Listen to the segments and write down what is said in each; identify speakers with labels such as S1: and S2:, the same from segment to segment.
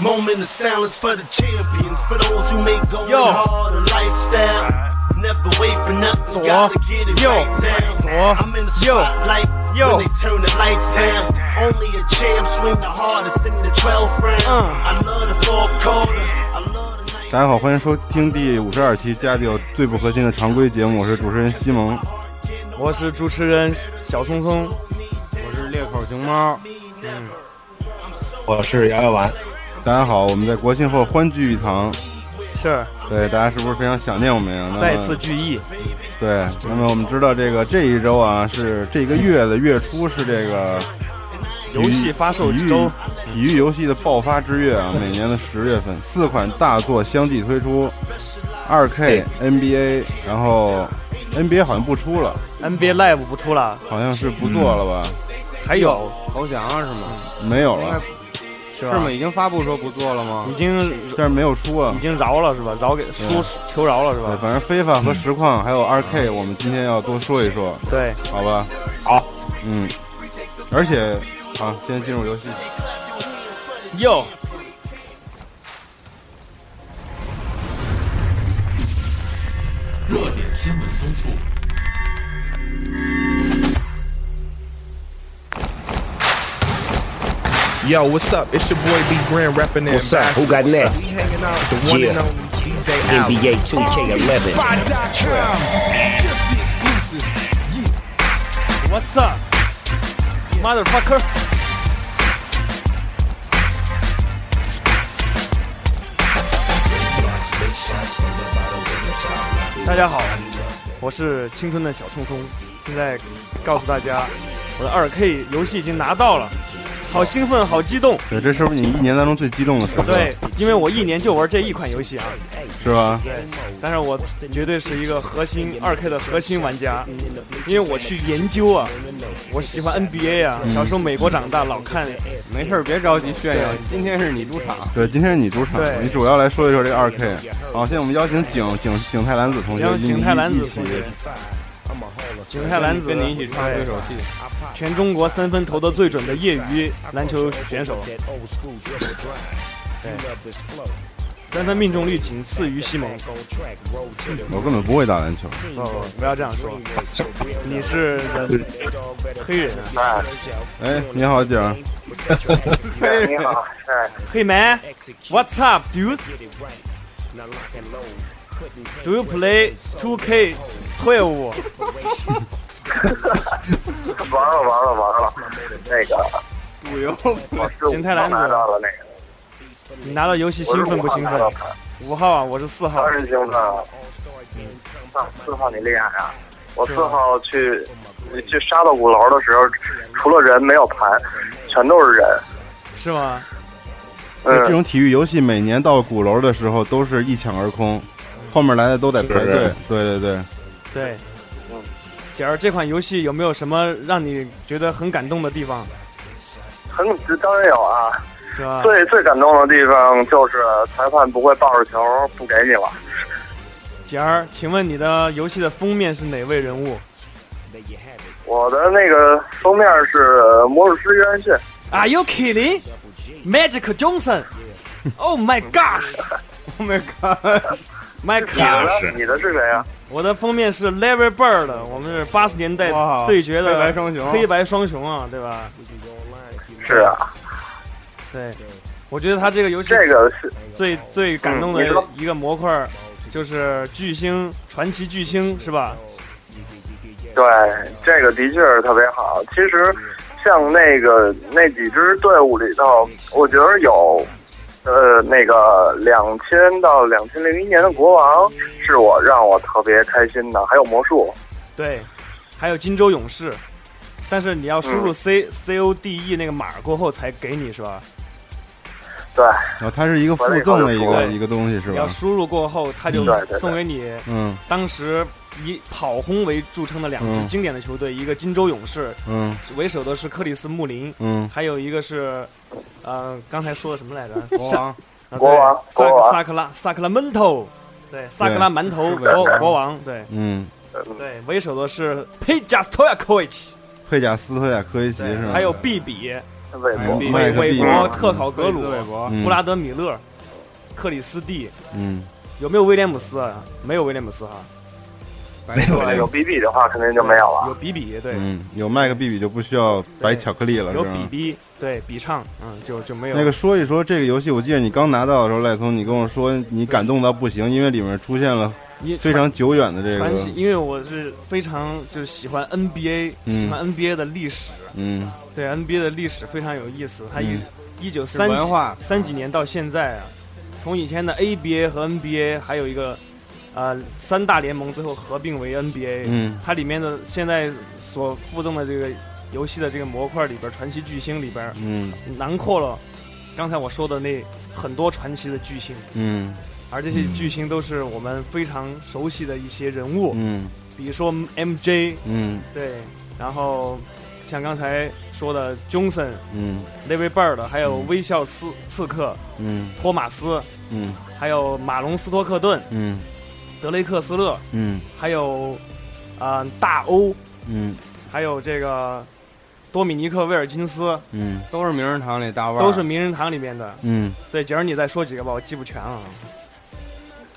S1: Moment of silence for the champions, for those who make going hard a lifestyle. Never wait for nothing, gotta get it
S2: Yo.
S1: right now. I'm in the
S2: Yo.
S1: spotlight
S2: Yo.
S1: when they turn the lights down. Only a champ swing the hardest in the 12th round.
S2: Uh.
S1: I love the fourth quarter. I love the night.
S3: 大家好，欢迎收听第五十二期《家里有最不核心的常规节目》，我是主持人西蒙，
S2: 我是主持人小聪聪，
S3: 我是裂口熊猫。
S2: 嗯
S4: 我是瑶瑶丸，
S3: 大家好，我们在国庆后欢聚一堂，
S2: 是
S3: 对大家是不是非常想念我们呀？那么
S2: 再次聚义，
S3: 对，那么我们知道这个这一周啊，是这个月的月初是这个
S2: 游戏发售
S3: 体育
S2: 周，
S3: 体育游戏的爆发之月啊，每年的十月份，四款大作相继推出，二 K、NBA，然后 NBA 好像不出了，
S2: NBA Live 不出了，
S3: 好像是不做了吧？
S2: 还有
S5: 投降啊，是吗？
S3: 没有了，
S2: 嗯是
S5: 是
S2: 吧
S5: 吗？？已经发布说不做了吗
S2: 已？经
S3: 但是没有出啊嗯
S2: 已。经饶了是吧？饶给输求饶了是
S3: 对，
S2: 吧？嗯
S3: 反正 FIFA 和实况还有 2K，我们今天要多说一说，
S2: 对，
S3: 好吧？
S4: 好，
S3: 嗯，而且，好，先进入游戏。
S2: 哟，
S6: 热点新闻综述。
S7: Yo, what's up? It's your boy B Grand repping the
S8: What's up? Who got next?
S7: We hanging out with the one
S8: Yeah.
S7: and only DJ Allen.
S8: NBA 2K11.
S2: What's up, motherfucker？大家好，我是青春的小聪聪，现在告诉大家，我的二 K 游戏已经拿到了，好兴奋，好激动。
S3: 对，这是不是你一年当中最激动的时刻？
S2: 哦对，，因为我一年就玩这一款游戏啊，
S3: 是吧？
S2: 对，但是我绝对是一个核心二 K 的核心玩家，因为我去研究啊，我喜欢 NBA 啊，
S5: 嗯
S2: 小时候美国长大，老看，
S5: 没事儿，别着急炫耀，今天是你主场。
S3: 对，今天是你主场
S2: 对，
S3: 你主要来说一说这 2K。好，现在我们邀请景景景泰蓝子同学
S2: 像，
S3: 一
S2: 景泰蓝
S3: 一
S2: 子
S3: 起
S2: 同学，景泰蓝子
S5: 跟你一起唱对手戏，
S2: 全中国三分投得最准的业余篮球选手，对，三分命中率仅次于西蒙，
S5: 嗯
S3: 我根本不会打篮球。
S2: 不不不嗯要这样说，你是人黑人啊，
S3: 哎，你好，景，
S2: Hey man, what's up, dude? Do you play 2K 12?
S9: 完了完了完了，那个
S5: 不由
S9: 我是
S2: 金泰蓝子
S9: 拿到了那个，
S2: 你拿到游戏兴奋不兴
S9: 我是
S2: 奋
S9: 五号拿到？的
S2: 五号啊，我是四号
S9: 当。然兴奋了。啊四号你厉害啊！我四号去去杀到鼓楼的时候，除了人没有盘，全都是人。
S2: 是吗？
S3: 这
S9: 嗯，
S3: 种体育游戏每年到鼓楼的时候都是一抢而空，后面来的都得排
S4: 是
S3: 队。对对对，
S2: 对。姐儿，这款游戏有没有什么让你觉得很感动的地方？
S9: 很当然有啊。
S2: 是吧？
S9: 最最感动的地方就是裁判不会抱着球不给你了。
S2: 姐儿，请问你的游戏的封面是哪位人物？
S9: 我的那个封面是魔术师约翰逊，
S2: Are you kidding? Magic Johnson? Oh my gosh! Oh my god! My
S9: 你的
S2: god!
S9: 呢？你的是谁啊？
S2: 我的封面是 Larry Bird，我们是八十年代
S5: 哇
S2: 对决
S5: 黑
S2: 的
S5: 白双雄
S2: 黑白双雄啊，对吧？
S9: 是啊，
S2: 对，我觉得他这个游戏
S9: 这个是
S2: 最最感动
S9: 嗯
S2: 的
S9: 你说
S2: 一个模块儿就是巨星传奇巨星是吧？
S9: 对，这个的确是特别好。其实，像那个那几支队伍里头，我觉得有，呃，那个两千到两千零一年的国王是我让我特别开心的，还有魔术。
S2: 对，还有金州勇士，但是你要输
S9: 嗯
S2: 入 C、C O D E 那个码儿过后才给你是吧？
S9: 对
S3: 然后它是一个附赠的一个一个东西是
S2: 你要
S3: 吧？
S2: 输入过后，他就
S9: 嗯对对对
S2: 送给你
S3: 嗯
S2: 当时以跑轰为著称的两支
S3: 嗯
S2: 经典的球队，一个金州勇士
S3: 嗯
S2: 为首的是克里斯穆林，
S3: 嗯，
S2: 还有一个是，呃，刚才说的什么来着？
S5: 国王
S2: 啊
S9: 国王
S2: 对
S9: 国
S2: 萨
S9: 王
S2: 萨克拉萨克拉门头，对，萨克拉门头
S9: 对
S2: 国国王，对
S3: 嗯，
S2: 对，为首的是佩加斯托亚科维奇，
S3: 佩贾斯特亚科维奇
S2: 对
S3: 是，吧？
S2: 还有毕比、
S9: 魏博
S3: 嗯麦
S2: 韦
S3: 克
S2: 韦
S3: 毕
S2: 伯、特考格鲁、
S5: 韦伯，
S3: 嗯
S2: 布拉德米勒、克里斯蒂，
S3: 嗯，
S2: 有没有威廉姆斯啊？没有威廉姆斯哈，
S5: 白
S9: 如果有 BB 的话，肯定就没有了。
S2: 有比比，对，
S3: 嗯，有麦克比比就不需要白巧克力了，
S2: 有
S3: 是
S2: 比
S3: 吧？
S2: 比，对，比唱，嗯，就就没有
S3: 那个说一说这个游戏，我记得你刚拿到的时候，赖聪，你跟我说你感动到不行，因为里面出现了
S2: 你
S3: 非常久远的这
S2: 传
S3: 个
S2: 奇，，因为我是非常就是喜欢 NBA，、
S3: 嗯
S2: 喜欢 NBA 的历史，
S3: 嗯
S2: 对 NBA 的历史非常有意思。它一
S3: 嗯
S2: 一九
S5: 是
S2: 三
S5: 文化，
S2: 三几年到现在啊，从以前的 ABA 和 NBA，还有一个呃三大联盟最后合并为 NBA，、
S3: 嗯
S2: 它里面的现在所附赠的这个游戏的这个模块里边，传奇巨星里边
S3: 嗯
S2: 囊括了刚才我说的那很多传奇的巨星，
S3: 嗯
S2: 而这些巨星都是我们非常熟悉的一些人物，
S3: 嗯
S2: 比如说 MJ，
S3: 嗯
S2: 对，然后像刚才说的 Johnson、
S3: 嗯
S2: Larry Bird，还有微笑刺刺客
S3: 嗯
S2: 托马斯，
S3: 嗯
S2: 还有马龙斯托克顿、
S3: 嗯
S2: 德雷克斯勒，
S3: 嗯
S2: 还有啊、呃大欧，
S3: 嗯
S2: 还有这个多米尼克威尔金斯，
S3: 嗯
S5: 都是名人堂里大腕儿，
S2: 都是名人堂里面的。
S3: 嗯
S2: 对，姐儿你再说几个吧，我记不全了啊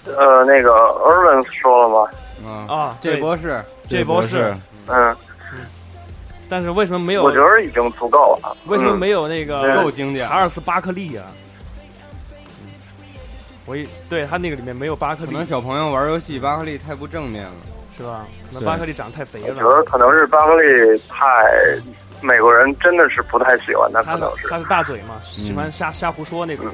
S9: 呃，那个 Irvin 说了吗？
S5: 啊，
S2: 啊。
S5: 这
S2: 对
S5: 博士
S2: 这博士，
S9: 嗯，
S2: 但是为什么没有
S9: 我？觉得已经足够了。
S2: 为什么
S9: 嗯
S2: 没有那个
S5: 够经典
S2: 查，尔斯巴克利啊？我一对他那个里面没有巴克
S5: 可
S2: 利
S5: 能小朋友玩游戏巴克利太不正面了，
S2: 是吧？可能
S3: 对
S2: 巴克利长得太肥
S9: 我觉得
S2: 了，
S9: 可能是巴克利太，美国人真的是不太喜欢他，可
S2: 他
S9: 能是
S2: 他是大嘴嘛，喜欢瞎瞎胡说那种。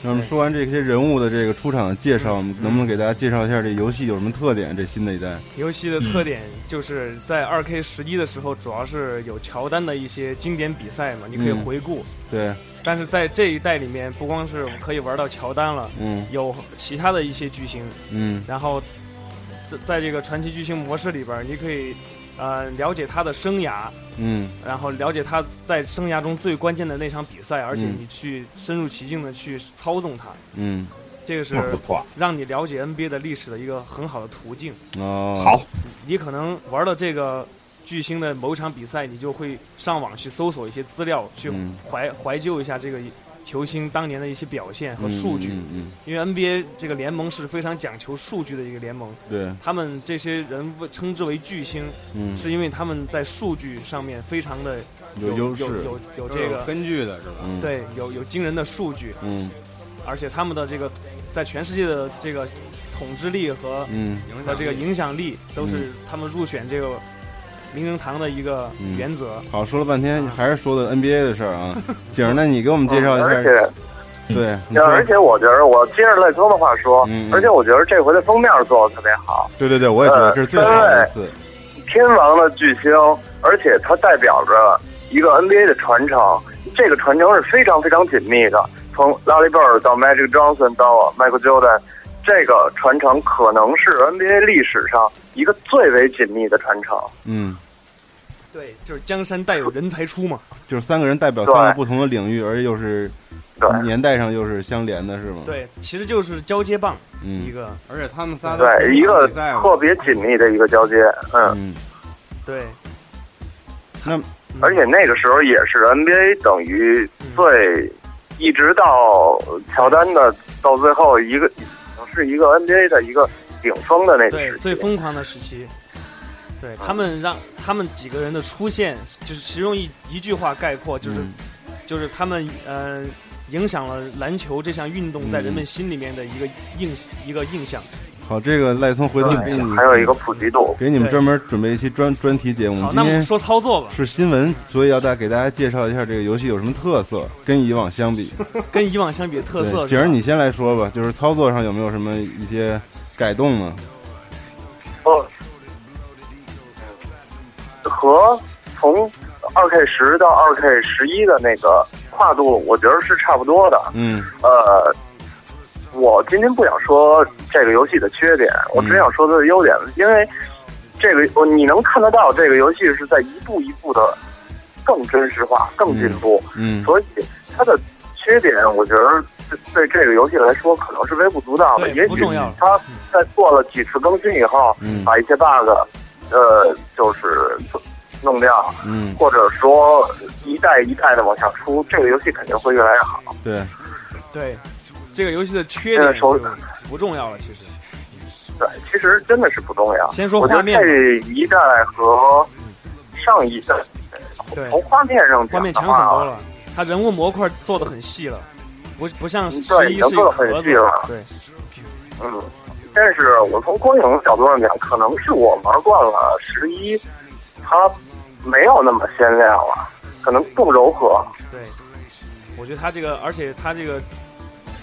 S3: 那我们说完这些人物的这个出场介绍，我们能不能给大家介绍一下这游戏有什么特点？这新的一代，
S2: 游戏的特点就是在二 K 十一的时候，主要是有乔丹的一些经典比赛嘛，你可以
S3: 嗯
S2: 回顾。
S3: 对，
S2: 但是在这一代里面，不光是可以玩到乔丹了，
S3: 嗯
S2: 有其他的一些巨星。
S3: 嗯
S2: 然后在在这个传奇巨星模式里边儿，你可以呃了解他的生涯，
S3: 嗯
S2: 然后了解他在生涯中最关键的那场比赛，而且
S3: 嗯
S2: 你去深入其境的去操纵他，
S3: 嗯，
S2: 这个是
S6: 不错，
S2: 让你了解 NBA 的历史的一个很好的途径。
S3: 哦，
S6: 好，
S2: 你可能玩到这个巨星的某场比赛，你就会上网去搜索一些资料，去
S3: 嗯
S2: 怀怀旧一下这个球星当年的一些表现和
S3: 嗯
S2: 数据。
S3: 嗯嗯，
S2: 因为 NBA 这个联盟是非常讲求数据的一个联盟，
S3: 嗯对，
S2: 他们这些人被称之为巨星，
S3: 嗯，
S2: 是因为他们在数据上面非常的
S3: 有优势，
S2: 有有有
S5: 都
S2: 这
S5: 是有
S2: 个
S5: 根据的是吧？
S3: 嗯，
S2: 对有有惊人的数据，
S3: 嗯
S2: 而且他们的这个在全世界的这个统治力和
S3: 嗯
S5: 影
S2: 和
S5: 响
S2: 这个影响力都是他们入选这个名人堂的一个
S3: 嗯
S2: 原则。
S3: 好，说了半天还是说的 NBA 的事儿 啊，景儿，那你给我们介绍一下，
S9: 而且，
S3: 对，嗯你
S9: 而
S3: 说，
S9: 且我觉得，我接着赖聪的话说，
S3: 嗯嗯
S9: 而且我觉得这回的封面做的特别好，
S3: 对对对，我也觉得这是最好的一次，
S9: 天王的巨星，而且它代表着一个 NBA 的传承，这个传承是非常非常紧密的，从 Larry Bird 到 Magic Johnson 到 Michael Jordan，这个传承可能是 NBA 历史上一个最为紧密的传承。
S3: 嗯，
S2: 对，就是江山代有人才出嘛。
S3: 就是三个人代表三个不同的领域，而且又是
S9: 对，
S3: 年代上又是相连的，是吗？，
S2: 对，其实就是交接棒一
S3: 嗯
S2: 个。
S5: 而且他们仨都
S9: 对，一个
S5: 比赛嘛
S9: 特别紧密的一个交接，嗯，
S3: 嗯，
S2: 对，
S3: 那
S9: 而且那个时候也是 NBA 等于最，一直到乔丹的到最后一个，是一个 NBA 的一个顶峰的嗯那个
S2: 对
S9: 时
S2: 最
S9: 期，
S2: 疯狂的时期，对他们让他们几个人的出现，就是其中一一句话概括，就是、
S3: 嗯
S2: 就是他们呃影响了篮球这项运动在
S9: 嗯
S2: 人们心里面的一个印、一个印象。
S3: 好，这个赖聪回头给你
S9: 还有一个普及度，
S3: 给你们专门准备一期专专题节目。
S2: 好，
S3: 我们
S2: 那
S3: 今
S2: 我们
S3: 天
S2: 说操作吧，
S3: 是新闻，所以要大给大家介绍一下这个游戏有什么特色，跟以往相 比。
S2: 跟以往相比特色
S3: 对，
S2: 是
S3: 景
S2: 吧。
S3: 儿你先来说吧，就是操作上有没有什么一些改动呢？
S9: 哦，和从二 K 十到二 K 十一的那个跨度，我觉得是差不多的。
S3: 嗯
S9: 呃，我今天不想说这个游戏的缺点，我只想说它的优点，因为这个我你能看得到，这个游戏是在一步一步的更真实化、更进步，
S3: 嗯
S9: 所以它的缺点，我觉得对对这个游戏来说可能是微不足道的。
S2: 对
S9: 也
S2: 不
S9: 许
S2: 重要了
S9: 它在做了几次更新以后，
S3: 嗯
S9: 把一些 bug，呃，就是弄掉，
S3: 嗯，
S9: 或者说一代一代的往下出，这个游戏肯定会越来越好。
S3: 对，
S2: 对，这个游戏的缺
S9: 现
S2: 点
S9: 在手
S2: 就不重要了，其实。
S9: 对，其实真的是不重要。
S2: 先说
S9: 我觉
S2: 画
S9: 得
S2: 面吧
S9: 这一代和上一代，
S2: 啊对，
S9: 从画面
S2: 画
S9: 上讲
S2: 面
S9: 的
S2: 强很多
S9: 话，啊
S2: 了，它人物模块做的很细了，不不像十
S9: 嗯
S2: 一
S9: 对已
S2: 是
S9: 经
S2: 一
S9: 做
S2: 个
S9: 得很
S2: 盒子
S9: 细了，
S2: 对，
S9: 嗯，但是我从光影角度上讲，可能是我玩惯了十一，它没有那么鲜亮了，可能更柔和。
S2: 对，我觉得他这个，而且他这个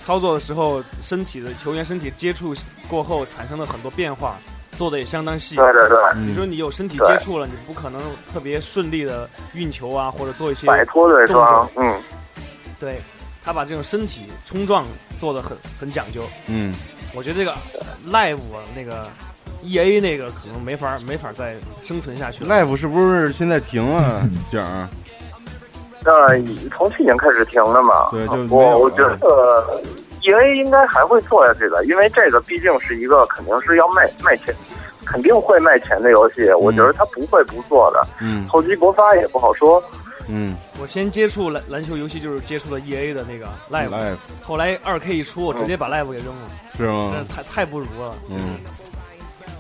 S2: 操作的时候，身体的球员身体接触过后产生了很多变化，做的也相当细。
S9: 对对对，
S2: 比如说
S3: 嗯
S2: 你有身体
S9: 对
S2: 接触了，你不可能特别顺利的运球啊，或者做一些
S9: 摆脱对
S2: 动
S9: 方，嗯，
S2: 对。他把这种身体冲撞做的很很讲究，
S8: Mm.
S3: 嗯
S2: 我觉得这个 live 啊那个 E A 那个可能没法没法再生存下去了。
S3: ，life 是不是现在停了？
S2: 嗯
S3: 啊景儿，
S9: 那从去年开始停的嘛，
S3: 对就没有了
S9: 我我觉得。E A 应该还会做下去的，因为这个毕竟是一个肯定是要卖卖钱，肯定会卖钱的游戏。我觉得他不会不做的，
S3: 嗯
S9: 厚积薄发也不好说。
S3: 嗯
S2: 我先接触篮篮球游戏就是接触的 E A 的那个 live，
S3: ，life
S2: 后来二 K 一出，我直接把 live 给扔了，
S3: 哦是
S2: 真的
S3: 吗？
S2: 太太不如了，
S3: 嗯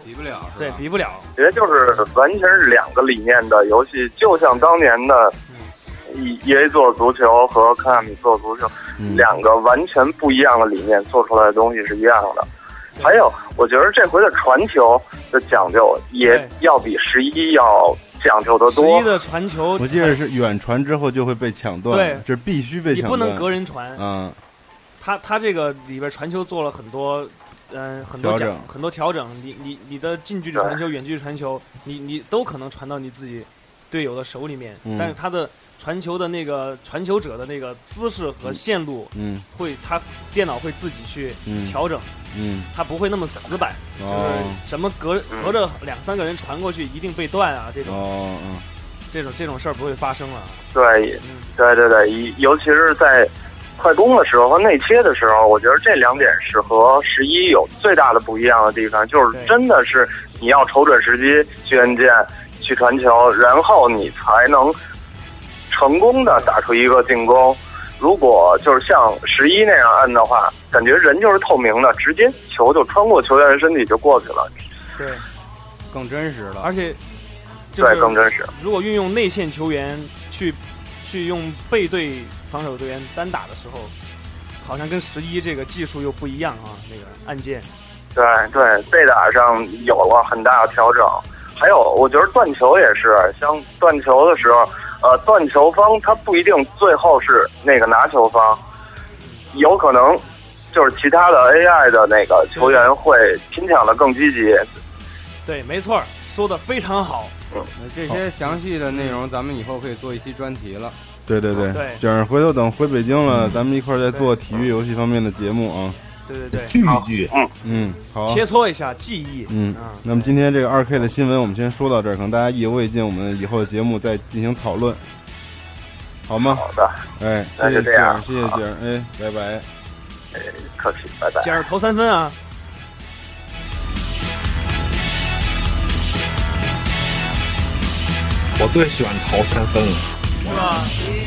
S5: 比不了是
S2: 对
S5: 吧？
S2: 比不了。
S9: 觉得就是完全是两个理念的游戏，就像当年的 E E A 做足球和科纳米做足球，
S3: 嗯，
S9: 两个完全不一样的理念做出来的东西是一样的。还有，我觉得这回的传球的讲究也
S2: 对
S9: 要比十一要讲究的
S2: 十
S9: 多
S2: 一。的传球，
S3: 我记得是远传之后就会被抢断
S2: 哦对，
S3: 这必须被
S2: 你
S3: 抢
S2: 不
S3: 断。
S2: 能隔人传，
S3: 嗯
S2: 他他这个里边传球做了很多，嗯、很多
S3: 调
S2: 讲
S3: 整
S2: 很多调整。你你你的近距离传球、远距离传球，你你都可能传到你自己队友的手里面。
S3: 嗯
S2: 但是他的传球的那个传球者的那个姿势和线路
S3: 嗯
S2: 会，他电脑会自己去
S3: 嗯
S2: 调整，
S3: 嗯，
S2: 他不会那么死板，
S3: 哦
S2: 就是什么隔
S9: 嗯
S2: 隔着两三个人传过去一定被断啊，这种
S3: 哦嗯。
S2: 这种这种事儿不会发生了。啊
S9: 对，
S2: 嗯，
S9: 对对对，尤尤其是在快攻的时候和内切的时候，我觉得这两点是和十一有最大的不一样的地方，就是
S2: 对
S9: 真的是你要瞅准时机去按键、去传球，然后你才能成功的打出一个进攻。如果就是像十一那样按的话，感觉人就是透明的，直接球就穿过球员的身体就过去了，
S2: 对，
S5: 更真实了。
S2: 而且就是
S9: 对，更真实。
S2: 如果运用内线球员去去用背对防守队员单打的时候，好像跟十一这个技术又不一样啊，那个按键。
S9: 对对，被打上有了很大的调整。还有，我觉得断球也是，像断球的时候，呃，断球方他不一定最后是那个拿球方，有可能就是其他的 AI 的那个球员
S2: 嗯
S9: 会拼抢的更积极。
S2: 对，没错儿，说的非常好。
S6: 嗯
S5: 那这些详细的内容，咱们以后可以做一期专题了。
S3: 对对对，
S2: 哦对嗯
S3: 就是回头等回北京了，咱们一块儿再做体育游戏方面的节目啊。
S2: 对对对，
S6: 句句
S3: 嗯，好，
S2: 切磋一下技艺。
S3: 嗯
S2: 啊，
S3: 那么今天这个二 K 的新闻我们先说到这儿，可能大家意犹未尽，我们以后的节目再进行讨论，好吗？
S9: 好的，
S3: 哎，谢
S9: 那
S3: 谢
S9: 就
S3: 姐
S9: 这样哎
S3: 儿，谢谢姐儿，哎，拜拜。
S9: 客气，拜拜。
S2: 今儿投三分啊！
S6: 我最喜欢投三分了，
S2: 是吧？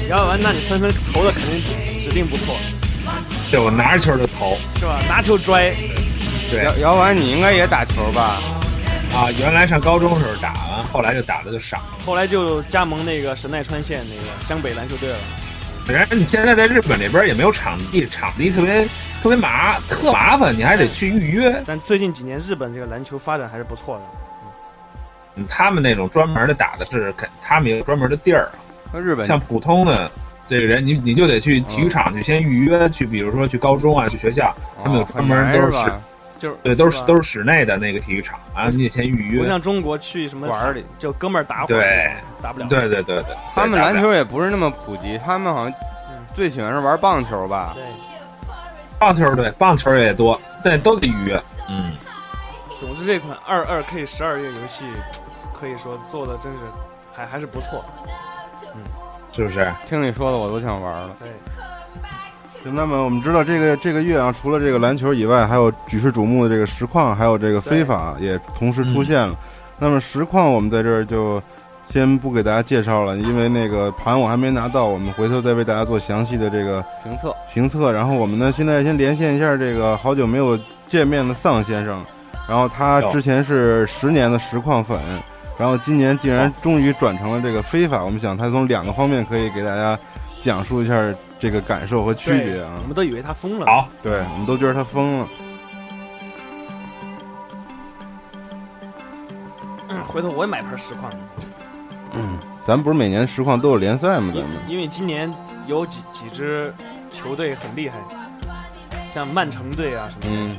S2: 姚晓文，那你三分投的肯定指定不错，
S6: 对我拿着球就投。
S2: 是吧？拿球拽，
S6: 对
S5: 姚姚丸，你应该也打球吧？
S6: 啊，原来上高中时候打完，后来就打的就少了。
S2: 后来就加盟那个神奈川县那个湘北篮球队了。
S6: 然后你现在在日本这边也没有场地，场地特别特别麻特麻烦，你还得去预约。
S2: 但最近几年，日本这个篮球发展还是不错的。
S6: 嗯他们那种专门的打的是，肯他们有专门的地儿，
S5: 那日本
S6: 像普通的这个人，你你就
S2: 哦
S6: 得去体育场去先预约，去比如说去高中啊，去学校，他们有
S5: 哦
S6: 专
S5: 很
S6: 门
S5: 难
S6: 都
S5: 是
S6: 是
S5: 吧？
S2: 就是
S6: 对，都是
S2: 吧
S6: 都是室内的啊那个体育场，然后你得先预
S2: 不
S6: 约。
S2: 像中国去什么
S5: 玩儿
S2: 场
S5: 里
S2: 就哥们儿打会儿
S6: 对
S2: 打不了。
S6: 对对对对，
S5: 他们
S6: 对
S5: 篮球也不是那么普及，他们好像最喜欢是玩棒球吧？
S2: 对，
S6: 棒球对棒球也多，但都得预约。嗯，
S2: 总之这款二二 K 十二月游戏，可以说做的真是还还是不错。嗯
S6: 是不是？
S5: 听你说的我都想玩了。
S2: 对，
S3: 那么我们知道这个这个月啊，除了这个篮球以外，还有举世瞩目的这个实况，还有这个非法也同时出现了。那么实况我们在这儿就先不给大家介绍了，因为那个盘我还没拿到，我们回头再为大家做详细的这个
S5: 评测
S3: 评测。然后我们呢，现在先连线一下这个好久没有见面的丧先生，然后他之前是十年的实况粉，然后今年竟然终于转成了这个非法。我们想他从两个方面可以给大家讲述一下这个感受和区别啊
S2: 我。们都以为他疯了。
S6: 好，
S3: 对，我们都觉得他疯了。
S2: 嗯 回头我也买盘实况，
S3: 咱不是每年实况都有联赛吗？咱们
S2: 因因为今年有几几支球队很厉害，像曼城队啊什么的，
S3: 嗯，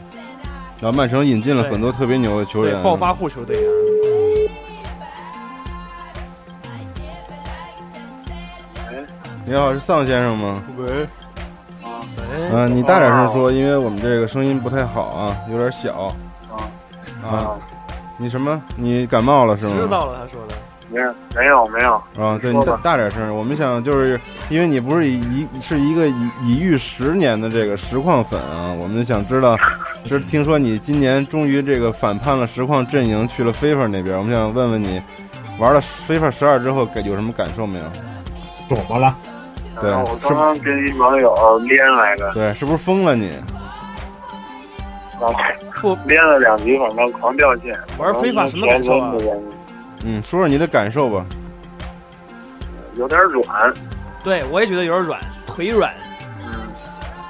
S3: 然后曼城引进了
S2: 对
S3: 很多特别牛的球员，
S2: 对，暴发户球队啊。
S3: 你好，是丧先生吗？
S2: 喂，
S3: 嗯、
S2: 喂，
S3: 你大点
S9: 哦
S3: 声说，因为我们这个声音不太好啊，有点小。
S9: 哦
S3: 啊，
S9: 啊，
S3: 你什么？你感冒了是吗？
S2: 知道了，他说的。
S9: 没有没有没有，
S3: 啊，对你
S9: 说吧
S3: 大大点声，我们想就是因为你不是一是一个已已逾十年的这个实况粉啊，我们想知道，就是听说你今年终于这个反叛了实况阵营，去了 FIFA 那边，我们想问问你，玩了 FIFA 十二之后给有什么感受没有？
S6: 怎么了？
S3: 对
S9: 哦然后我
S3: 嗯是
S9: 刚刚跟一网友连来的，
S3: 对，是不是疯了你？
S9: 然后
S2: 不
S9: 连了两局，反正狂掉线。
S2: 玩非法什么感受啊？
S3: 嗯，说说你的感受吧。
S9: 有点软，
S2: 对，我也觉得有点软，腿软，
S9: 嗯，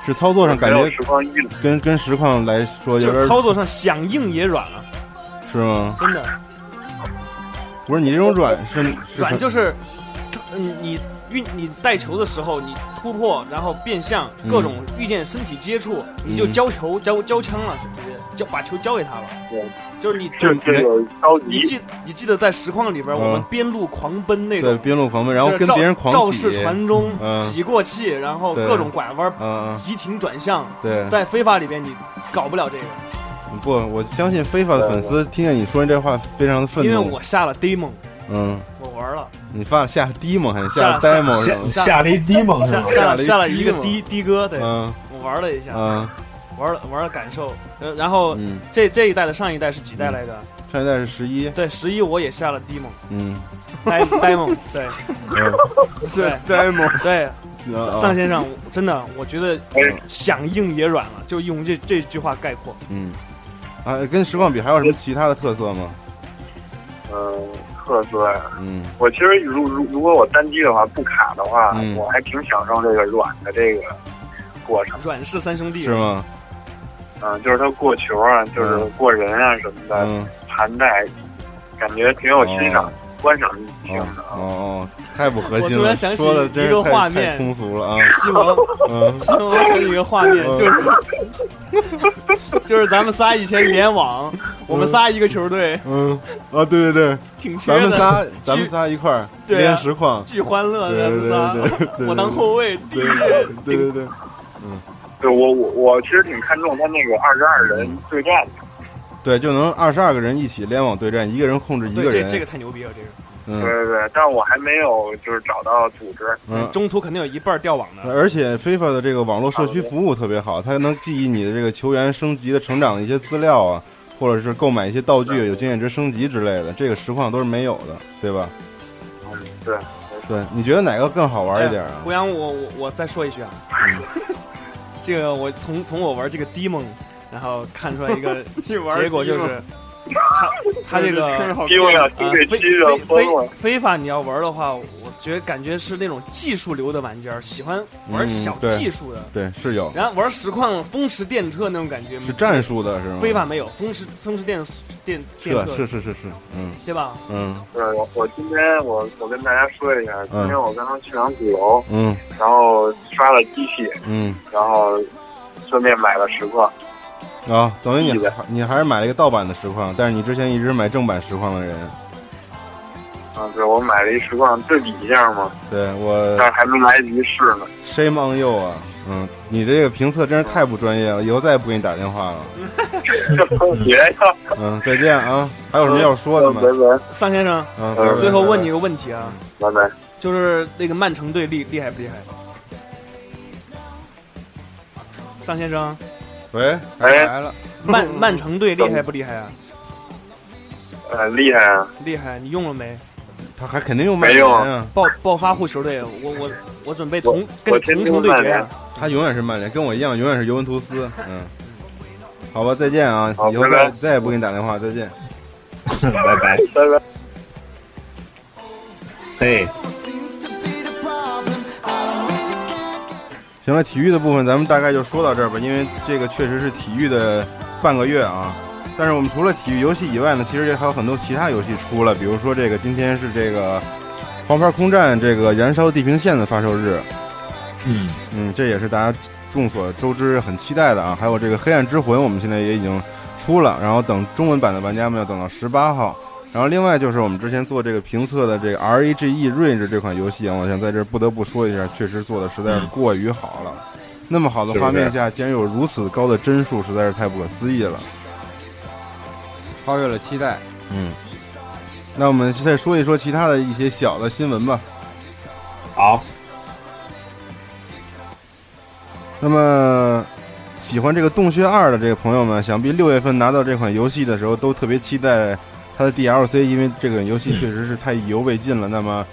S3: 是操作上感
S9: 没有
S3: 觉
S9: 实况硬，
S3: 跟跟实况来说有
S2: 就
S3: 点
S2: 是操作上响应也软了，
S3: 是吗？
S2: 真的
S3: 不是你这种软是是
S2: 软
S3: 什
S2: 就是，嗯，你运你带球的时候，你突破，然后变向，各种遇见身体接触，你就
S3: 嗯
S2: 交球交交枪了，直接交把球交给他了
S9: 对，
S2: 就是你
S9: 就
S3: 就
S9: 这个着
S2: 你
S9: 急，
S2: 记你记得在实况里边，
S3: 嗯
S2: 我们边路狂奔那
S3: 对
S2: 种，
S3: 边路狂奔，然后
S2: 就是
S3: 跟
S2: 赵
S3: 别人狂挤
S2: 赵氏传中
S3: 嗯，
S2: 挤过气，然后
S3: 对
S2: 各种拐弯，
S3: 嗯嗯，
S2: 急停转向，
S3: 对。
S2: 在非法里边你搞不了这个，
S3: 不，我相信非法的粉丝听见你说这话非常的愤
S2: 因为
S3: 怒。
S2: 我下了 demo，
S3: 嗯，
S2: 我玩了，
S3: 你发下 demo 还是
S2: 下
S3: 下 demo 是
S6: 下
S3: 吗？
S6: 下了一低蒙是
S2: 下
S6: 吗？
S2: 下
S3: 下
S2: 了
S3: 了一
S2: 下了一个
S3: 低
S2: 的的哥，对
S3: 嗯
S2: 我玩了一下，
S3: 嗯
S2: 玩了玩了感受，呃，然后
S3: 嗯，
S2: 这这一代的上一代是几代来着？
S3: 上一代是十一，
S2: 对，十一我也下了 demo，
S3: 嗯，
S2: 呆 demo，对
S3: 嗯
S2: 对
S5: demo
S2: 对，
S3: 啊
S2: 尚先生真的，我觉得
S9: 哎
S2: 响应也软了，就用这这句话概 括。
S3: 嗯，啊，跟实况比还有什么其他的特色吗？
S9: 嗯，特色呀。
S3: 嗯
S9: 我其实如如如果我单机的话不卡的话，
S3: 嗯
S9: 我还挺享受这个软的这个过程，
S2: 阮氏三兄弟嗯
S3: 是吗？
S9: 嗯、就是它过球啊，就是过人啊什么的，
S3: 嗯，
S9: 盘带，感觉挺有欣
S2: 哦
S9: 赏、观赏性的
S3: 哦
S9: 啊。
S3: 哦，太不核
S2: 我
S3: 心
S2: 突
S3: 了，
S2: 然想起
S3: 说的真
S2: 一
S3: 是
S2: 个画
S3: 太太
S2: 面
S3: 通俗了啊。
S2: 西 蒙，
S3: 嗯
S2: 西蒙想起一个画面，
S3: 嗯
S2: 就是就是咱们仨以前联网，我们仨一个球队，
S3: 嗯，啊，对对对，
S2: 挺缺
S3: 咱们
S2: 的，
S3: 仨咱们仨一块儿
S2: 对啊
S3: 练实况，
S2: 巨欢乐的，
S3: 对
S2: 咱
S3: 对
S2: 们仨
S3: 对 对对对，
S2: 我当后卫，的
S3: 对
S2: 确
S3: 对对嗯对。
S9: 对我我我其实挺看重它那个二十二
S2: 嗯
S9: 人对战的，
S3: 对，就能二十二个人一起联网对战，一个人控制一
S2: 对
S3: 个
S2: 这
S3: 人。
S2: 这个太牛逼了，这个
S9: 对
S3: 嗯
S9: 对对，但我还没有就是找到组织。
S3: 嗯，
S2: 中途肯定有一半掉网的，
S3: 而且 FIFA 的这个网络社区服务特别好，它能记忆你的这个球员升级的成长的一些资料啊，或者是购买一些道具、有经验值升级之类的，这个实况都是没有的，对吧？
S9: 嗯，对，
S3: 对，你觉得哪个更好玩一点
S2: 哎
S3: 啊？
S2: 胡杨，我我我再说一 句啊，这个我从从我玩这个 Demon，然后看出来 一 个
S5: 玩
S2: 结果就
S5: Demon
S2: 是，他他这
S5: 真是
S2: 个。
S5: 好
S9: 因为啊，
S2: 呃，
S9: 听
S2: 非
S9: 这
S2: 非
S9: 期热
S2: 非
S9: 疯了。
S2: 非法你要玩的话，我觉得感觉是那种技术流的玩家，喜欢玩
S3: 嗯
S2: 小
S3: 对
S2: 技术的，
S3: 对，是有，
S2: 然后玩实况风驰电掣那种感觉。
S3: 是战术的是吗？
S2: 非法没有风驰风驰电电
S3: 是
S2: 电
S3: 的，
S2: 掣
S3: 是，是是是，嗯
S2: 对吧？
S3: 嗯
S9: 对，我我今天我我跟大家说一下，今天我刚刚去趟鼓楼，
S3: 嗯
S9: 然后刷了机器，
S3: 嗯
S9: 然后顺便买了实况。
S3: 啊，等于
S9: 意
S3: 你
S9: 外
S3: 你还是买了一个盗版的实况，但是你之前一直买正版实况的人。
S9: 啊，对，我买了一实况对比一下嘛，
S3: 对我
S9: 但是还没来得及试呢。
S3: shame on you 啊，嗯，你这个评测真是太不专业了，以后再也不给你打电话了。
S9: 别嗯呀，
S3: 嗯，再见啊，还有什么要说的吗
S9: 拜？拜，
S2: 桑先生，
S3: 嗯，
S9: 拜拜
S2: 最后问你个问题啊，
S9: 拜拜。
S2: 就是那个曼城队厉厉害不厉害？桑先生，
S3: 喂，
S9: 哎，
S5: 来了，
S2: 曼
S3: 嗯
S2: 曼城队厉害不厉害啊？
S9: 呃，厉害啊！
S2: 厉害，你用了没？
S3: 他还肯定用曼
S9: 没
S3: 联
S9: 用
S3: 啊，
S2: 爆爆发户球队，我我我准备同
S9: 我
S2: 跟
S9: 天
S2: 同
S9: 天
S2: 城对
S9: 曼
S2: 决
S9: 联
S2: 啊。
S3: 他永远是曼联，跟我一样，永远是尤文图斯。嗯，好吧，再见啊，
S9: 好
S3: 以后
S9: 拜
S3: 再
S9: 拜
S3: 再也不给你打电话，再见。
S6: 拜 拜，
S9: 拜拜。
S6: 嘿，
S3: 行了，体育的部分咱们大概就说到这儿吧，因为这个确实是体育的半个月啊。但是我们除了体育游戏以外呢，其实也还有很多其他游戏出了，比如说这个今天是这个《黄牌空战》这个《燃烧地平线》的发售日，
S6: 嗯，
S3: 嗯，这也是大家众所周知很期待的啊。还有这个《黑暗之魂》，我们现在也已经出了，然后等中文版的玩家们要等到十八号。然后另外就是我们之前做这个评测的这个 R E G E Range 这款游戏啊，我想在这儿不得不说一下，确实做的实在是过于好了。那么好的
S6: 是不
S3: 画面
S6: 是
S3: 下，竟然有如此高的帧数，实在是太不可思议了。
S5: 超越了期待。
S3: 嗯，那我们再说一说其他的一些小的新闻吧。
S6: 好，
S3: 那么，喜欢这个《洞穴二》的这个朋友们，想必六月份拿到这款游戏的时候，都特别期待它的 DLC，因为这款游戏确实是太意犹未尽了。那么，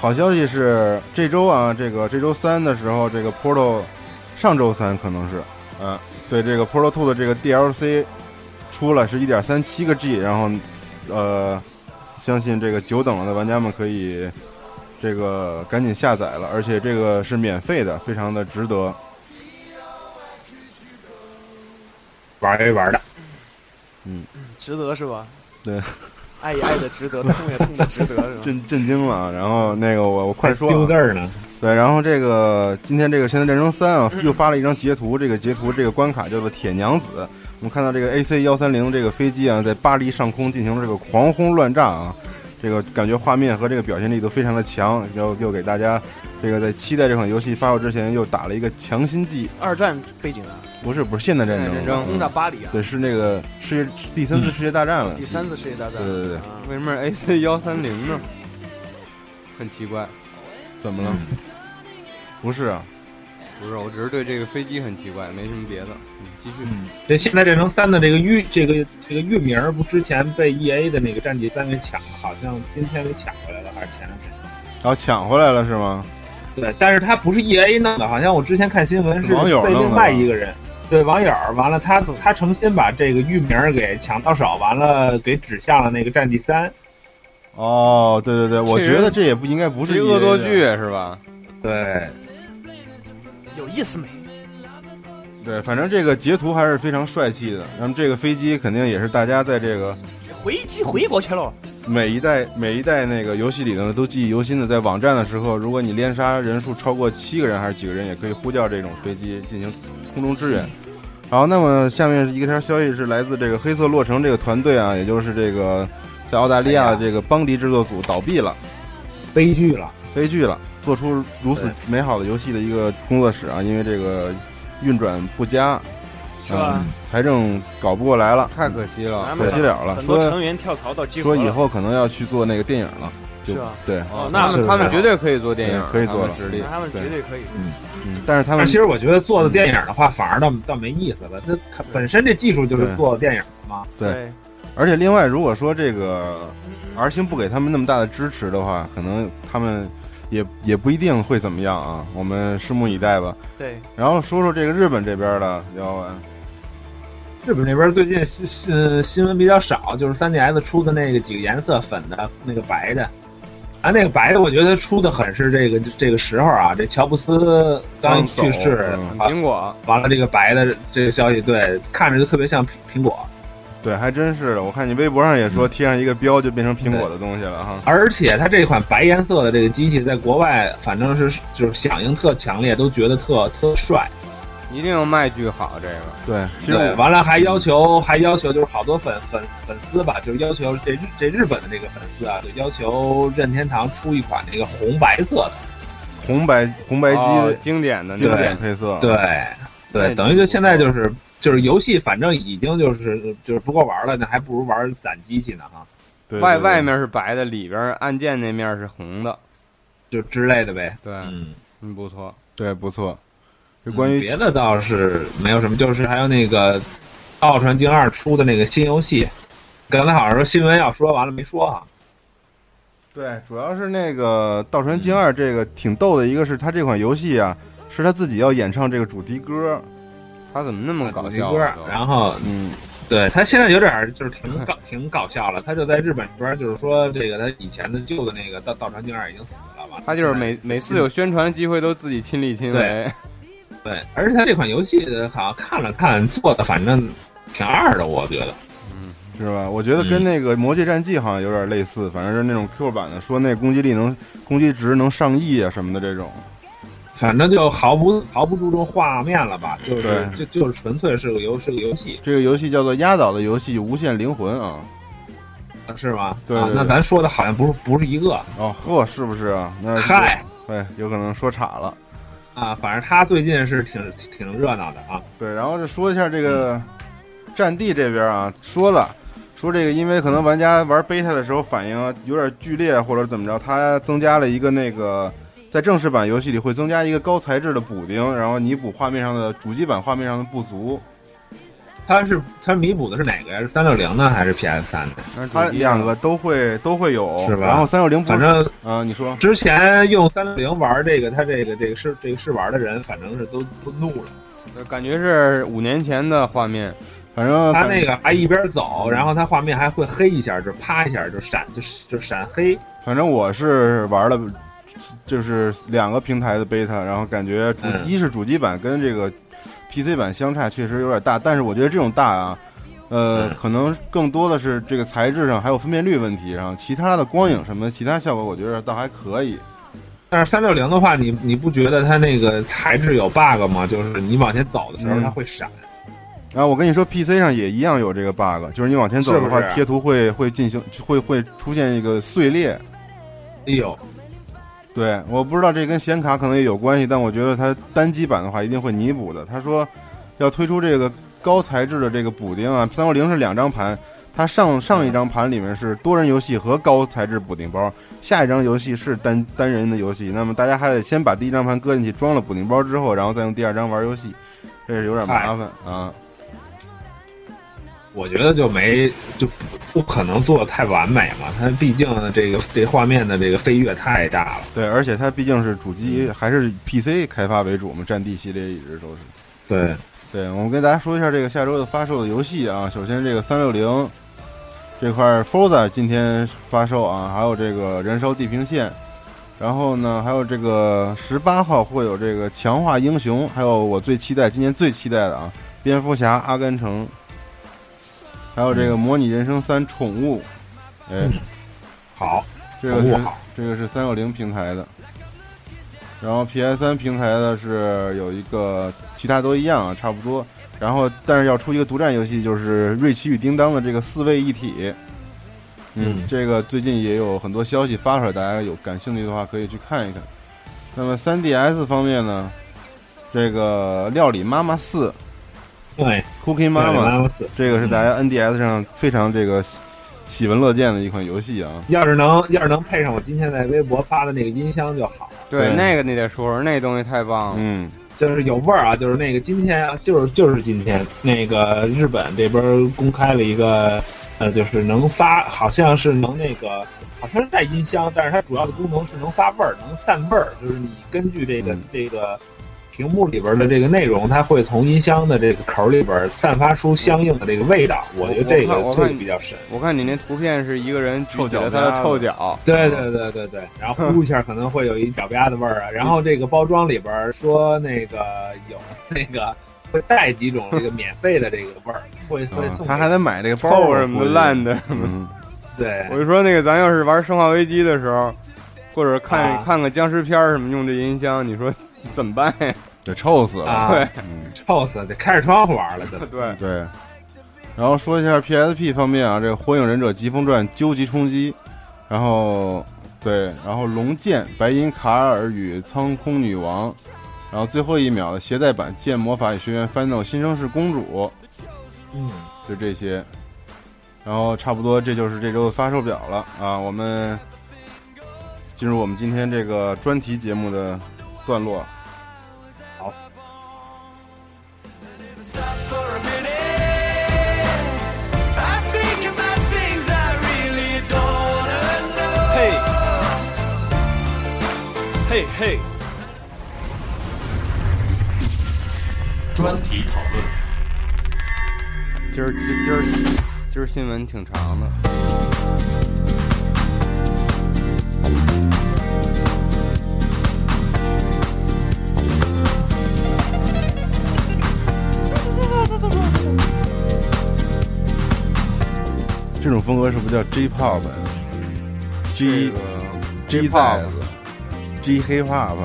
S3: 好消息是这周啊，这个这周三的时候，这个 Portal 上周三可能是，
S6: 嗯
S3: 呃，对这个 Portal Two 的这个 DLC 出了是一点三七个 G，然后，呃，相信这个久等了的玩家们可以。这个赶紧下载了，而且这个是免费的，非常的值得。
S6: 玩一玩的，
S2: 值得是吧？
S3: 嗯对，
S2: 爱也爱的值得，痛也痛的值得 是吧？
S3: 震震惊了啊！然后那个我我快说、
S6: 丢字
S3: 啊，
S6: 儿呢，
S3: 对，然后这个今天这个《现代战争三》啊，又发了一张截图，这个截图这个关卡叫做铁娘子。我们看到这个 AC 幺三零这个飞机啊，在巴黎上空进行了这个狂轰乱炸啊，这个感觉画面和这个表现力都非常的强，又又给大家这个在期待这款游戏发售之前又打了一个强心剂，
S2: 二战背景啊，
S3: 不是不是现代战争，嗯
S5: 现代战争
S2: 轰炸巴黎啊，嗯
S3: 对，是那个世界第三次世界大战了，
S2: 第三次世界大战。
S3: 嗯对对对
S2: 啊
S5: 为什么是 AC 幺三零呢？很奇怪，
S3: 怎
S2: 嗯
S3: 么了？不是啊，
S5: 不是，我只是对这个飞机很奇怪，没什么别的。嗯，继续。
S6: 嗯，这现在战争三的这个域，这个这个域名儿不之前被 E A 的那个战绩三给抢了，好像今天给抢回来了，还是前两天。
S3: 然后抢回来了是吗？
S6: 对，但是它不是 E A 弄的，好像我之前看新闻是
S3: 网友
S6: 被
S3: 弄的
S6: 另外一个人，对网友儿，完了他他诚心把这个域名儿给抢到手，完了给指向了那个战地三，
S3: 哦，对对对，我
S5: 这
S3: 觉
S5: 人
S3: 得这也不应该不
S5: 不
S3: 是
S5: 恶
S3: EA
S5: 作
S3: 的
S5: 剧是吧？
S6: 对，
S2: 有意思没？
S3: 对，反正这个截图还是非常帅气的。那么这个飞机肯定也是大家在这个
S2: 回击回国去了，
S3: 每一代每一代那个游戏里头都记忆犹新的。在网站的时候，如果你连杀人数超过七个人还是几个人，也可以呼叫这种飞机进行空中支援。好，那么下面一个条消息是来自这个黑色洛城这个团队啊，也就是这个在澳大利亚的这个邦迪制作组倒闭了。
S6: 悲剧了，
S3: 悲剧了，做出如此
S6: 对
S3: 美好的游戏的一个工作室啊，因为这个运转不佳，
S2: 是吧
S3: 嗯？财政搞不过来了，嗯
S5: 太可惜了。
S2: 咱
S3: 可
S2: 们
S3: 惜了了。
S2: 很多
S3: 说
S2: 成员跳槽到集合
S3: 说
S2: 了
S3: 以后可能要去做那个电影了，就是
S2: 吧
S3: 对，
S2: 哦，那
S5: 他
S2: 他
S6: 是
S5: 们
S2: 们
S5: 他们绝对可以做电影，
S3: 对可以做
S5: 他们
S3: 了
S5: 实力
S2: 那。他们绝对可以。
S3: 嗯，但是他
S6: 但
S3: 们
S6: 其实我觉得做的电影的话，反而倒倒没意思了，这它本身这技术就是
S3: 对
S6: 做电影的嘛，
S3: 对，而且另外，如果说这个 R 星不给他们那么大的支持的话，可能他们也也不一定会怎么样啊，我们拭目以待吧。
S2: 对，
S3: 然后说说这个日本这边的，要不然
S6: 日本那边最近新新新闻比较少，就是 3DS 出的那个几个颜色，粉的、那个白的，啊，那个白的我觉得出的很是这个这个时候啊，这乔布斯刚去世
S3: 刚走，
S6: 啊
S5: 苹果
S6: 完了这个白的这个消息，对，看着就特别像苹苹果，嗯
S3: 对，还真是的。我看你微博上也说贴上一个标就变成苹果的东西了哈。
S6: 而且它这款白颜色的这个机器在国外反正是就是响应特强烈，都觉得特特帅。
S5: 一定要卖巨好这个。
S3: 对，其实
S6: 对，完了还要求还要求就是好多粉粉粉丝吧，就是要求这日这日本的那个粉丝啊，就要求任天堂出一款那个红白色的。
S3: 红白红白
S5: 哦
S3: 机
S5: 经典的那
S3: 经
S5: 个
S3: 典配色，
S6: 对对，等于就现在就是就是游戏，反正已经就是就是不够玩了，那还不如玩攒机器呢哈，
S3: 对，
S5: 外
S3: 对
S5: 外面是白的，里边儿按键那面是红的。
S6: 就之类的呗。
S5: 对，
S6: 嗯，
S5: 嗯，不错。
S3: 对不错。就关于
S6: 别的倒是没有什么，就是还有那个《奥传经二》出的那个新游戏，刚才好像说新闻要说完了没说哈。
S3: 对，主要是那个《盗船经二》这个挺逗的，一个是他这款游戏啊，是他自己要演唱这个主题
S6: 啊
S3: 歌，
S5: 他怎么那么搞
S6: 主题
S5: 笑
S6: 歌
S5: 啊？都
S6: 然后
S3: 嗯，
S6: 对他现在有点儿就是挺搞挺搞笑了，他就在日本这边儿就是说这个他以前的旧的那个道道传经二已经死了嘛，
S5: 他就是每每次有宣传机会都自己亲力亲为。
S6: 对，而且他这款游戏好像啊看了看做的，反正挺二的，我觉得。
S3: 是吧？我
S6: 嗯
S3: 觉得跟那个《魔界战记》好像有点类似，反正是那种 Q 版的，说那攻击力能攻击值能上亿啊什么的这种。
S6: 反正就毫不毫不注重画面了吧，就是
S3: 对
S6: 就就是纯粹是个游是个游戏，
S3: 这个游戏叫做《压倒的游戏：无限灵魂》啊。
S6: 是吗？
S3: 对
S6: 啊
S3: 对，
S6: 那
S3: 对
S6: 咱说的好像不是不是一个，
S3: 哦呵，是不是啊？那
S6: 嗨
S3: 对，有可能说岔了。
S6: 啊，反正他最近是挺挺热闹的啊，
S3: 对，然后就说一下这个战地这边啊，说了说这个，因为可能玩家玩 beta 的时候反应有点剧烈或者怎么着，它增加了一个那个在正式版游戏里会增加一个高材质的补丁，然后弥补画面上的主机版画面上的不足。
S6: 他是他弥补的是哪个呀？是三六零呢还是 PS 三的？
S5: 那主
S3: 它
S5: 机
S3: 两个都会都会有，
S6: 是吧
S3: 然后三六零不
S6: 反
S3: 是
S6: 正
S3: 啊、你说
S6: 之前用三六零玩这个，他这个这个试这个试玩的人，反正是都都怒了。
S5: 就感觉是五年前的画面，
S3: 反正
S6: 他
S3: 感
S6: 那个还一边走，然后他画面还会黑一下，就啪一下就闪，就就闪黑。
S3: 反正我是玩了，就是两个平台的 beta，然后感觉主、
S6: 嗯
S3: 一是主机版跟这个 PC 版相差确实有点大，但是我觉得这种大啊，呃，
S6: 嗯
S3: 可能更多的是这个材质上还有分辨率问题上，其他的光影什么的其他效果我觉得倒还可以。
S6: 但是三六零的话，你你不觉得它那个材质有 bug 吗？就是你往前走的时候，
S3: 嗯
S6: 它会闪。
S3: 然后啊我跟你说，PC 上也一样有这个 bug，就是你往前走的话，
S6: 是不是啊
S3: 贴图会会进行会会出现一个碎裂。
S6: 哎呦，
S3: 对，我不知道这跟显卡可能也有关系，但我觉得它单机版的话一定会弥补的。他说要推出这个高材质的这个补丁啊，三六零是两张盘，它上上一张盘里面是多人游戏和高材质补丁包，下一张游戏是单单人的游戏。那么大家还得先把第一张盘搁进去，装了补丁包之后，然后再用第二张玩游戏，这是有点麻烦
S5: 嗯
S3: 啊。
S6: 我觉得就没就不不可能做的太完美嘛，它毕竟这个这画面的这个飞跃太大了。
S3: 对，而且它毕竟是主机还是 PC 开发为主嘛，战地系列一直都是。
S6: 对，
S3: 对，我们跟大家说一下这个下周的发售的游戏啊。首先，这个三六零这块 Forza 今天发售啊，还有这个燃烧地平线，然后呢，还有这个十八号会有这个强化英雄，还有我最期待今年最期待的啊，蝙蝠侠、阿甘城，还有这个模拟人生三宠物。哎，
S6: 好，
S3: 这个
S6: 宠
S3: 是
S6: 物好
S3: 这个是三六零平台的，然后 PS 三平台的是有一个，其他都一样啊，差不多。然后但是要出一个独占游戏，就是《瑞奇与叮当》的这个四位一体。嗯，
S6: 嗯
S3: 这个最近也有很多消息发出来，大家有感兴趣的话可以去看一看。那么 3DS 方面呢，这个《料理妈妈四》
S6: 对，
S3: Cookie 妈
S6: 对
S3: 妈，
S6: 妈妈四嗯
S3: 这个是大家 NDS 上非常这个喜喜闻乐见的一款游戏啊。
S6: 要是能要是能配上我今天在微博发的那个音箱就好了，
S5: 对
S3: 对
S5: 那个你得说说，那东西太棒了。
S3: 嗯，
S6: 就是有味儿啊，就是那个今天啊就是就是今天那个日本这边公开了一个，呃，就是能发，好像是能那个，好像是带音箱，但是它主要的功能是能发味儿，能散味儿，就是你根据这个、
S3: 嗯
S6: 这个。屏幕里边的这个内容，它会从音箱的这个口里边散发出相应的这个味道。我觉得
S5: 我看
S6: 这个
S5: 我
S6: 做
S5: 看
S6: 的比较深。
S5: 我看你那图片是一个人举起了他的
S3: 臭
S5: 臭
S3: 脚
S5: 脚，
S6: 对对对对对，然后呼一下可能会有一脚丫子味儿啊。然后这个包装里边儿说那个有那个会带几种这个免费的这个味儿，会会
S3: 啊
S6: 送
S3: 他
S6: 给
S3: 还得 买这 个包
S5: 臭什么的烂的。
S3: 嗯，
S6: 对
S5: 我就说那个，咱要是玩《生化危机》的时候，或者看
S6: 啊
S5: 看个僵尸片儿什么，用这音箱，你说怎么办呀？
S3: 得臭死了。嗯
S6: 啊，
S5: 对，
S6: 臭死了，得开着窗户玩了，真的。
S5: 对，
S3: 对，然后说一下 PSP 方面啊，这个《火影忍者疾风传：究极冲击》，然后对，然后龙剑、白银卡尔与苍空女王，然后最后一秒的携带版《剑魔法学院 Final 新生是公主》，
S6: 嗯，
S3: 就这些。然后差不多这就是这周的发售表了啊，我们进入我们今天这个专题节目的段落。
S2: 嘿，嘿嘿，
S10: 专题讨论。
S5: 今儿今儿今儿今儿新闻挺长的，
S3: 这种风格是不是叫啊 J-pop 呀
S5: 这
S3: ？J
S5: 个
S3: J
S5: J-pop
S3: 啊 G hip hop，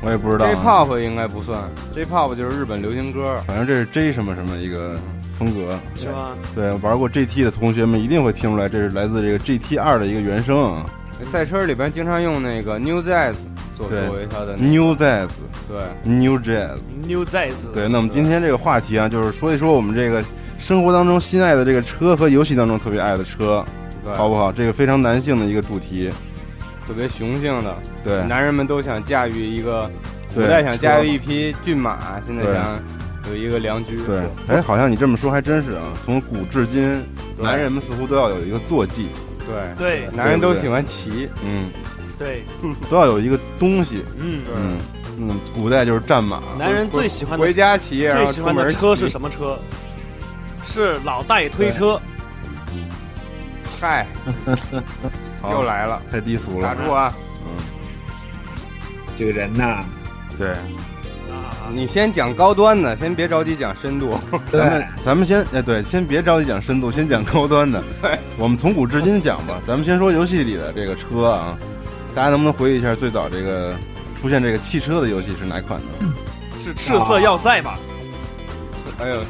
S3: 我也啊不知道啊、
S5: J-pop 应该不算，J-pop 就是日本流行歌，
S3: 反正这是 J 什么什么一个风格。
S2: 是吗？
S3: 对，玩过 GT 的同学们一定会听出来，这是来自这个 GT 二的一个原声啊
S5: 赛车里边经常用那个 New Jazz 作
S3: 对
S5: 作为它的那
S3: ，New Jazz。
S5: 对
S3: New Jazz，
S2: New Jazz，
S3: 对，那我们今天这个话题啊，就是说一说我们这个生活当中心爱的这个车和游戏当中特别爱的车，
S5: 对，
S3: 好不好？这个非常男性的一个主题，
S5: 特别雄性的，
S3: 对，
S5: 男人们都想驾驭一个，古
S3: 对
S5: 代想驾驭一匹骏马，现在
S3: 对
S5: 想有一个良驹，
S3: 对，哎，好像你这么说还真是啊，从古至今，男人们似乎都要有一个坐骑，
S5: 对，
S2: 对
S5: 男人都
S3: 对
S5: 喜欢骑，
S3: 嗯，
S2: 对，
S3: 都要有一个东西，
S2: 嗯，
S3: 嗯嗯，古代就是战马，
S2: 男人最喜欢的
S5: 回家骑，然
S2: 最
S5: 后
S2: 喜
S5: 出
S2: 欢
S5: 门
S2: 的
S5: 骑
S2: 车是什么车？是老大爷推车，
S5: 嗨，
S3: 好
S5: 又来了，
S3: 太低俗
S5: 打
S3: 了，
S5: 住啊！
S6: 这个人呐，
S3: 对，
S2: 啊，
S5: 你先讲高端的，先别着急讲深度。
S6: 对
S3: 咱，们咱们先哎对，先别着急讲深度，先讲高端的，我们从古至今讲吧，咱们先说游戏里的这个车啊，大家能不能回忆一下最早这个出现这个汽车的游戏是哪款呢？
S2: 是赤色要塞吧？
S5: 哎呦，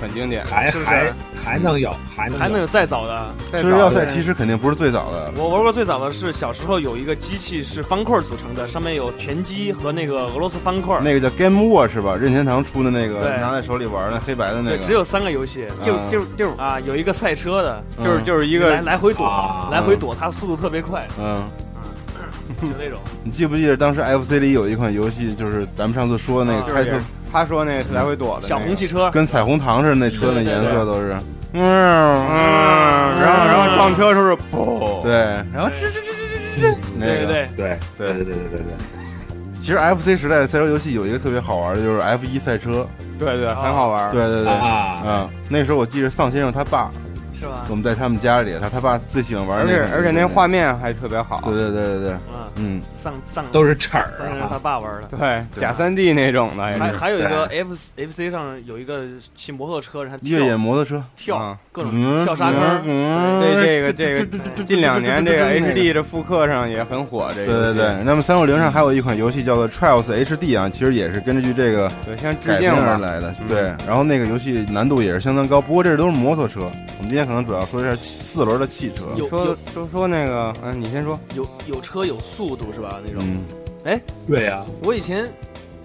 S5: 很经典，
S6: 还
S2: 是不是
S6: 还还能有，还能
S2: 还能
S6: 有
S2: 有再早的？
S5: 再
S3: 就是
S5: 早
S3: 要
S5: 一
S3: 塞
S5: 点
S3: 其实肯定不是最早的，
S2: 我玩过最早的是小时候有一个机器是方块组成的，上面有拳击和那个俄罗斯方块。
S3: 那个叫 Game Watch 是吧？任天堂出的那个
S2: 对
S3: 拿在手里玩的黑白的那
S2: 对，
S3: 个，
S2: 只有三个游戏
S5: 丢丢丢，
S2: 啊，有一个赛车的，
S3: 嗯
S5: 就是就是一
S2: 来
S5: 个
S2: 来回躲
S6: 啊，
S2: 来回躲，它速度特别快，
S3: 嗯。
S2: 就那种。
S3: 你记不记得当时 FC 里有一款游戏，就是咱们上次说的那
S2: 啊
S3: 个
S5: 就
S3: 开
S5: 是
S3: 车嗯
S5: 也他说那是来回躲的
S2: 小
S5: 那
S2: 红
S5: 个
S2: 汽车，
S3: 跟彩虹糖似的，那车那颜色都是，
S5: 嗯，
S3: 嗯，
S5: 然后然后撞车时候不，
S3: 对，然后是这
S2: 对
S3: 这这这这，那
S2: 对
S3: 个
S2: 嗯对，
S3: 对
S6: 对对对对对对，
S3: 其实 FC 时代的赛车游戏有一个特别好玩的，就是 F 一赛车，
S5: 对对，啊很好玩。，
S3: 对对对，
S6: 啊，
S3: 啊，那时候我记着丧先生他爸，
S2: 是吧？
S3: 我们在他们家里，他他爸最喜欢玩
S5: 而
S3: 那
S5: 且
S3: 个，
S5: 而且那画，面还特别好
S3: 对，对对对对，
S2: 嗯，
S3: 嗯，
S2: 上上
S6: 都是齿儿
S2: 上是他
S6: 啊，
S2: 爸玩的。
S5: 对，假三 D 那种的也
S2: 还
S3: 哎
S5: 是，
S2: 还有一个 F F C 上有一个骑摩托车，然后
S3: 越野
S2: 跳
S3: 摩托车，
S2: 跳
S5: 啊
S2: 各种跳沙坑，
S3: 嗯，
S5: 对这个这个
S2: 对
S5: 近两年这个
S3: 那个
S5: HD 的复刻上也很火，这个
S3: 对对
S5: 游戏
S3: 对，那么三六零上还有一款游戏叫做 Trials HD 啊，其实也是根据这个
S5: 对，像致
S3: 改
S5: 敬
S3: 编而
S5: 吧，
S3: 来的。
S5: 嗯
S3: 对，然后那个游戏难度也是相当高，不过这都是摩托车。我们今天可能主要说一下四轮的汽车。
S2: 有
S5: 说
S2: 有
S5: 说说那个，嗯，你先说。
S2: 有有车有速度是吧？那种。
S3: 嗯，
S2: 哎
S6: 对呀，
S2: 我以前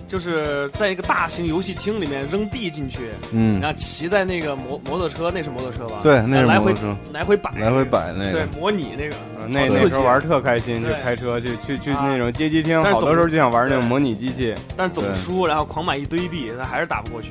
S2: 就是在一个大型游戏厅里面扔币进去，
S3: 嗯，
S2: 然后骑在那个摩摩托车，那是摩托车吧？，
S3: 对，那是
S2: 来
S3: 摩
S2: 回
S3: 托车，
S2: 来回摆，
S3: 来回，摆那
S2: 对
S3: 个，。啊
S2: 模拟那个，
S5: 嗯那
S2: 好刺
S5: 那
S2: 激啊
S5: 时候玩特开心，就
S2: 对
S5: 开车去去去
S2: 啊
S5: 那种街机厅，
S2: 但是
S5: 好多
S2: 总
S5: 时候就想玩那种
S2: 对
S5: 模拟机器。
S2: 但是总
S3: 对
S2: 输，然后狂买一堆币，但还是打不过去。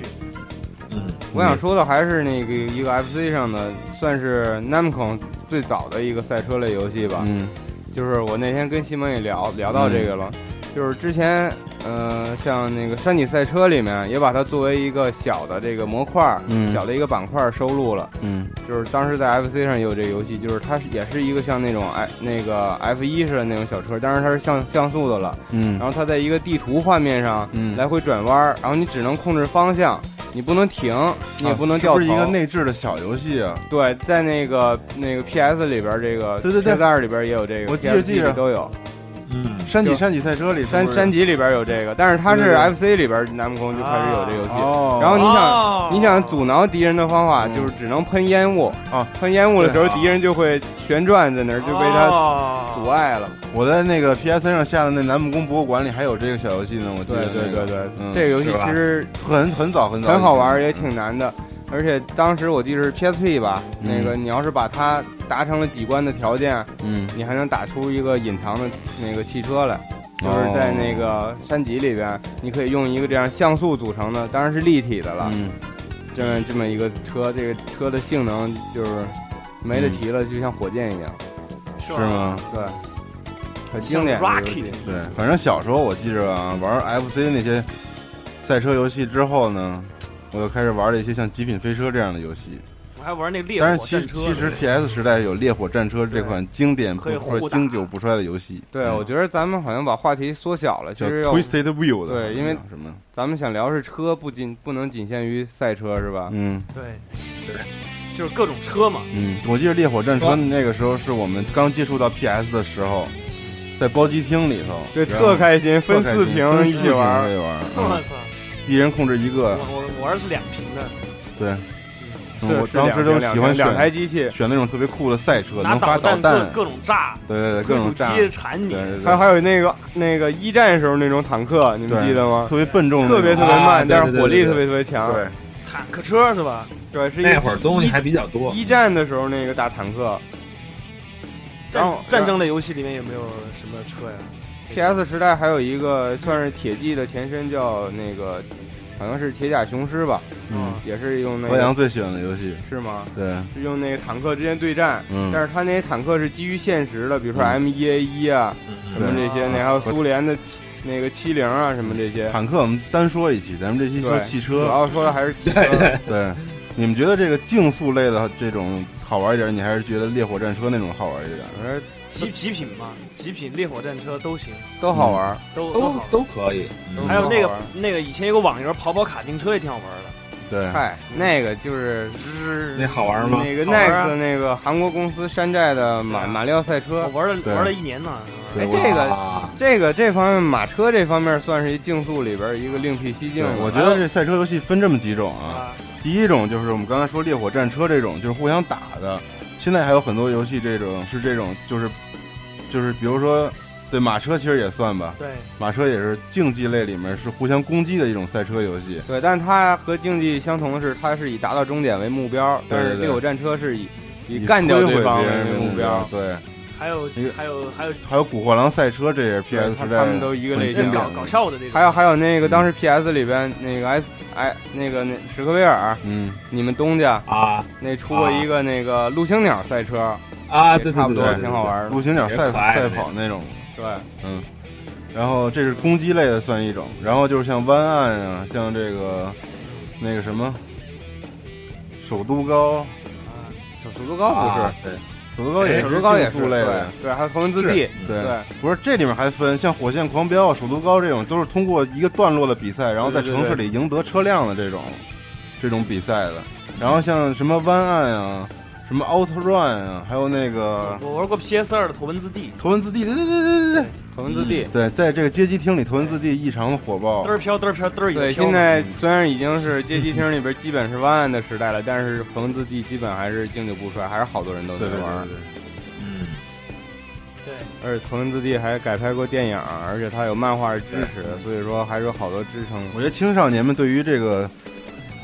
S5: 我想说的还是那个一个 FC 上的，算是 Namco 最早的一个赛车类游戏吧。
S3: 嗯，
S5: 就是我那天跟西蒙也聊聊到这个了，就是之前呃，像那个山体赛车里面也把它作为一个小的这个模块儿，
S3: 嗯
S5: 小的一个板块儿收录了。
S3: 嗯
S5: 就是当时在 FC 上也有这个游戏，就是它是也是一个像那种 F 那个 F 一似的那种小车，当然它是像像素的了。
S3: 嗯
S5: 然后它在一个地图画面上
S3: 嗯，
S5: 来回转弯儿，然后你只能控制方向，你不能停，你也不能
S3: 啊
S5: 掉头。
S3: 是不是一个内置的小游戏啊？
S5: 对，在那个那个 PS 里边儿这个，
S3: 对对对
S5: ，PS 二里边儿也有这个，
S3: 我记着
S5: PSP
S3: 记着
S5: 里都有。
S10: 嗯，
S3: 山脊山脊赛车里
S5: 三山
S3: 脊
S5: 脊里边有这个，但是它
S3: 对
S5: 是
S3: 对
S5: FC 里边南梦宫就开始有这游戏。
S3: 哦，
S5: 然后你
S2: 哦
S5: 想，你想阻挠敌人的方法
S3: 嗯
S5: 就是只能喷烟雾
S3: 啊，
S5: 喷烟雾的时候
S3: 对啊
S5: 敌人就会旋转在那儿，就被它
S2: 他
S5: 阻碍了。
S3: 我在那个 PSN 上下的那南木宫博物馆里还有这个小游戏呢，我记
S5: 对
S3: 得
S5: 对
S3: 那
S5: 对
S3: 个
S5: 对
S3: 嗯，
S5: 这个游戏
S6: 是吧
S5: 其实
S3: 很很早很早
S5: 很好玩儿，
S3: 以
S5: 也
S3: 前
S5: 挺难的。而且当时我记得是 PSP 吧，
S3: 嗯
S5: 那个你要是把它达成了几关的条件，
S3: 嗯，
S5: 你还能打出一个隐藏的那个汽车来，就是在那
S3: 哦
S5: 个山脊里边，你可以用一个这样像素组成的，当然是立体的了，
S3: 嗯
S5: 这么这么一个车，这个车的性能就是没得提了，就像火箭一样，
S2: 是
S3: 嗯是？吗？
S5: 对，很经
S2: 像
S5: 典的游
S2: Rocky
S5: 戏。
S3: 对，反正小时候我记着啊，玩 FC 那些赛车游戏之后呢，我又开始玩了一些像《极品飞车》这样的游戏。
S2: 我还玩那烈
S3: 但
S2: 火
S3: 是其
S2: 战车呢，
S3: 其实 PS 时代有《烈火战车》这
S2: 对
S3: 款经典不
S2: 可以
S3: 衰
S2: 互打
S3: 经久不衰的游戏，
S5: 对，我觉得咱们好像把话题缩小了，
S3: 嗯
S5: 其
S3: 叫
S5: 实要
S3: Twisted Wheel 的，
S5: 对因为
S3: 什么？
S5: 咱们想聊是车，不仅不能仅限于赛车是吧？
S3: 嗯
S2: 对，就是各种车嘛，
S3: 嗯，我记得《烈火战车
S6: 哇》
S3: 那个时候是我们刚接触到 PS 的时候，在包机厅里头，
S5: 对，
S3: 然后
S5: 特开心，分
S3: 特开
S5: 四
S3: 心
S5: 屏
S3: 分
S5: 一
S3: 四
S5: 起
S3: 屏
S5: 玩
S3: 可
S5: 儿。
S3: 以玩
S2: 我
S3: 嗯，
S2: 操，
S3: 一人控制一
S2: 我
S3: 个，
S2: 我我玩的是两屏的，
S3: 对。嗯
S5: 是
S3: 我
S5: 是
S3: 当
S5: 两
S3: 时
S5: 台
S3: 都
S5: 两
S3: 喜
S5: 台
S3: 欢
S5: 两
S3: 选
S5: 台机器，
S3: 选那种特别酷的赛车，
S2: 拿
S3: 能发导
S2: 弹
S3: 弹
S2: 各，各种炸，
S3: 对对对，各
S2: 推土
S3: 种炸，
S2: 机铲
S3: 对
S2: 你，
S3: 对
S5: 还
S3: 对，
S5: 还有那个那个一战时候那种坦克，你们
S3: 对
S5: 记得吗？
S3: 特别笨重的
S5: 特
S3: 那种，
S5: 别特别
S6: 啊
S5: 慢，
S6: 对
S5: 但是
S6: 对
S5: 火力
S6: 对
S5: 特别特别强。
S3: 对，
S2: 坦克车是吧？
S5: 对，是一
S6: 那会儿东西还比较多，
S5: 一战的时候那个打坦克
S2: 战
S5: 然后
S2: 战争类游戏里面有没有什么车呀？
S5: ，PS 时代还有一个算是铁骑的前身叫那个，好像是铁甲雄狮吧，
S3: 嗯，
S5: 也是用那
S3: 何阳
S5: 个
S3: 最喜欢的游戏，
S5: 是吗？
S3: 对，
S5: 是用那个坦克之间对战。
S3: 嗯，
S5: 但是它那些坦克是基于现实的，比如说
S3: 嗯
S5: M 一 A 一啊，什么
S3: 对啊
S5: 这些，那还有苏联的那个七零啊，什么这些。
S3: 坦克我们单说一期，咱们这期说
S5: 对
S3: 汽
S5: 主
S3: 车，
S5: 要说的还是汽车。
S3: 对，你们觉得这个竞速类的这种好玩一点，你还是觉得烈火战车那种好玩一点？
S5: 反正
S2: 极极品嘛，极品、烈火战车都行，
S5: 都好玩儿。
S3: 嗯
S2: 都
S6: 都
S2: 好。
S6: 都可以。
S5: 都
S2: 还有那
S5: 好
S2: 个
S5: 玩
S2: 那个以前有个网游跑跑卡丁车也挺好玩的，
S3: 对，
S5: 嗨，那个就是
S6: 那好玩吗？
S5: 那个
S2: 好玩啊
S5: Next 那个韩国公司山寨的马
S2: 对啊
S5: 马里奥赛
S2: 我
S5: 车，
S2: 玩了
S3: 对
S2: 玩了一年呢。
S5: 哎，
S3: 对
S5: 这
S3: 我
S5: 个
S6: 啊
S5: 这个这方面马车这方面算是一竞速里边一个另辟蹊
S3: 对
S5: 径吧。
S3: 我觉得这赛车游戏分这么几种啊，
S2: 啊，
S3: 第一种就是我们刚才说烈火战车这种，就是互相打的。现在还有很多游戏这种是这种，就是就是比如说，对马车其实也算吧，
S2: 对，
S3: 马车也是竞技类里面是互相攻击的一种赛车游戏。
S5: 对，但它和竞技相同的是，它是以达到终点为目标，
S3: 对
S5: 但
S3: 对
S5: 是
S3: 对
S5: 烈火战车是以以
S3: 以
S5: 干掉
S3: 摧毁
S5: 对方
S3: 别人为
S5: 目
S3: 标
S5: 标，。
S3: 对，
S2: 还有
S3: 一个
S2: 还有还有
S3: 还有《古惑狼赛车》，这也是
S5: 对
S3: PS
S5: 它
S3: 时代
S5: 他们都一个类
S3: 很
S5: 型
S2: 那
S3: 经
S5: 的。
S3: 典
S2: 搞搞笑的那种，
S5: 还有还有那个
S3: 嗯
S5: 当时 PS 里边那个 S 哎那个那史克威尔，
S3: 嗯，
S5: 你们东家
S6: 啊
S5: 那出过一个那个陆青鸟赛车，
S6: 啊！
S5: 也
S6: 对对
S5: 差不
S6: 对
S5: 多
S6: 对，
S5: 挺好玩的。
S3: 陆行鸟
S6: 也
S3: 赛
S6: 可爱
S3: 赛
S6: 的
S3: 跑那种。
S5: 对，
S3: 嗯，然后这是攻击类的算一种，然后就是像湾岸啊，像这个那个什么首都高，
S2: 啊
S5: 手手足高不是
S6: 啊。
S3: 对，首都高也
S6: 哎
S3: 是
S5: 手足高也
S3: 竞
S5: 是
S3: 速类
S5: 对
S3: 的，
S5: 对，还有头文字 D，
S3: 对
S5: 对，
S3: 不是这里面还分像火线狂飙、首都高这种，都是通过一个段落的比赛，然后在
S5: 对对
S3: 城市里赢得车辆的这种这种比赛的，然后像什么湾岸啊，什么 Out Run 啊，还有那个
S2: 我玩过 PS 二的头文字 D，
S3: 头文字 D，对对对对对对
S5: 头文字 D。
S3: 对，在这个街机厅里，头文字 D 异常的火爆
S2: 嘚。儿飘嘚儿飘嘚儿一
S5: 对，
S2: 飘
S5: 现在虽然已经是街机厅里边基本是万案的时代了，但是头文字 D 基本还是经久不衰，还是好多人都在
S3: 对对
S5: 玩。
S3: 对对。
S6: 嗯，
S2: 对，
S5: 而且头文字 D 还改拍过电影，而且它有漫画支持，所以说还是有好多支撑。
S3: 我觉得青少年们对于这个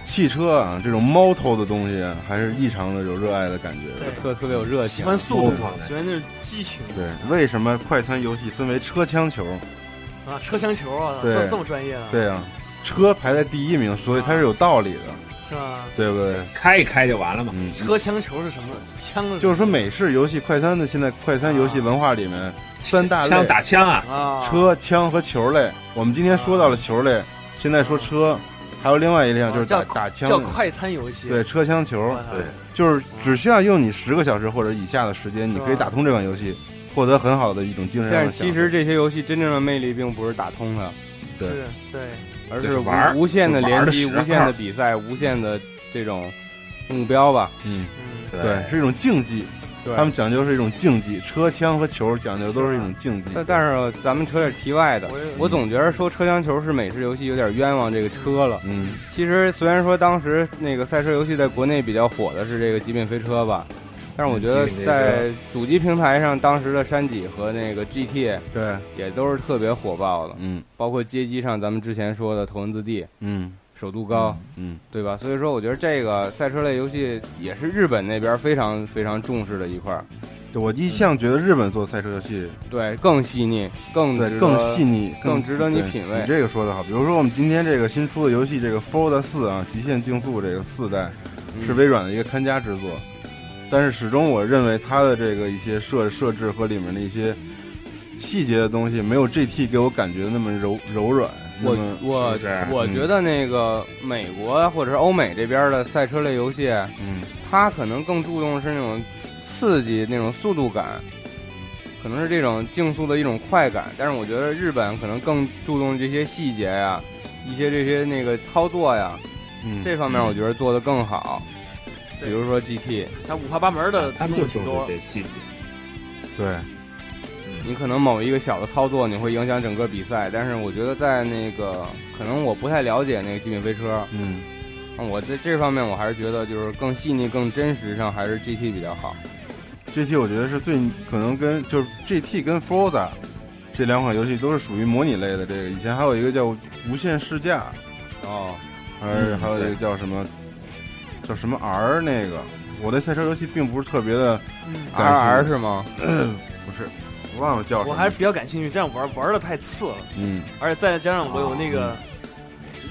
S3: 汽车啊这种猫头的东西啊，还是异常的有热爱的感觉。
S2: 对，
S5: 特特别有热
S2: 喜
S5: 情，
S2: 欢速度
S6: 疯狂，的
S2: 喜欢那种激情
S3: 对，为什么快餐游戏分为车枪球？
S2: 啊，车厢球啊，
S3: 对
S2: 这这么专业啊，
S3: 对啊，车排在第一名，所以它是有道理的，
S2: 是吧？
S3: 对不对？
S6: 开一开就完了嘛。
S3: 嗯，
S2: 车厢球是什么？枪是
S3: 就是说美式游戏快餐的现在快餐游戏文化里面三大
S6: 枪
S3: 类：
S6: 打枪啊，
S2: 啊，
S3: 车、枪和球类。我们今天说到了球类，现在说车，还有另外一
S2: 啊
S3: 辆就是打
S2: 叫
S3: 打枪
S2: 叫
S3: 的，
S2: 快餐游戏，
S3: 对，车枪球。
S2: 我操，
S6: 对
S3: 就是只需要用你十个小时或者以下的时间，你
S2: 是吧
S3: 可以打通这款游戏，获得很好的一种精神上
S5: 但
S3: 的
S5: 是
S3: 享
S5: 其
S3: 受。
S5: 实这些游戏真正的魅力并不是打通它，
S3: 对
S2: 是，对，
S5: 而
S6: 就是是玩儿
S5: 无无限的
S6: 就是玩
S5: 联
S6: 儿的
S5: 机、
S6: 时候
S5: 无限的比赛、无限的这种目标吧。
S3: 嗯，
S2: 嗯，
S3: 对，是一种竞技，
S5: 对
S3: 他们讲究是一种竞技，车枪和球讲究都是一种竞技。
S5: 但但是咱们扯点题外的，我总觉得说车厢球是美式游戏有点冤枉这个车了。
S3: 嗯，
S5: 其实虽然说当时那个赛车游戏在国内比较火的是这个《极品飞车》吧，但是我觉
S3: 嗯
S5: 得在主机平台上，当时的山脊和那个 GT
S3: 对，
S5: 也都是特别火爆的，
S3: 嗯
S5: 包括街机上咱们之前说的头文字 D、
S3: 嗯
S5: 首度高，
S3: 嗯，
S5: 对吧？所以说，我觉得这个赛车类游戏也是日本那边非常非常重视的一块儿，
S3: 对我一向觉得日本做赛车游戏
S5: 对，更细腻，更
S3: 对
S5: 值得
S3: 更细腻，
S5: 更值得你
S3: 对
S5: 品味
S3: 你这个说的好，比如说我们今天这个新出的游戏，这个 Ford 四啊，极限竞速这个四代，
S5: 嗯
S3: 是微软的一个看家之作，但是始终我认为它的这个一些设设置和里面的一些细节的东西，没有 GT 给我感觉那么柔柔软。
S5: 我
S3: 那么
S5: 我
S6: 是
S5: 我
S3: 嗯
S5: 觉得那个美国或者是欧美这边的赛车类游戏，
S3: 嗯，
S5: 它可能更注重的是那种刺激、那种速度感，可能是这种竞速的一种快感。但是我觉得日本可能更注重这些细节呀，一些这些那个操作呀，
S3: 嗯
S5: 这方面我觉得做得更好。比如说 GT，
S2: 它五花八门
S5: 啊
S2: 的
S6: 啊他
S2: 东
S6: 们就重
S2: 西挺
S6: 视
S2: 多。
S6: 这细节。
S3: 对，
S5: 嗯你可能某一个小的操作你会影响整个比赛，但是我觉得在那个可能我不太了解那个极品飞车，
S3: 嗯，
S5: 嗯我在这方面我还是觉得就是更细腻、更真实上还是 GT 比较好。
S3: GT 我觉得是最可能跟就是 GT 跟 Forza 这两款游戏都是属于模拟类的。这个以前还有一个叫无限试驾，啊
S5: 哦，
S3: 还是还有一个叫什么叫什么 R 那个，我对赛车游戏并不是特别的，感
S5: 嗯 R
S3: 受
S5: R 是吗？
S3: 不是，我忘了叫什么。
S2: 我还是比较感兴趣，但玩玩的太次了，
S3: 嗯啊
S2: 而且再加上我有那个，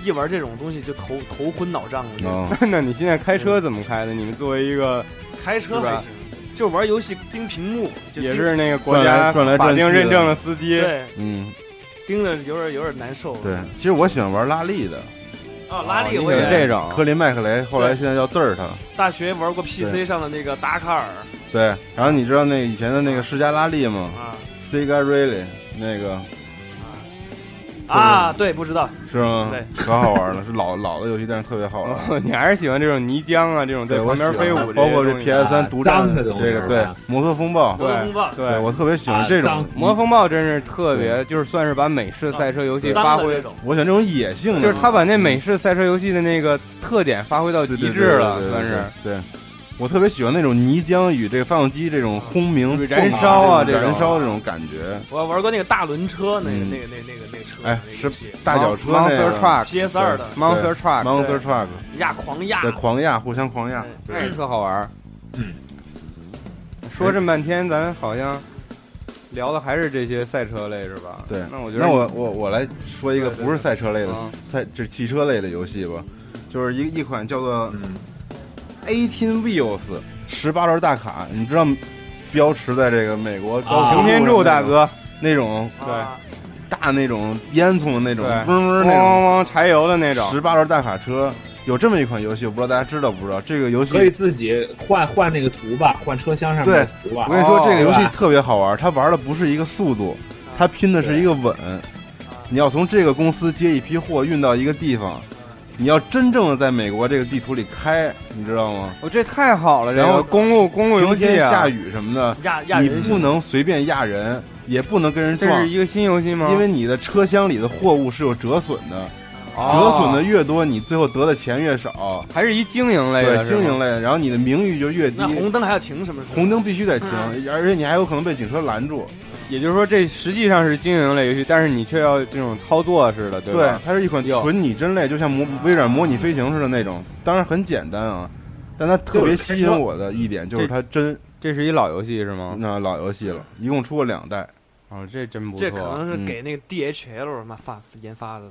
S2: 一玩这种东西就头头昏脑胀的。就
S3: 哦。
S5: 那你现在开车怎么开的？你们作为一个
S2: 开车
S5: 是吧
S2: 还是，就玩游戏盯屏幕，就盯
S5: 也是那个国家
S3: 转来转来转去的
S5: 法定认证的司机，
S2: 对
S3: 嗯，
S2: 盯着有点有点难受。
S3: 对，其实我喜欢玩拉力的，
S2: 啊，拉力
S5: 哦
S2: 我
S5: 你
S2: 也
S5: 喜欢这种
S3: 科林麦克雷，后来
S2: 对
S3: 现在叫嘚儿他。
S2: 大学玩过
S3: 对
S2: PC 上的那个达喀尔
S3: 对，然后你知道那以前的那个世嘉拉力吗
S2: 啊
S3: ？Cigarelli 那个
S2: 啊，对，不知道
S3: 是吗？
S2: 对，
S3: 可好玩了，是老老的游戏，但是特别好玩。
S5: 哦你还是喜欢这种泥浆啊，这种在
S3: 我
S5: 旁
S3: 喜
S5: 边
S3: 欢
S5: 飞舞些东西，
S3: 包括这 PS 三
S6: 啊
S3: 独占
S6: 脏的东西
S3: 这个
S6: 是
S3: 对
S6: 吧
S3: 摩托风暴，
S2: 摩托风暴
S3: 对
S5: 对。
S3: 我特别喜欢这种
S6: 啊。
S5: 摩托风暴真是特别，就是算是把美式赛车游戏发
S2: 脏的
S5: 挥
S2: 这，种，
S3: 我喜欢这种野性的，嗯
S5: 就是他把那美式赛车游戏的那个特点发挥到
S3: 对
S5: 极
S3: 对对
S5: 致了，
S3: 对对
S5: 算
S3: 对
S5: 是。
S3: 对。我特别喜欢那种泥浆与这个发动机这种轰鸣、
S5: 对燃烧啊
S3: 这种
S5: 这种
S3: 燃烧这种感觉，
S2: 我玩过那个大轮车，那个
S3: 嗯
S2: 那个那个那个那个车，
S3: 哎，
S2: 那个
S3: 是
S2: 游戏
S3: 大脚车那
S5: Monster
S3: 个
S5: Truck
S2: PS 二的
S5: Monster Truck，
S3: Monster Truck，
S2: 压狂压
S3: 对，，狂压，互相狂压。
S5: 那也特好玩儿。说这么半天，咱好像聊的还是这些赛车类是吧？
S3: 对，
S5: 那我觉得
S3: 那我我我来说一个
S5: 对对
S3: 不是赛车类的
S5: 啊
S3: 赛，这汽车类的游戏吧，就是一一款叫做
S6: 嗯，
S3: Eighteen Wheels 十八轮大卡，你知道标驰在这个美国高速
S5: 擎天柱大哥，
S3: 那种
S2: 啊
S3: 大那种烟囱的那种
S5: 对
S3: 嗡嗡
S5: 嗡
S3: 那种
S5: 嗡嗡柴油的那种，
S3: 十八轮大卡车，有这么一款游戏，我不知道大家知道不知道？这个游戏
S6: 可以自己换换那个图吧，换车厢上面的图吧
S3: 我。跟你说，
S5: 哦
S3: 这个游戏
S6: 对吧
S3: 特别好玩，它玩的不是一个速度，它拼的是一个稳。你要从这个公司接一批货运到一个地方，你要真正的在美国这个地图里开，你知道吗？
S5: 我哦这太好了，这
S3: 然后
S5: 个公路公路游
S3: 晴天
S5: 戏
S3: 下
S5: 啊，
S3: 雨什么的，
S2: 压压
S3: 你
S2: 人
S3: 不
S2: 性，
S3: 能随便压人，也不能跟人
S5: 这
S3: 撞
S5: 是，一个新游戏吗？
S3: 因为你的车厢里的货物是有折损的，折
S5: 哦
S3: 损的越多，你最后得的钱越少。
S5: 还是一经营类
S3: 对，
S5: 的，
S3: 经营
S5: 类。
S3: 类的，然后你的名誉就越低
S2: 那，红灯还要停什么时候？
S3: 红灯必须得停，
S2: 啊
S3: 而且你还有可能被警车拦住。
S5: 也就是说，这实际上是经营类游戏，但是你却要这种操作似的，对
S3: 对
S5: 吧，？
S3: 它是一款
S5: 有
S3: 纯拟真类，就像模微 软模拟飞行似的那种，当然很简单啊。但它特别吸引我的一点就是它真
S5: 哎这是一老游戏是吗？
S3: 那老游戏了，一共出过两代，
S5: 哦，这真不错。
S2: 这可能是
S3: 嗯
S2: 给那个 DHL 嘛发研发的，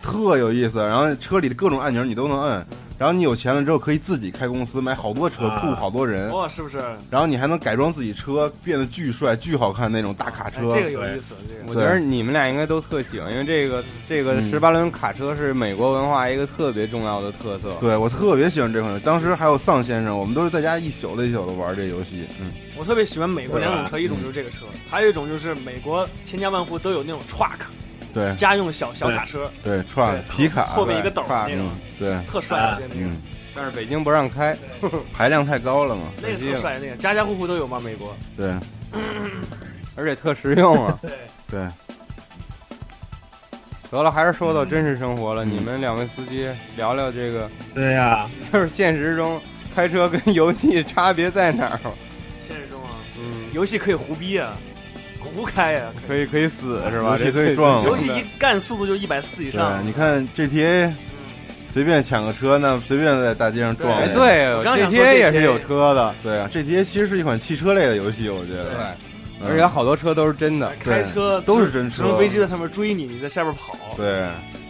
S3: 特有意思。然后车里的各种按钮你都能摁，然后你有钱了之后可以自己开公司，买好多车，
S6: 啊
S3: 雇好多人，
S2: 哇，是不是？哎
S3: 然后你还能改装自己车，变得巨帅、巨好看那种大卡车。
S2: 哎这个有意思，这个
S5: 我觉得你们俩应该都特喜欢，因为这个这个
S3: 嗯
S5: 十八轮卡车是美国文化一个特别重要的特色。
S3: 对我特别喜欢这款游戏，当时还有丧先生，我们都是在家一宿的一宿的玩这游戏。嗯，
S2: 我特别喜欢美国两种车，一种就是这个车，还有一种就是美国千家万户都有那种 truck
S3: 对
S2: 嗯家用小小卡车，
S3: 对，串
S2: 对
S3: 皮卡，
S2: 后面一个斗儿
S5: ，truck，
S2: 那种
S3: 嗯，，对，
S2: 特帅啊，那个
S3: 嗯。
S5: 但是北京不让开，
S3: 排量太高了嘛。
S2: 那个特帅，那个家家户户都有吗？美国
S3: 对
S5: 而且特实用 啊。
S3: 对，
S5: 得了，还是说到真实生活了。你们两位司机聊聊这个，
S6: 对呀、
S5: 就是现实中开车跟游戏差别在哪儿？
S2: 现实中啊，
S5: 嗯，
S2: 游戏可以胡逼啊，胡开啊，
S5: 可以可以死是吧？
S3: 游戏
S5: 这
S3: 可以撞
S2: 游戏一干速度就一百四以上嗯
S3: 对，。你看 GTA 随便抢个车，那随便在大街上撞。
S5: 哎，
S2: 对
S5: 对
S2: 我刚想说
S5: ，GTA
S2: 这
S5: 也
S2: 些
S5: 是有车的，
S3: 对啊，GTA 其实是一款汽车类的游戏，我觉
S5: 对
S3: 得。，嗯
S5: 而且好多车都是真的。
S2: 开车
S3: 都是真车
S2: 直升飞机在上面追你，你在下边跑，
S3: 对，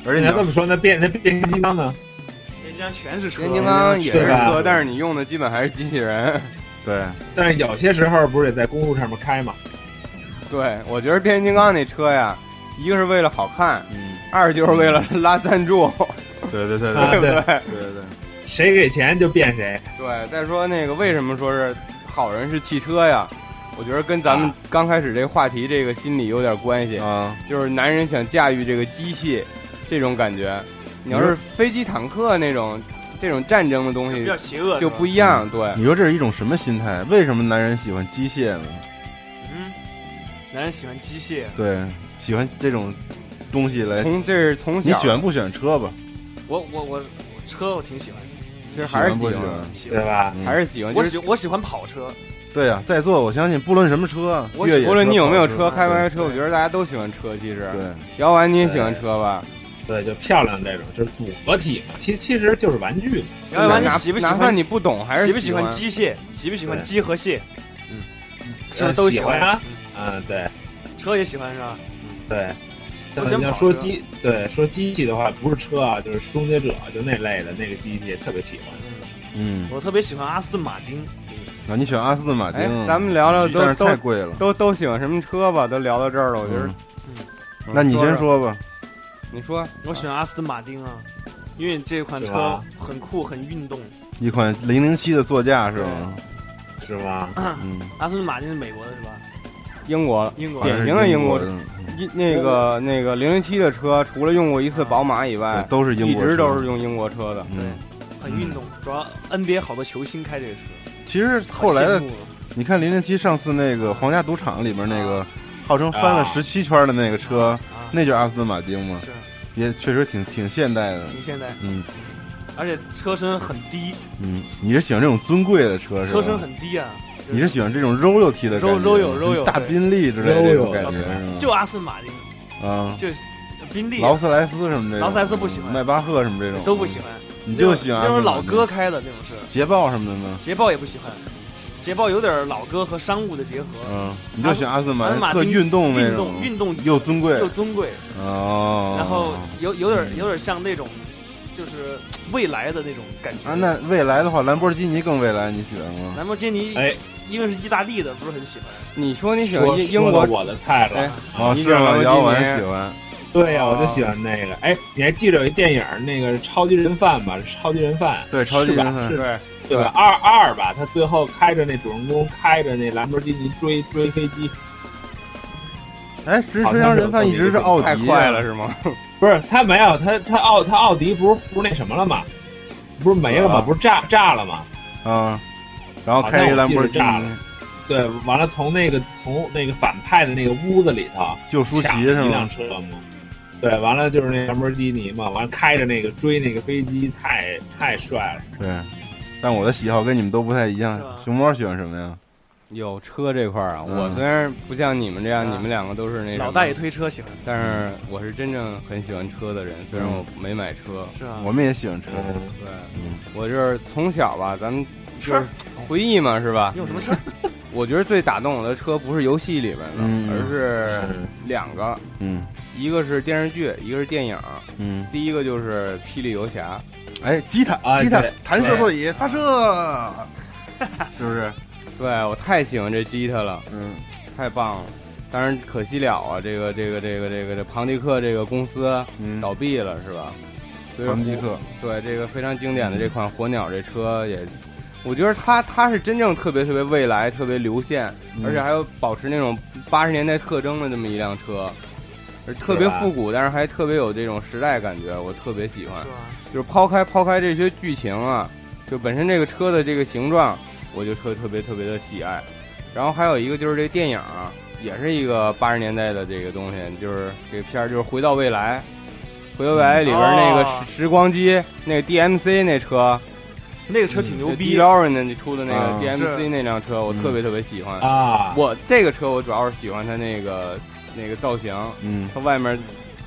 S3: 而且
S6: 你
S3: 你
S6: 要这
S3: 要
S6: 么说，那变那变形金刚呢？
S2: 人家全是车。
S5: 变形金刚也是
S6: 是吧
S5: 车，但是你用的基本还是机器人。
S3: 对
S6: 但是有些时候不是也在公路上面开吗？
S5: 对，我觉得变形金刚那车呀，一个是为了好看，
S3: 嗯，
S5: 二就是为了拉赞助，
S3: 对对对
S6: 啊
S3: 对
S5: 对不
S6: 对
S5: 对？
S3: 对对，
S6: 谁给钱就变谁。
S5: 对，再说那个为什么说是好人是汽车呀？我觉得跟咱们刚开始这个话题这个心理有点关系，
S3: 啊，
S5: 就是男人想驾驭这个机器，这种感觉。你要
S3: 你说
S5: 是飞机、坦克那种这种战争的东
S2: 比
S5: 西
S2: 较邪恶，
S5: 就不一样，对，
S3: 你说这是一种什么心态？为什么男人喜欢机械呢？
S2: 嗯，男人喜欢机械，
S3: 对，喜欢这种东西来。
S5: 从这是从小
S3: 你喜欢不喜欢车吧？
S2: 我我我我车我挺喜欢的，
S5: 其实还是
S3: 喜欢
S5: 喜欢
S3: 不喜欢
S2: 喜
S6: 对
S2: 欢。
S6: 吧？
S3: 嗯
S5: 还是喜欢，
S2: 我
S5: 就
S2: 喜
S5: 是
S2: 我喜欢跑车，
S3: 对啊，在座我相信不论什么车啊，
S2: 我
S3: 越野
S5: 无论你有没有
S3: 跑
S5: 车，开不开车，
S2: 对
S5: 我觉得大家都喜欢车。其实，
S3: 对，
S5: 姚丸你也喜欢车吧？
S6: 对，就漂亮这种，就是组合体嘛，其其实就是玩具嘛。
S2: 然后完你
S5: 哪
S2: 哎喜不喜
S5: 哪怕
S2: 欢
S5: 你不懂，还是
S2: 喜不喜欢
S5: 欢？
S2: 机械，喜不喜欢
S6: 对
S2: 机和械，
S5: 嗯
S2: 是不是都
S6: 喜
S2: 欢
S6: 欢啊，嗯，对
S2: 车也喜欢是吧？
S6: 对。
S2: 我
S6: 但
S2: 先
S6: 是你要
S2: 跑
S6: 说
S2: 车
S6: 机，对说机器的话，不是车啊，就是终结者就那类的那个机器，特别喜欢。
S3: 嗯，
S2: 我特别喜欢阿斯顿马丁，
S3: 那你喜欢阿斯顿马丁
S5: 哎？，咱们聊聊
S3: 但
S5: 都
S3: 是
S5: 都
S3: 太贵了。
S5: 都都喜欢什么车吧？都聊到这儿了，我觉得
S3: 嗯。那你先
S5: 说
S3: 说吧。
S5: 说，你说
S2: 我喜欢阿斯顿马丁啊，因为这款
S6: 是
S2: 车
S6: 吧
S2: 很酷很运动。
S3: 一款零零七的座驾是吗？
S6: 是吗？
S3: 嗯，
S2: 阿斯顿马丁是美国的是吧？
S5: 英国
S2: 英国
S5: 对
S2: 的。
S5: 典型的英国
S3: 好像是
S5: 一那个那个零零七的车，除了用过一次宝马以
S3: 的，
S5: 外
S3: 对，都是英
S5: 一
S3: 国车，
S5: 直都是用英国车的。
S3: 嗯。
S2: 很运动，主要 NBA 好多球星开这个车。
S3: 其实后来的
S2: 好羡慕啊
S3: 你看零零七上次那个皇家赌场里边那个号称翻了十七圈的那个车，
S2: 啊，
S3: 那就是阿斯顿马丁嘛
S2: 是，
S3: 也确实挺挺现代的。
S2: 挺现代，
S3: 嗯
S2: 而且车身很低，
S3: 嗯，你是喜欢这种尊贵的车是吧？
S2: 车身很低啊。就是
S3: 你是喜欢这种 royalty 的感觉
S2: Royal- Royal- Royal，
S3: 大
S2: 对
S3: 宾利之类的这种
S6: Royal
S3: 感觉是吗？
S2: 就阿斯顿马丁，
S3: 啊，
S2: 就是宾利
S3: 嗯
S2: 啊
S3: 劳斯莱斯什么这种，
S2: 劳斯莱斯不喜欢
S3: 迈巴赫什么这种嗯
S2: 都不喜，欢，
S3: 你就喜欢
S2: 那种老哥
S3: 哥
S2: 开的那种车，
S3: 捷豹什么的呢？
S2: 捷豹也不喜欢，捷豹有点老哥和商务的结合，
S3: 嗯，你就喜欢阿斯顿马
S2: 阿斯
S3: 丁，
S2: 马
S3: 特
S2: 丁
S3: 运动那
S2: 运
S3: 种
S2: 动，运动
S3: 又尊贵
S2: 又尊贵，
S3: 哦。
S2: 然后有有点有点像那种就是未来的那种感觉
S3: 啊，那未来的话，兰博基尼更未来，你喜欢吗？
S2: 兰博基尼
S6: 哎，
S2: 因为是意大利的，不是很喜欢。
S5: 你说你喜
S6: 说
S5: 欢英英
S6: 说
S5: 国
S6: 到我的菜了。
S5: 哎
S3: 啊，
S5: 你
S3: 是
S5: 喜欢
S3: 吗？
S5: 兰博基尼
S3: 姚文喜欢，哦
S6: 对呀、我就喜欢那个。哎，你还记得有一电影儿那个《超级人贩》吧？《超级人贩》
S3: 对超级人贩
S6: 是吧
S5: 对
S6: 是对吧？二二吧，他最后开着那主人公开着那兰博基尼追追飞机，
S3: 哎，直身上人贩一直是奥迪，啊
S5: 太快了，是 吗？
S6: 不是他没有他他奥他奥迪不是不是那什么了吗？不是没了
S3: 啊
S6: 吗？不是炸炸了吗？
S3: 啊，然后开一个兰博基
S6: 好像我
S3: 尼
S6: 记，对，完了从那个从那个反派的那个屋子里头
S3: 就舒
S6: 抢
S3: 淇
S6: 了
S3: 是
S6: 一
S3: 吗
S6: 辆？车嘛。对，完了就是那兰博基尼嘛，完了开着那个追那个飞机，太太帅了。
S3: 对，但我的喜好跟你们都不太一样
S2: 是吧。
S3: 熊猫喜欢什么呀？
S5: 有车这块儿啊，
S3: 嗯
S5: 我虽然不像你们这样，
S2: 嗯
S5: 你们两个都是那什么
S2: 老大爷，推车喜欢
S5: 但是我是真正很喜欢车的人，虽然我没买车。
S2: 是啊吧？
S3: 嗯我们也喜欢车，
S5: 对
S3: 嗯，
S5: 我就是从小吧，咱们就是
S2: 车
S5: 回忆嘛，是吧
S2: 你？有什么车？
S5: 我觉得最打动我的车不是游戏里面的，
S3: 嗯
S5: 而是两个，
S3: 嗯
S5: 一个是电视剧，一个是电影。
S3: 嗯。
S5: 第一个就是《霹雳游侠
S3: 哎，吉他
S6: 啊
S3: 吉他
S6: 对，
S3: 弹射座椅 发射，是不是？》，
S5: 对我太喜欢这吉他了，
S3: 嗯，
S5: 太棒了。当然可惜了啊，这个这个这个这个这庞蒂克这个公司
S3: 嗯
S5: 倒闭了，是吧？所以
S3: 唐吉克，
S5: 对这个非常经典的这款火鸟这车也，我觉得它它是真正特别特别未来、特别流线，
S3: 嗯
S5: 而且还有保持那种八十年代特征的这么一辆车，而特别
S6: 是吧
S5: 复古，但是还特别有这种时代感觉，我特别喜欢
S2: 是。吧？
S5: 就是抛开抛开这些剧情啊，就本身这个车的这个形状，我就特特别特别的喜爱。然后还有一个就是这电影啊、也是一个八十年代的这个东西，就是这个片儿就是《回到未来》，《回到未
S3: 嗯
S5: 来》里边那个
S2: 哦
S5: 时时光机，那个 DMC 那车，
S2: 那个车挺牛逼嗯
S5: d，a r 那出的那
S3: 啊
S5: 个 DMC
S2: 是嗯
S5: 那辆车，我特别特别喜欢。
S6: 啊，
S5: 我这个车我主要是喜欢它那个那个造型，
S3: 嗯，
S5: 它外面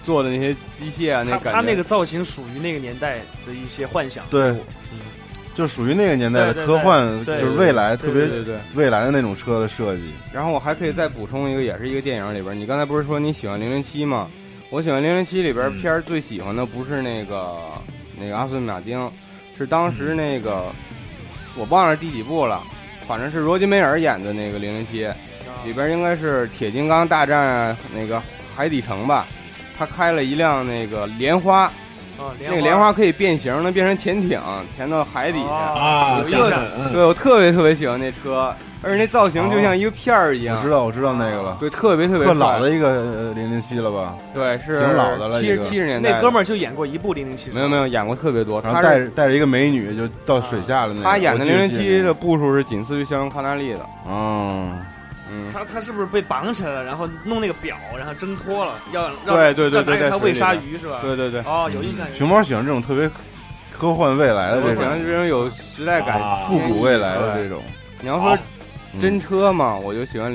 S5: 做的那些机械啊，那
S2: 他
S5: 感觉。
S2: 他那个造型属于那个年代的一些幻想。
S3: 对
S2: 嗯，
S3: 就属于那个年代的
S2: 对对
S3: 科
S2: 对
S3: 幻，
S2: 对
S3: 就是未来特
S2: 对
S3: 别
S5: 对对对。
S3: 未来的那种车的设计。
S5: 然后我还可以再补充一个，也是一个电影里边，你刚才不是说你喜欢《零零七》吗？我喜欢《零零七》里边片儿最喜欢的不是那个那个阿斯顿马丁，是当时那个我忘了第几部了，反正是罗杰梅尔演的那个《零零七》里边应该是铁金刚大战那个海底城吧。他开了一辆那个莲花，
S2: 啊，
S5: 那个莲花可以变形，能变成潜艇，潜到海底去。
S6: 啊，
S2: 有
S6: 想想
S2: 印象，
S6: 嗯
S5: 对我特别特别喜欢那车，而且那造型就像一个片儿一样。
S3: 哦
S5: 哦
S3: 我知道，我知道那个了，
S5: 对，特别特别
S3: 特老
S5: 帅，
S3: 的一个呃零零七了吧？
S5: 对，是
S3: 挺老的了
S5: 七
S3: 一
S5: 十
S3: 个
S5: 七十年代的。
S2: 那哥们儿就演过一部《零零七》，
S5: 没有没有演过特别多，
S3: 然后
S5: 他
S3: 带
S5: 是
S3: 着带着一个美女就到水下了那个。
S5: 他演的
S3: 我记
S5: 零
S3: 得
S5: 零
S3: 记得
S5: 七
S3: 那
S5: 的
S3: 个
S5: 步数是仅次于肖恩康纳利的，
S3: 嗯，
S5: 嗯，
S2: 他他是不是被绑起来了，然后弄那个表，然后挣脱了，要让
S5: 对对对
S2: 要拿
S5: 对
S2: 给
S5: 在
S2: 他
S5: 水
S2: 喂
S5: 里
S2: 鲨
S5: 边
S2: 鱼是吧？
S5: 对对对，
S2: 嗯哦，有印象。有印
S3: 熊
S2: 象
S3: 猫喜欢这种特别科幻未来的
S5: 我
S3: 这
S5: 喜欢
S3: 种
S5: 嗯这种有时代感、
S6: 啊
S3: 复古未来的
S5: 对
S3: 这种。
S5: 你要说
S3: 嗯
S5: 真车嘛，我就喜欢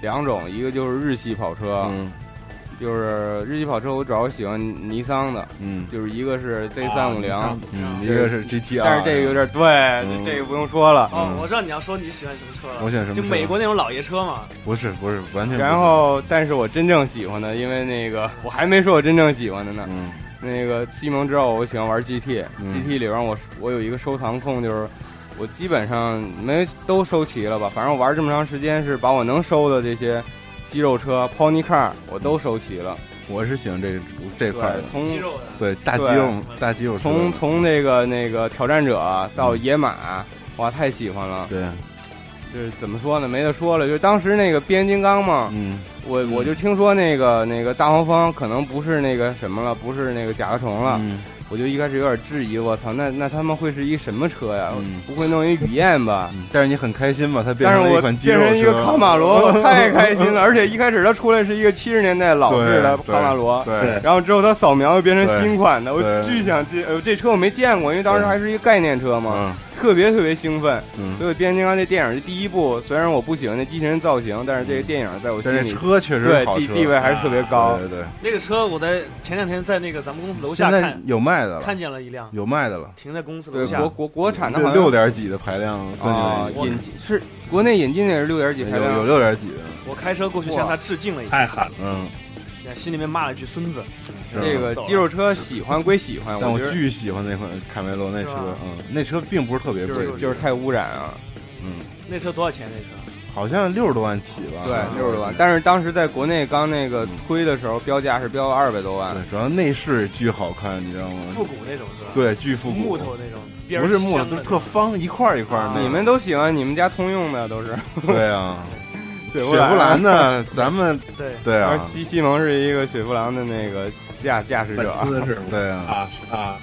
S5: 两种，一个就是日系跑车，
S3: 嗯
S5: 就是日系跑车，我主要喜欢尼桑的，
S3: 嗯
S5: 就是一个是 Z 三五零，
S6: 啊
S3: 嗯，一个是 GTR，
S5: 但是这个有点对，
S3: 嗯
S5: 这个不用说了。
S2: 哦，我知道你要说你喜欢什么车啊
S3: 我
S2: 了，
S3: 喜欢
S5: 啊
S3: 什么车？
S2: 就美国那种老爷车嘛。
S3: 不是不是完全不是。
S5: 然后，但是我真正喜欢的，因为那个我还没说我真正喜欢的呢。
S3: 嗯
S5: 那个西蒙知道我喜欢玩 GT，GT、
S3: 嗯
S5: GT 里边我我有一个收藏控，就是我基本上没都收齐了吧，反正我玩这么长时间是把我能收的这些肌肉车、pony car 我都收齐了。
S3: 我是喜欢这个这块的
S5: 对，，从
S2: 肉的，
S3: 对大肌
S5: 对
S3: 肉大肌肉车
S5: 从从那个那个挑战者到野马，哇，太喜欢了！
S3: 嗯对
S5: 就是怎么说呢，没得说了，就是当时那个变形金刚嘛，
S3: 嗯
S5: 我我就听说那个那个大黄蜂可能不是那个什么了，不是那个甲壳虫了。
S3: 嗯
S5: 我就一开始有点质疑，我操，那那他们会是一什么车呀？
S3: 嗯
S5: 不会弄一雨燕吧？
S3: 嗯，但是你很开心吧？它变
S5: 但是
S3: 成了
S5: 我
S3: 一款肌
S5: 变
S3: 肉
S5: 成一个
S3: 车
S5: 卡马罗， 我太开心了！而且一开始它出来是一个七十年代老式的
S3: 对
S5: 卡马罗，
S3: 对
S5: 然后之后它扫描又变成新款的，我
S3: 对
S5: 巨想这呃这车我没见过，因为当时
S3: 对
S5: 还是一个概念车嘛，
S3: 嗯
S5: 特别特别兴奋。
S3: 嗯，
S5: 所以《变形金刚》这电影是第一部，虽然我不喜欢那机器人造型，但是这个电影在我
S3: 嗯但
S5: 心
S3: 是
S5: 里
S3: 车确实
S5: 对
S3: 是好
S5: 地
S3: 车
S5: 地位还是特别高。
S3: 对对对，
S2: 那个车我在前两天在那个咱们公司楼下
S3: 现在
S2: 看
S3: 有卖的了，
S2: 看见了一辆，
S3: 有卖的了，
S2: 停在公司楼
S5: 对
S2: 下
S5: 国。国国产的好
S3: 六
S5: 像
S3: 六点几的排量算
S5: 啊，
S3: 是有
S5: 引进是国内引进的也是六点几排
S3: 有
S5: 量，
S3: 有六点几的，
S2: 我开车过去向他致敬了一下，哎
S6: 太狠了，
S3: 嗯，
S2: 心里面骂了一句“孙子
S5: 这个肌肉车喜欢归喜欢，
S3: 但我
S5: 觉得
S3: 巨喜欢那款凯梅罗那
S2: 是
S3: 车
S2: 吧，
S3: 嗯，那车并不是特别
S5: 就
S3: 贵，
S5: 是就是太污染啊。
S3: 嗯，”。
S2: 那车多少钱？那车
S3: 好像六十多万起吧，
S5: 对，六十多万。
S3: 嗯
S5: 但是当时在国内刚那个推的时候，标价是标二百多万。
S3: 对，主要内饰巨好看，你知道吗？
S2: 复古那种是吧？，
S3: 对，巨复古，
S2: 木头那种，边儿
S3: 不是木头，
S2: 镶
S3: 都
S2: 的
S3: 是特方，一块儿一块儿
S2: 啊
S3: 那种。
S5: 你们都喜欢你们家通用的都是
S3: 对啊，
S5: 雪
S3: 雪
S5: 佛
S3: 佛兰，
S5: 兰
S3: 呢？咱 们
S2: 那种对，
S3: 对
S5: 而
S3: 啊，
S5: 西西蒙是一个雪佛兰的那个驾驾驶
S6: 粉
S5: 者。
S6: 丝是吗？
S3: 对啊。
S6: 啊啊，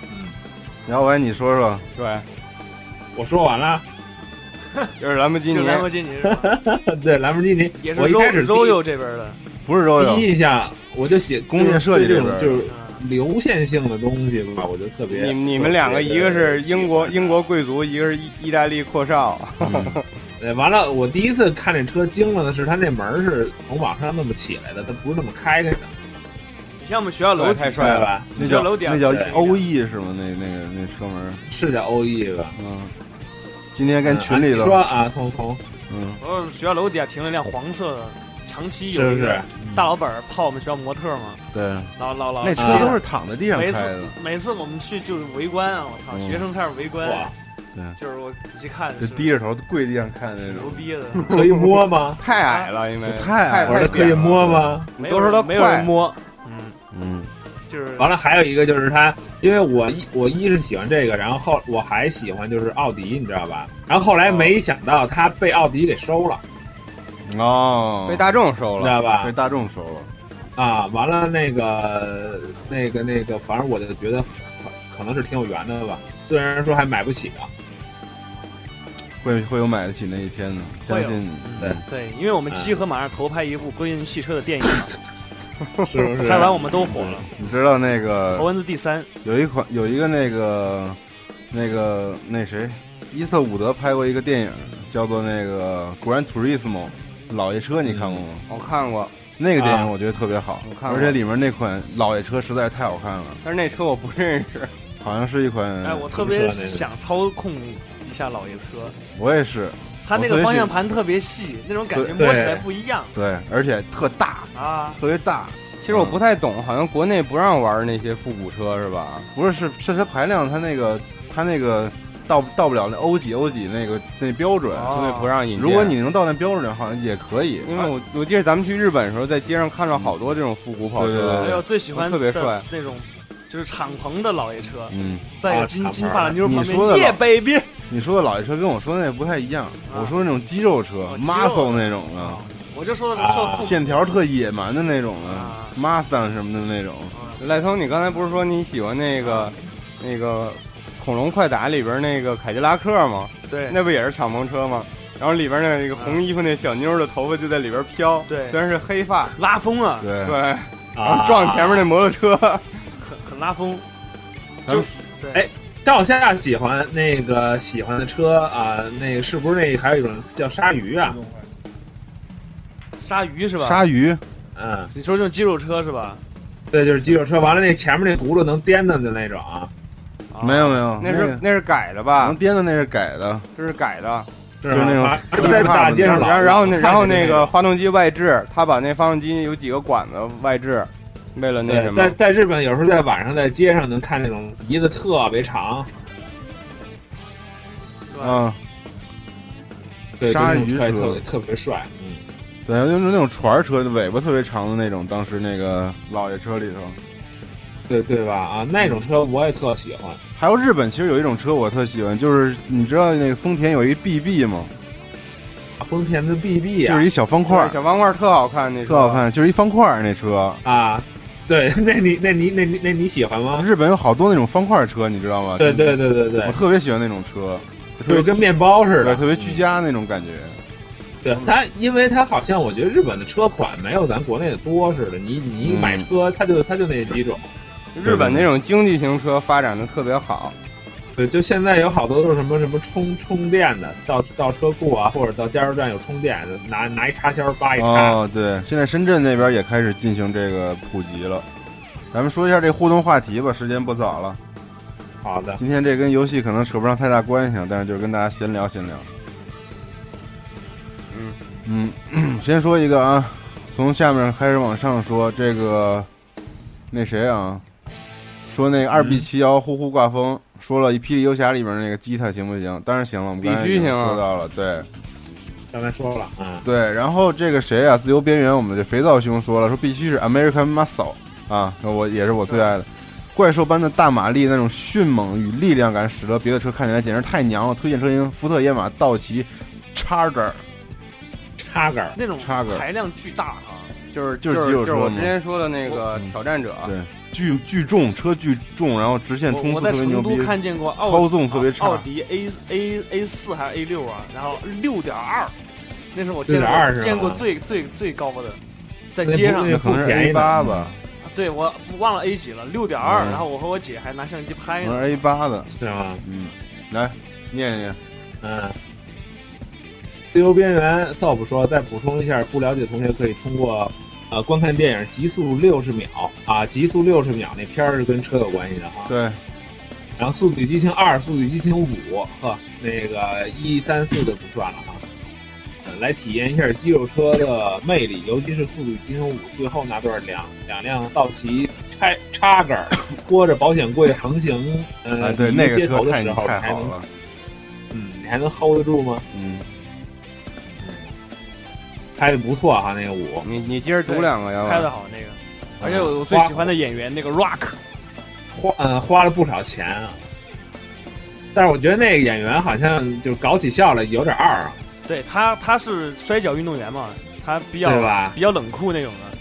S3: 姚伟，你说说，
S5: 对，
S6: 我说完 了。
S5: 就是兰博基
S2: 就
S5: 尼。
S2: 兰博基尼是吧
S6: 对，兰博基尼
S2: 也，是
S6: 我一开始
S2: Ro-
S6: 第一
S2: Royal 这边的。
S3: 不是周
S6: 第
S3: 游，
S6: 一印象我就写
S3: 工业设计
S6: 这
S3: 这边
S6: 种就是
S2: 嗯
S6: 流线性的东西吧，我就特别。
S5: 你你们两个，一个是英国英国贵族，一个是意意大利阔少。
S6: 嗯对，完了，我第一次看这车惊了的是，它那门儿是从往上那么起来的，它不是那么开开的，
S2: 以前我们学 校
S5: 对
S2: 楼
S5: 太
S2: 底
S5: 帅
S6: 对
S5: 了。
S6: 吧？
S3: 那叫
S2: 楼顶
S3: 那叫
S2: 对
S3: O E 是吗？那那个那车门，
S6: 是叫欧 E 吧？
S3: 嗯，今天跟群里
S6: 嗯啊
S3: 头
S6: 你，说啊，从从
S3: 嗯，
S2: 我们学校楼底下停了一辆黄色的，长期
S6: 是
S2: 有
S6: 不
S2: 一个
S6: 是？
S2: 大老板儿泡我们学校模特嘛，
S3: 对，
S2: 老老老
S3: 那
S6: 啊
S3: 车都是躺在地上
S2: 每
S3: 开
S2: 次
S3: 的，
S2: 每次我们去就是围观啊，我操，
S3: 嗯
S2: 学生开始围观，
S6: 哇，
S2: 就是我仔细看
S3: 就是低着头跪地上看那
S2: 挺牛
S3: 种，
S2: 逼的，啊
S6: 可以摸吗？
S5: 太矮了，因为
S3: 就太矮了
S6: 我说可以摸
S5: 吗？
S6: 吗？
S2: 没
S5: 都
S2: 有
S5: 说他
S2: 人没有人
S5: 快
S2: 摸，嗯，
S3: 嗯，
S2: 就是
S6: 完了，还有一个就是它，因为我一我一是喜欢这个，然后后我还喜欢就是奥迪，你知道吧？然后后
S2: 嗯
S6: 来没想到它被奥迪给收了，
S3: 哦，
S2: 嗯
S5: 被大众收了
S6: 你知。道吧
S3: 被？大众收了，
S6: 啊，完了那个那个那个，反正我就觉得可能是挺有缘的吧，虽然说还买不起啊，
S3: 会会有买得起那一天的，相
S2: 会有嗯
S3: 信你。对，
S2: 对，因为我们集合马上投拍一部关于汽车的电影嘛，
S6: 是不是
S2: 拍？完我们都火了。
S3: 你知道那
S2: 头
S3: 个
S2: 文字 D 三，
S3: 有一款有一个那个那个那谁，伊瑟伍德拍过一个电影，叫做那个《Gran Turismo》，老爷车，你看过吗？
S5: 嗯我看过，啊
S3: 那个电影我觉得特别好
S5: 我，看过
S3: 而且里面那款老爷车实在是太好看了，
S5: 但是那车我不认识。
S3: 好像是一款。
S2: 哎，我特别想操控一下老爷车，
S3: 啊我也是，
S2: 它那
S3: 我特
S2: 个
S3: 别
S2: 方向
S3: 喜
S2: 盘特别细，那种感觉
S3: 对
S2: 摸起来不一样
S3: 对，而且特大，
S2: 啊。
S3: 特别大。嗯
S5: 其实我不太懂，好像国内不让玩那些复古车是吧？
S3: 不是，是是它排量，它那个它那个到到不了那欧几欧几那个那标准。
S2: 哦
S5: 国内不让引进。
S3: 如果你能到那标准，好像也可以。
S5: 因为我我记得咱们去日本的时候，在街上看到好多这种复古跑
S3: 对对
S5: 车，
S3: 对
S2: 还有哎最喜欢
S5: 特别
S2: 的
S5: 帅
S2: 那种，就是敞篷的老爷车，
S3: 嗯，
S2: 在一个
S6: 啊
S2: 金
S6: 敞篷
S2: 金发妞旁
S3: 你说的
S2: 边，耶
S3: 老
S2: baby，
S3: 你说的老爷车跟我说的那不太一样，
S2: 啊
S3: 我说那种肌肉车、
S2: 哦肌肉哦
S3: muscle 那种的，
S2: 我就说的
S3: 啊
S2: 是
S5: 啊
S2: 特酷
S3: 线条特野蛮的那种的、
S2: 啊
S3: Mustang 什么的那种。
S5: 赖聪，你刚才不是说你喜欢那
S2: 啊
S5: 个那个《恐龙快打》里边那个凯迪拉克吗？
S2: 对，
S5: 那不也是敞篷车吗？然后里边那个红衣服那小妞的头发就在里边飘，
S2: 对
S5: 虽然是黑发，
S2: 拉风啊，
S3: 对，啊
S5: 对，然
S6: 啊
S5: 后 撞前面那摩托车，
S2: 很很拉风。
S3: 咱们
S6: 哎赵夏喜欢那个喜欢的车啊、那个是不是那还有一种叫鲨鱼啊？
S2: 鲨鱼是吧？
S3: 鲨鱼，
S6: 嗯，
S2: 你说这种肌肉车是吧？
S6: 对，就是肌肉车。完了，那前面那轱辘能颠的的那种啊，
S2: 啊
S3: 没有没有，
S5: 那
S3: 个
S5: 是那是改的
S3: 能
S5: 吧？
S3: 颠的那是改的，
S5: 这是改的。
S3: 就
S6: 是
S3: 是那种
S6: 吧？啊在大街上老，
S5: 然后然后那
S6: 老看
S5: 然后
S6: 着
S5: 那
S6: 那
S5: 个发动机外置，他把那发动机有几个管子外置，为了那什
S6: 对，
S5: 么
S6: 在，在日本有时候在晚上在街上能看那种鼻子特别长，
S2: 是吧？
S3: 嗯，
S6: 对，
S3: 鲨
S6: 就
S3: 鱼
S6: 那种
S3: 车
S6: 特别特别帅，嗯，
S3: 对，就是那种船车，尾巴特别长的那种，当时那个老爷车里头。
S6: 对对吧？啊，那种车我也特喜欢，
S3: 还有日本，其实有一种车我特喜欢，就是你知道那个丰田有一 BB 吗？
S6: 啊丰田的 BB
S3: 就是
S6: 啊
S3: 一小方块
S5: 对，小方块特好看，那车
S3: 特好。看，就是一方块儿那车。
S6: 啊，对， 那你那你那你那你喜欢吗？
S3: 日本有好多那种方块车，你知道吗？
S6: 对对对对
S3: 我
S6: 对，
S3: 特别喜欢那种车，特
S6: 就
S3: 别
S6: 是跟面包似
S3: 对
S6: 的，嗯
S3: 特别居家那种感觉。
S6: 对
S5: 嗯
S6: 它，因为它好像我觉得日本的车款没有咱国内的多似的，你你
S3: 嗯
S6: 买车它就它就那几种，
S5: 日本那种经济型车发展的特别好，
S6: 对，就现在有好多都是什么什么充充电的，到到车库啊或者到加油站有充电的，拿拿一插销叭一插，
S3: 哦，对，现在深圳那边也开始进行这个普及了。咱们说一下这互动话题吧，时间不早了。
S6: 好的，
S3: 今天这跟游戏可能扯不上太大关系啊，但是就是跟大家闲聊闲聊。嗯 嗯，先说一个啊，从下面开始往上说，这个那谁啊，说那个二 B 七幺呼呼挂风，说了《霹雳游侠》里面那个吉他行不行？当然行了，我们刚才
S5: 必
S3: 已
S5: 须
S3: 经
S5: 行啊
S3: 说到了，对
S6: 刚才说了啊，
S3: 对。然后这个谁啊，自由边缘，我们的肥皂兄说了，说必须是 American Muscle 啊，我也是我最爱的。怪兽般的大马力，那种迅猛与力量感，使得别的车看起来简直太娘了。推荐车型：福特、野马、道奇、Charger。
S6: 插杆儿
S2: 那种
S3: 插个
S2: 排量巨大啊，
S5: 就是
S3: 就是
S5: 是
S3: 肌肉
S5: 就
S3: 车
S5: 是我
S3: 嘛
S5: 之前说的那个
S3: 嗯
S5: 挑战者，啊
S3: 对，巨巨重，车巨重，然后直线
S2: 我
S3: 冲
S2: 我
S3: 刺
S2: 在
S3: 特别牛
S2: 成都
S3: 逼，
S2: 看见过奥
S3: 操纵特别
S2: 奥
S3: 差。
S2: 迪 A A A 四还是 A 六啊，然后六点二，那是我见
S6: 6.2是
S2: 过
S6: 吧
S2: 见过最最最高的，在街上
S6: 那，
S3: 可能是
S6: 不便
S3: A
S6: 宜的
S3: 八吧，
S2: 对我忘了 A 几了，六点二，
S3: 嗯哎
S2: 然后我和我姐还拿相机
S3: 可
S2: 拍
S3: 能
S2: 呢，
S3: 是 A 八的，
S6: 是吗？
S3: 嗯，来念念，
S6: 嗯，自由边缘 SOP 说，再补充一下，不了解的同学可以通过呃观看电影《极速六十秒》啊，《极速六十秒》那片儿是跟车有关系的哈。
S3: 对，
S6: 然后《速度与激情二》《速度与激情五》呵，那个一三四就不算了哈。呃来体验一下肌肉车的魅力，尤其是《速度与激情五》最后那段两两辆道奇拆 插杆儿拖着保险柜横行，
S3: 啊
S6: 呃，
S3: 对，
S6: 离
S3: 那个
S6: 街头
S3: 车
S6: 的
S3: 太
S6: 时候，
S3: 太
S6: 你还
S3: 好
S6: 能
S3: 了，
S6: 嗯，你还能 hold 得住吗？
S3: 嗯，
S6: 拍的不错哈，那个舞
S5: 你你接着读两个要
S2: 拍的
S5: 吧？
S2: 好那个，而且我我最喜欢的演员那个 Rock，
S6: 花呃花了不少钱啊，但是我觉得那个演员好像就搞起笑来有点二啊，
S2: 对他他是摔跤运动员嘛，他比较
S6: 对吧？
S2: 比较冷酷那种的，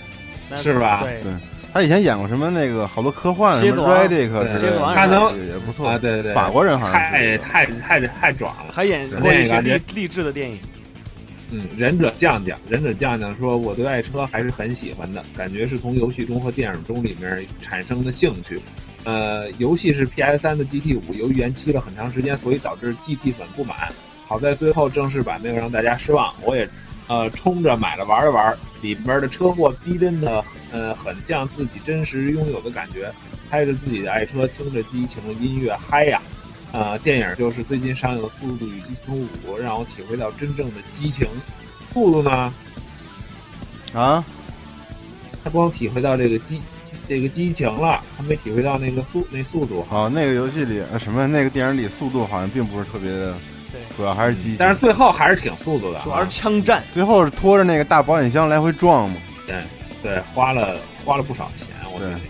S2: 但
S6: 是吧？
S2: 对
S3: 对他以前演过什么那个好多科幻
S2: 蝎
S3: 什
S2: 子
S3: 么
S2: 王
S3: Radic 之
S2: 蝎
S3: 类
S2: 子
S3: 的，
S2: 王
S6: 他能
S3: 也也不错
S6: 啊，对对对，
S3: 法国人好像
S6: 太
S3: 是。
S6: 太太太壮了。
S2: 还演过
S6: 那
S2: 一些
S6: 个
S2: 励
S6: 也
S2: 励志的电影。
S6: 嗯，忍者将将，忍者将将说，我对爱车还是很喜欢的，感觉是从游戏中和电影中里面产生的兴趣。呃，游戏是 PS 3的 GT 五，由于延期了很长时间，所以导致 GT 粉不满。好在最后正式版没有让大家失望，我也呃冲着买了玩了玩，里边的车祸逼真的呃很像自己真实拥有的感觉，开着自己的爱车，听着激情的音乐嗨呀、呃，电影就是最近上映的《速度与激情五》，让我体会到真正的激情。速度呢，
S3: 啊，
S6: 他光体会到这个激这个激情了，他没体会到那个速那速度。
S3: 好，哦那个游戏里呃什么那个电影里速度好像并不是特别的
S2: 对，
S3: 主要还是激情。
S6: 但是最后还是挺速度的啊，
S2: 主要是枪战，
S3: 最后是拖着那个大保险箱来回撞嘛，
S6: 对对，花了花了不少钱，我觉得
S3: 对。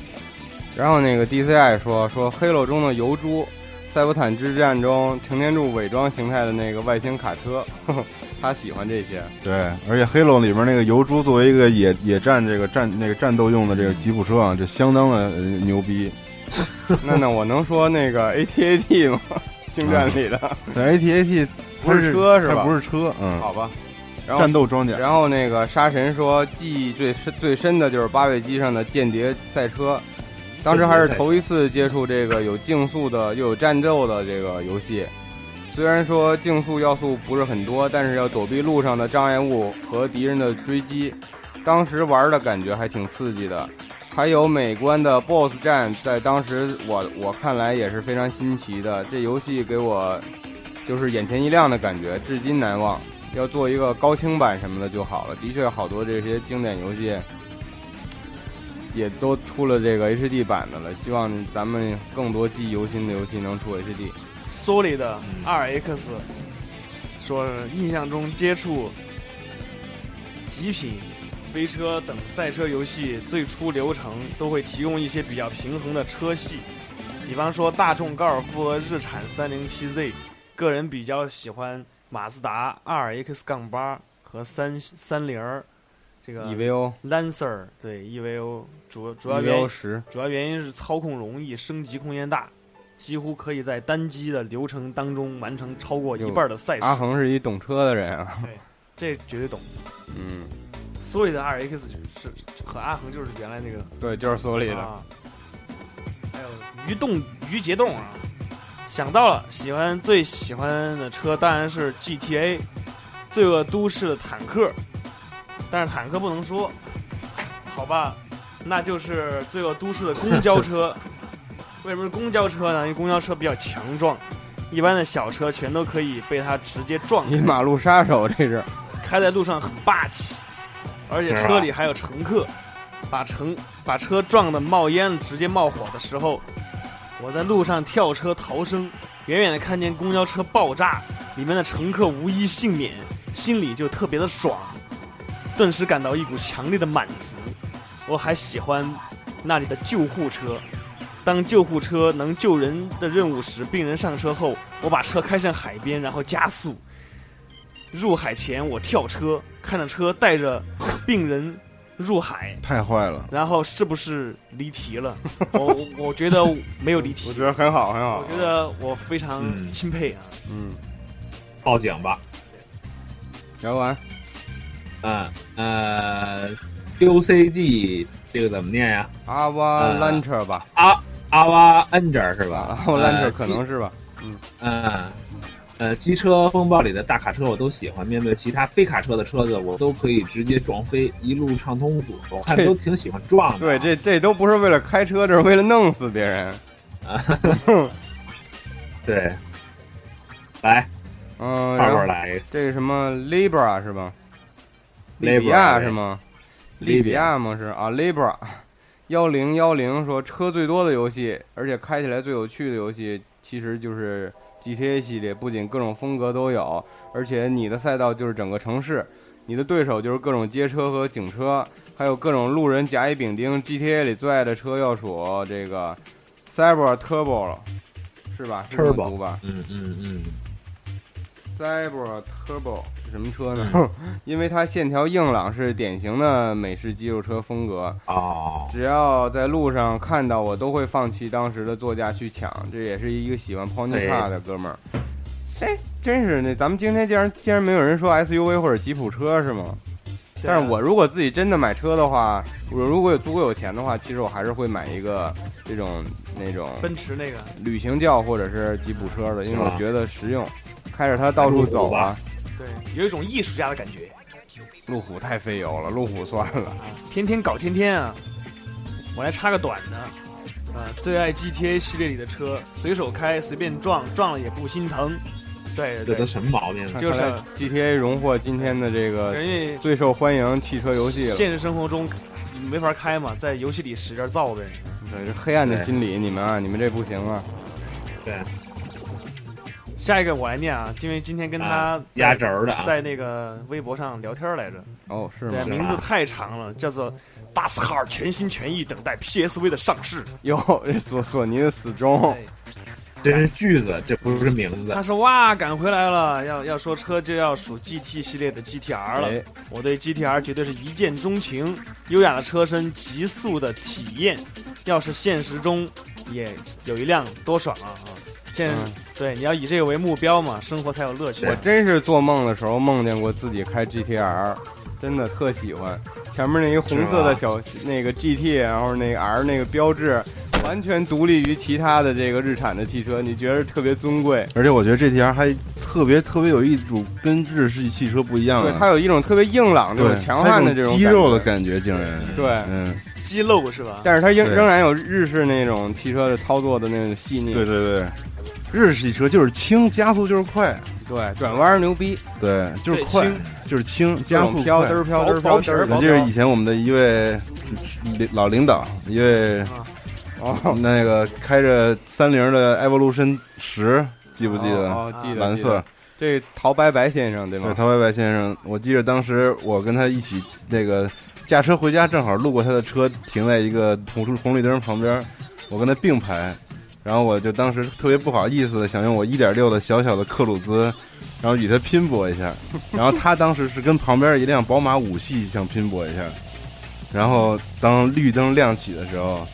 S5: 然后那个 DCI 说说《黑漏》中的油猪，《赛博坦之战》中擎天柱伪装形态的那个外星卡车， 呵呵他喜欢这些。
S3: 对，而且黑龙里面那个油猪作为一个野野战这个战那个战斗用的这个吉普车啊，这相当的呃牛逼。
S5: 那那我能说那个 ATAT 吗？星战里的，
S3: 但 ATAT
S5: 不是车是吧
S3: 它不是车，嗯，
S5: 好吧。然后
S3: 战斗装甲。
S5: 然后那个沙神说，记忆最深最深的就是八位机上的间谍赛车，当时还是头一次接触这个有竞速的又有战斗的这个游戏。虽然说竞速要素不是很多，但是要躲避路上的障碍物和敌人的追击，当时玩的感觉还挺刺激的。还有美观的 BOSS 战，在当时我我看来也是非常新奇的。这游戏给我就是眼前一亮的感觉，至今难忘。要做一个高清版什么的就好了。的确，好多这些经典游戏也都出了这个 HD 版的了。希望咱们更多记忆犹新的游戏能出 HD。
S2: Soli 的 2X 说，印象中接触极品、飞车等赛车游戏，最初流程都会提供一些比较平衡的车系，比方说大众高尔夫和日产 307Z。个人比较喜欢马自达 2X 杠八和三三零儿，这个
S5: EVO、
S2: Lancer 对 EVO 主主要原因
S5: EVO 十，
S2: 主要原因是操控容易，升级空间大，几乎可以在单机的流程当中完成超过一半的赛
S5: 阿
S2: 事。
S5: 恒是一懂车的人啊。
S2: 这绝对懂。
S5: 嗯，
S2: 所以的二 X 是和阿恒就是原来那个
S5: 对，就是索里的。
S2: 啊。还有鱼动鱼节动啊，想到了，喜欢最喜欢的车当然是 GTA，《罪恶都市》的坦克，但是坦克不能说，好吧，那就是《罪恶都市》的公交车。为什么是公交车呢？因为公交车比较强壮，一般的小车全都可以被它直接撞
S5: 你
S2: 开，
S5: 马路杀手这是
S2: 开在路上很霸气，而且车里还有乘客，把乘把车撞得冒烟了，直接冒火的时候，我在路上跳车逃生，远远的看见公交车爆炸，里面的乘客无一幸免，心里就特别的爽，顿时感到一股强烈的满足。我还喜欢那里的救护车。当救护车能救人的任务时，病人上车后，我把车开向海边，然后加速，入海前，我跳车，看着车带着病人入海，
S3: 太坏了，
S2: 然后是不是离题了？我我我觉得没有离题
S5: 我，觉得很好，很好
S2: 我。觉得我非常
S6: 嗯
S2: 钦佩啊。
S5: 嗯，
S6: 报警吧，
S5: 聊完
S6: 嗯呃，UCG 这个怎么念呀？
S5: 阿瓦 Lancer 啊 吧，哎
S6: 阿阿瓦 n g e r 是吧？
S5: 阿瓦 Lancer 可能是吧。
S6: 嗯，呃，机车风暴里的大卡车我都喜欢，面对其他非卡车的车子，我都可以直接撞飞，一路畅通无阻。我看
S5: 这
S6: 都挺喜欢撞的。
S5: 对，这这都不是为了开车，这是为了弄死别 人。
S6: 对，来，
S5: 嗯，
S6: 二
S5: 然后
S6: 哥来一个，
S5: 这个什么 Libra 是吧？利
S6: Libra，
S5: 比亚
S6: 对
S5: 是吗？
S6: 利比
S5: 利比亚吗？是啊，Libra。幺 零幺零说车最多的游戏，而且开起来最有趣的游戏，其实就是 GTA 系列。不仅各种风格都有，而且你的赛道就是整个城市，你的对手就是各种街车和警车，还有各种路人甲乙丙丁。GTA 里最爱的车要数这个 Cyber Turbo 了，是吧？是这么
S6: Turbo
S5: 读吧
S6: 嗯嗯嗯，
S5: Cyber Turbo 是什么车呢？
S6: 嗯
S5: 因为它线条硬朗，是典型的美式肌肉车风格。
S6: 哦，
S5: 只要在路上看到我，都会放弃当时的座驾去抢。这也是一个喜欢 pony car 的哥们儿。哎，真是那，咱们今天竟然竟然没有人说 SUV 或者吉普车是吗？
S2: 对啊
S5: 但是我如果自己真的买车的话，我如果有足够有钱的话，其实我还是会买一个这种那种
S2: 奔驰那个，
S5: 旅行轿或者是吉普车的，因为我
S6: 是吧
S5: 觉得实用，开着它到处走啊。
S2: 对，有一种艺术家的感觉，
S5: 路虎太费油了，路虎算了。
S2: 天天搞天天啊。我来插个短的，啊，最爱 GTA 系列里的车，随手开，随便撞，撞了也不心疼。对
S6: 这都
S2: 对对，
S6: 什么毛病啊？
S2: 就是
S5: 看来 GTA 荣获今天的这个
S2: 人
S5: 最受欢迎汽车游戏
S2: 家
S5: 了。
S2: 现实生活中没法开嘛，在游戏里使点造呗。
S5: 对，这黑暗的心理，你们啊，你们这不行啊！
S2: 下一个我来念啊，因为今天跟他
S6: 啊压轴的啊，
S2: 在那个微博上聊天来着，
S5: 哦，是
S2: 对
S5: 吗
S2: 啊，？名字太长了，叫做达斯卡尔全心全意等待 PSV 的上市。
S5: 哟，这索索尼的死忠，
S2: 对
S6: 这是句子，这不是名字
S2: 他。说哇，赶回来了，要要说车就要数 GT 系列的 GTR 了。
S5: 哎，
S2: 我对 GTR 绝对是一见钟情，优雅的车身，急速的体验，要是现实中也有一辆，多爽啊！啊，现实、
S5: 嗯
S2: 对你要以这个为目标嘛，生活才有乐趣。
S5: 我真是做梦的时候梦见过自己开 GTR，真的特喜欢。前面那个红色的小那个 GT，然后那个 R 那个标志，完全独立于其他的这个日产的汽车，你觉得特别尊贵。
S3: 而且我觉得 GTR 还特别特别有一种跟日系汽车不一样
S5: 对，它
S3: 的，
S5: 有一种特别硬朗、这
S3: 对，
S5: 种强悍的这
S3: 它有
S5: 种
S3: 肌肉的
S5: 感
S3: 感觉，竟然
S5: 觉。对，
S3: 嗯，
S2: 肌肉是吧？
S5: 但是它仍
S3: 对
S5: 仍然有日式那种汽车的操作的那种细腻。
S3: 对对对，日系车就是轻，加速就是快，
S5: 对，转弯儿牛逼，
S3: 对，就是快，
S2: 轻
S3: 就是轻，加速
S5: 飘
S3: 快
S5: 嘚。儿飘嘚儿飘嘚
S3: 我
S5: 儿飘
S3: 记
S5: 嘚
S3: 得
S5: 儿
S3: 以前我们的一位老领导，一位
S5: 哦，
S3: 那个开着三菱的 Evolution 十，记不记得？
S5: 哦，哦记得
S3: 蓝色，，
S5: 记得这陶白白先生对
S3: 对，
S5: 吗？
S3: 陶白白先生，我记得当时我跟他一起那个驾车回家，正好路过他的车停在一个红红绿灯旁边，我跟他并排，然后我就当时特别不好意思的想用我一点六的小小的克鲁兹，然后与他拼搏一下，然后他当时是跟旁边一辆宝马五系想拼搏一下，然后当绿灯亮起的时候，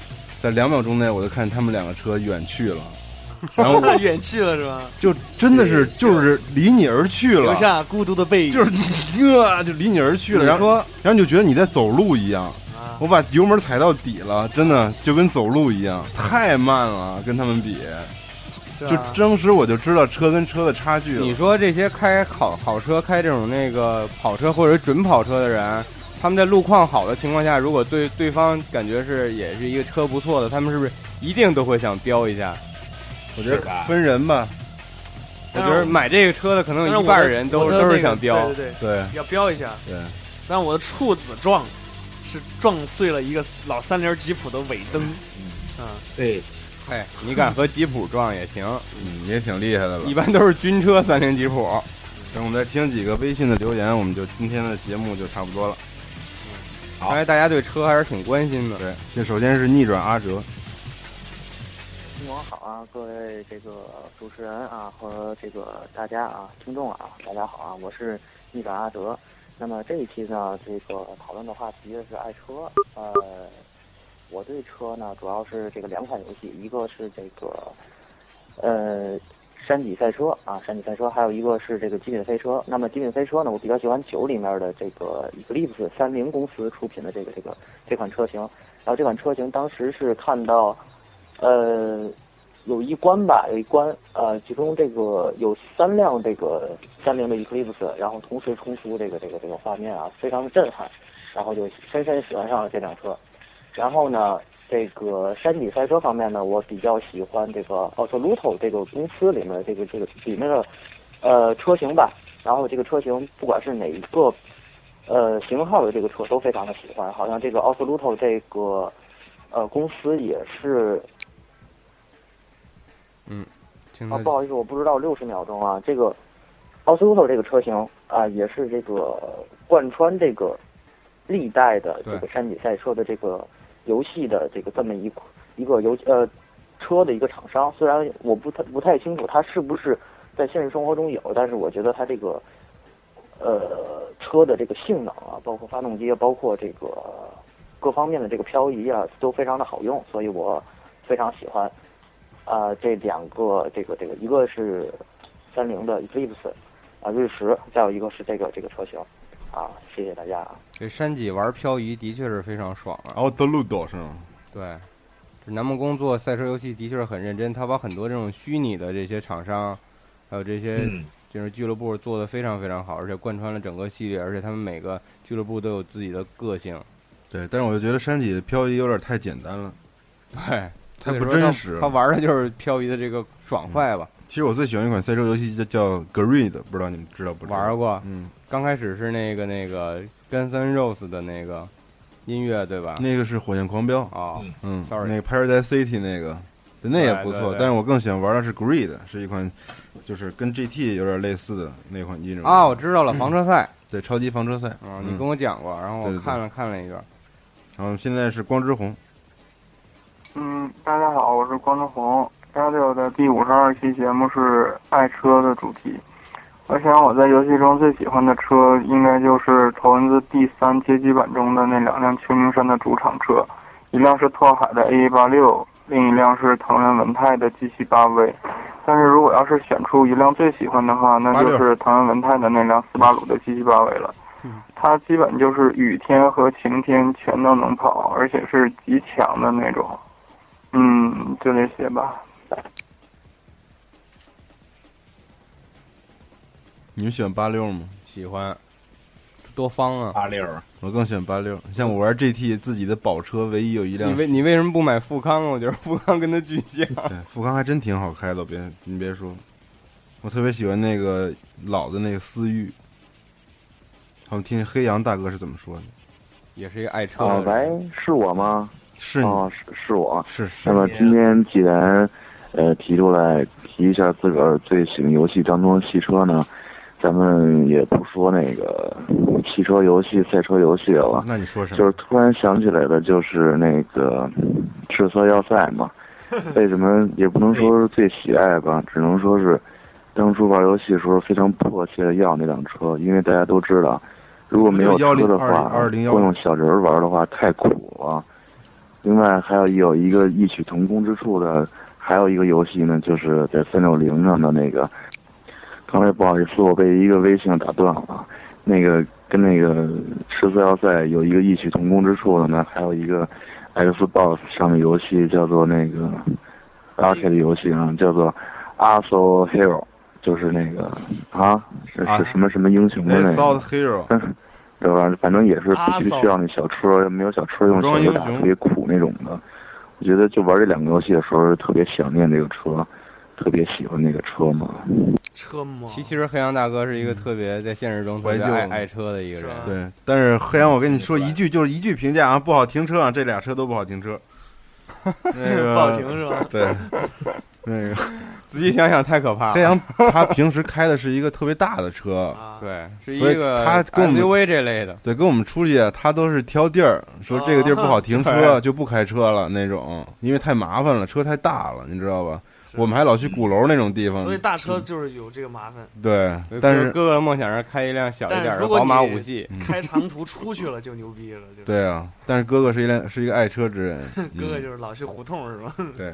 S3: 在两秒钟内我就看他们两个车远去了， 然后我
S2: 远去了是吧？
S3: 就真的是就是离你而去了
S2: 留。下孤独的背影。
S3: 就是呃，就离你而去了，然
S5: 你
S3: 后
S5: 说
S3: 然后你就觉得你在走路一样。
S2: 啊，
S3: 我把油门踩到底了，真的就跟走路一样，太慢了，跟他们比，
S5: 啊嗯
S2: 是
S3: 就
S2: 吧
S3: 当时我就知道车跟车的差距
S5: 你
S3: 了。
S5: 说这些开好好车、开这种那个跑车或者准跑车的人，他们在路况好的情况下，如果对对方感觉是也是一个车不错的，他们是不是一定都会想飙一下？
S3: 我觉
S6: 是
S3: 得
S6: 吧
S3: 分人吧，
S5: 我觉得买这个车的可能有一半人都
S2: 但我的
S5: 都
S2: 我的那
S5: 是
S2: 个
S5: 想飙
S2: 对。对对，
S3: 对
S2: 要飙一下。
S3: 对，
S2: 但我的处子撞是撞碎了一个老三菱吉普的尾灯，
S5: 嗯
S2: 啊
S6: 对，
S5: 哎，你敢和吉普撞也 行，
S3: 嗯，也挺厉害的吧
S5: 一。般都是军车三菱吉普。
S3: 等我们再听几个微信的留言，我们就今天的节目就差不多了。
S6: 好
S5: 看来大家对车还是挺关心的。
S3: 对，这首先是逆转阿哲，
S4: 新网好啊，各位这个主持人啊和这个大家啊听众啊，大家好啊，我是逆转阿哲。那么这一期呢，这个讨论的话题是爱车。呃，我对车呢主要是这个两款游戏，一个是这个呃山脊赛车啊，山脊赛车，还有一个是这个极品飞车。啊那么极品飞车呢，我比较喜欢九里面的这个 Eclipse 三菱公司出品的这个这个这款车型。然后这款车型当时是看到。呃，有一关吧，有一关，呃，其中这个有三辆这个三菱的 Eclipse，然后同时冲出这个这个这个画面啊，非常震撼，然后就深深喜欢上了这辆车。然后呢，这个山脊赛车方面呢，我比较喜欢这个 Autoluto 这个公司里面这个这个里面的呃车型吧。然后这个车型不管是哪一个呃型号的这个车都非常的喜欢，好像这个 Autoluto 这个呃公司也是
S5: 听
S4: 啊，
S11: 哦
S5: 他
S4: 不好意思，我不知道六十秒钟啊，这个奥斯陆特这个车型啊，也是这个贯穿这个历代的这个
S5: 对
S4: 山脊赛车的这个游戏的这个这么一个一个游呃车的一个厂商，虽然我不太不太清楚它是不是
S12: 在现实生活中有，但是我觉得它这个呃车的这个性能啊，包括发动机啊，包括这个各方面的这个漂移啊，都非常的好用，所以我非常喜欢。啊、这两个这个这个，一个是三菱的 Eclipse 啊、瑞驰，再有一个是这个这个车型啊，谢谢大家啊。
S5: 这山脊玩漂移的确是非常爽啊！
S3: 哦，德路多是吗？
S5: 对，这南梦宫做赛车游戏的确是很认真，他把很多这种虚拟的这些厂商，还有这些
S13: 嗯
S5: 这种俱乐部做的非常非常好，而且贯穿了整个系列，而且他们每个俱乐部都有自己的个性，
S3: 对， 但是我就觉得山脊漂移有点太简单了。
S5: 对，
S3: 太
S5: 哎所以
S3: 不
S5: 说
S3: 真
S5: 他
S3: 实嗯
S5: 他玩的就是漂移的这个爽快吧。
S3: 其实我最喜欢一款赛车游戏就叫 Grid，不知道你们知道不知道？
S5: 玩过，
S3: 嗯，
S5: 刚开始是那个那个 Guns N' Roses 的那个音乐对吧？
S3: 那个是火箭狂飙，
S5: 啊哦，
S3: 嗯
S5: Sorry
S3: 那个 Paradise City 那个，对那也不
S5: 对对
S3: 错。
S5: 对
S3: 但是我更喜欢玩的是 Grid，是一款就是跟 GT 有点类似的那款嗯运动
S5: 啊，我知道了，房车赛，
S3: 对，超级房车赛。
S5: 啊，
S3: 嗯
S5: 你跟我讲过，然
S3: 对
S5: 后我
S3: 对对
S5: 看了看了一段，
S3: 然后现在是光之红，
S11: 嗯，大家好，我是光之红。幺六的第五十二期节目是爱车的主题。我想我在游戏中最喜欢的车，应该就是头文字 D 三街机版中的那两辆秋名山的主场车，一辆是拓海的 A 八六，另一辆是藤原文太的 G 七八 V。但是如果要是选出一辆最喜欢的话，那就是藤原文太的那辆斯巴鲁的 G 七八 V 了。
S2: 嗯
S11: 它基本就是雨天和晴天全都能跑，而且是极强的那种。嗯，就这些吧。
S3: 你们喜欢八六吗？
S5: 喜欢，多方啊，
S13: 八六，
S3: 我更喜欢八六。像我玩 GT 自己的宝车，唯一有一辆
S5: 你为你为什么不买富康？啊我觉得富康跟他巨像，
S3: 对，富康还真挺好开的，我别你别说，我特别喜欢那个老的那个思域。好，我们听听黑羊大哥是怎么说的？
S5: 也是一个爱车
S12: 啊，
S5: 的人。
S12: 喂，是我吗？
S3: 是你，
S12: 哦，是是我。
S3: 是是
S12: 那么今天既然呃提出来提一下自个儿最喜欢游戏当中的汽车呢，咱们也不说那个汽车游戏、赛车游戏了，
S3: 那你说什
S12: 就
S3: 么
S12: 是？突然想起来的就是那个赤色要塞 嘛。为什么也不能说是最喜爱吧，只能说是当初玩游戏的时候非常迫切的要那辆车，因为大家都知道，如果没有车的话，
S3: 102
S12: 光用小人儿玩的话太苦了。另外还有有一个异曲同工之处的，还有一个游戏呢，就是在三六零上的那个。刚才不好意思，我被一个微信打断了。那个跟那个十四要塞有一个异曲同工之处的呢，还有一个 Xbox 上的游戏叫做那个 Rocket 的游戏啊，叫做 a s o Hero，就是那个啊是
S3: 啊
S12: 是什么什么英雄的
S3: 哎
S12: 那
S3: ，South
S12: 个，
S3: Hero，
S5: 嗯
S12: 对吧？反正也是必须
S2: Assault
S12: 需要那小车，没有小车用小手打
S3: 武装英雄
S12: 特别苦那种的。我觉得就玩这两个游戏的时候，特别想念这个车，特别喜欢那个车嘛。
S2: 车吗？
S5: 其其实黑羊大哥是一个特别在现实中特别
S3: 嗯怀旧
S5: 爱爱车的一个
S2: 是吧
S5: 人，啊
S3: 对。但是黑羊，我跟你说一句，就是一句评价啊，不好停车啊，这俩车都不好停 车。那个
S2: 不好停是吧？
S3: 对，那个
S5: 仔细想想太可怕
S3: 黑
S5: 了。
S3: 羊他平时开的是一个特别大的车，
S2: 啊，
S5: 对，是一
S3: 所以
S5: 个
S3: 他跟我们
S5: SUV 这类的，
S3: 对，跟我们出去啊他都是挑地儿，说这个地儿不好停车
S5: 啊
S3: 就不开车了那种，因为太麻烦了，车太大了，你知道吧？我们还老去鼓楼那种地方，
S2: 所以大
S5: 嗯
S2: 车就是有这个麻烦，
S3: 对，但是嗯
S5: 哥哥的梦想是开一辆小一点
S2: 但是
S5: 的
S2: 如果
S5: 宝马
S2: 你
S5: 五系，嗯
S2: 开长途出去了就牛逼了，就是
S3: 对啊，但是哥哥是一辆是一个爱车之人，
S2: 哥哥
S3: 嗯
S2: 就是老去胡同是吧？
S3: 对。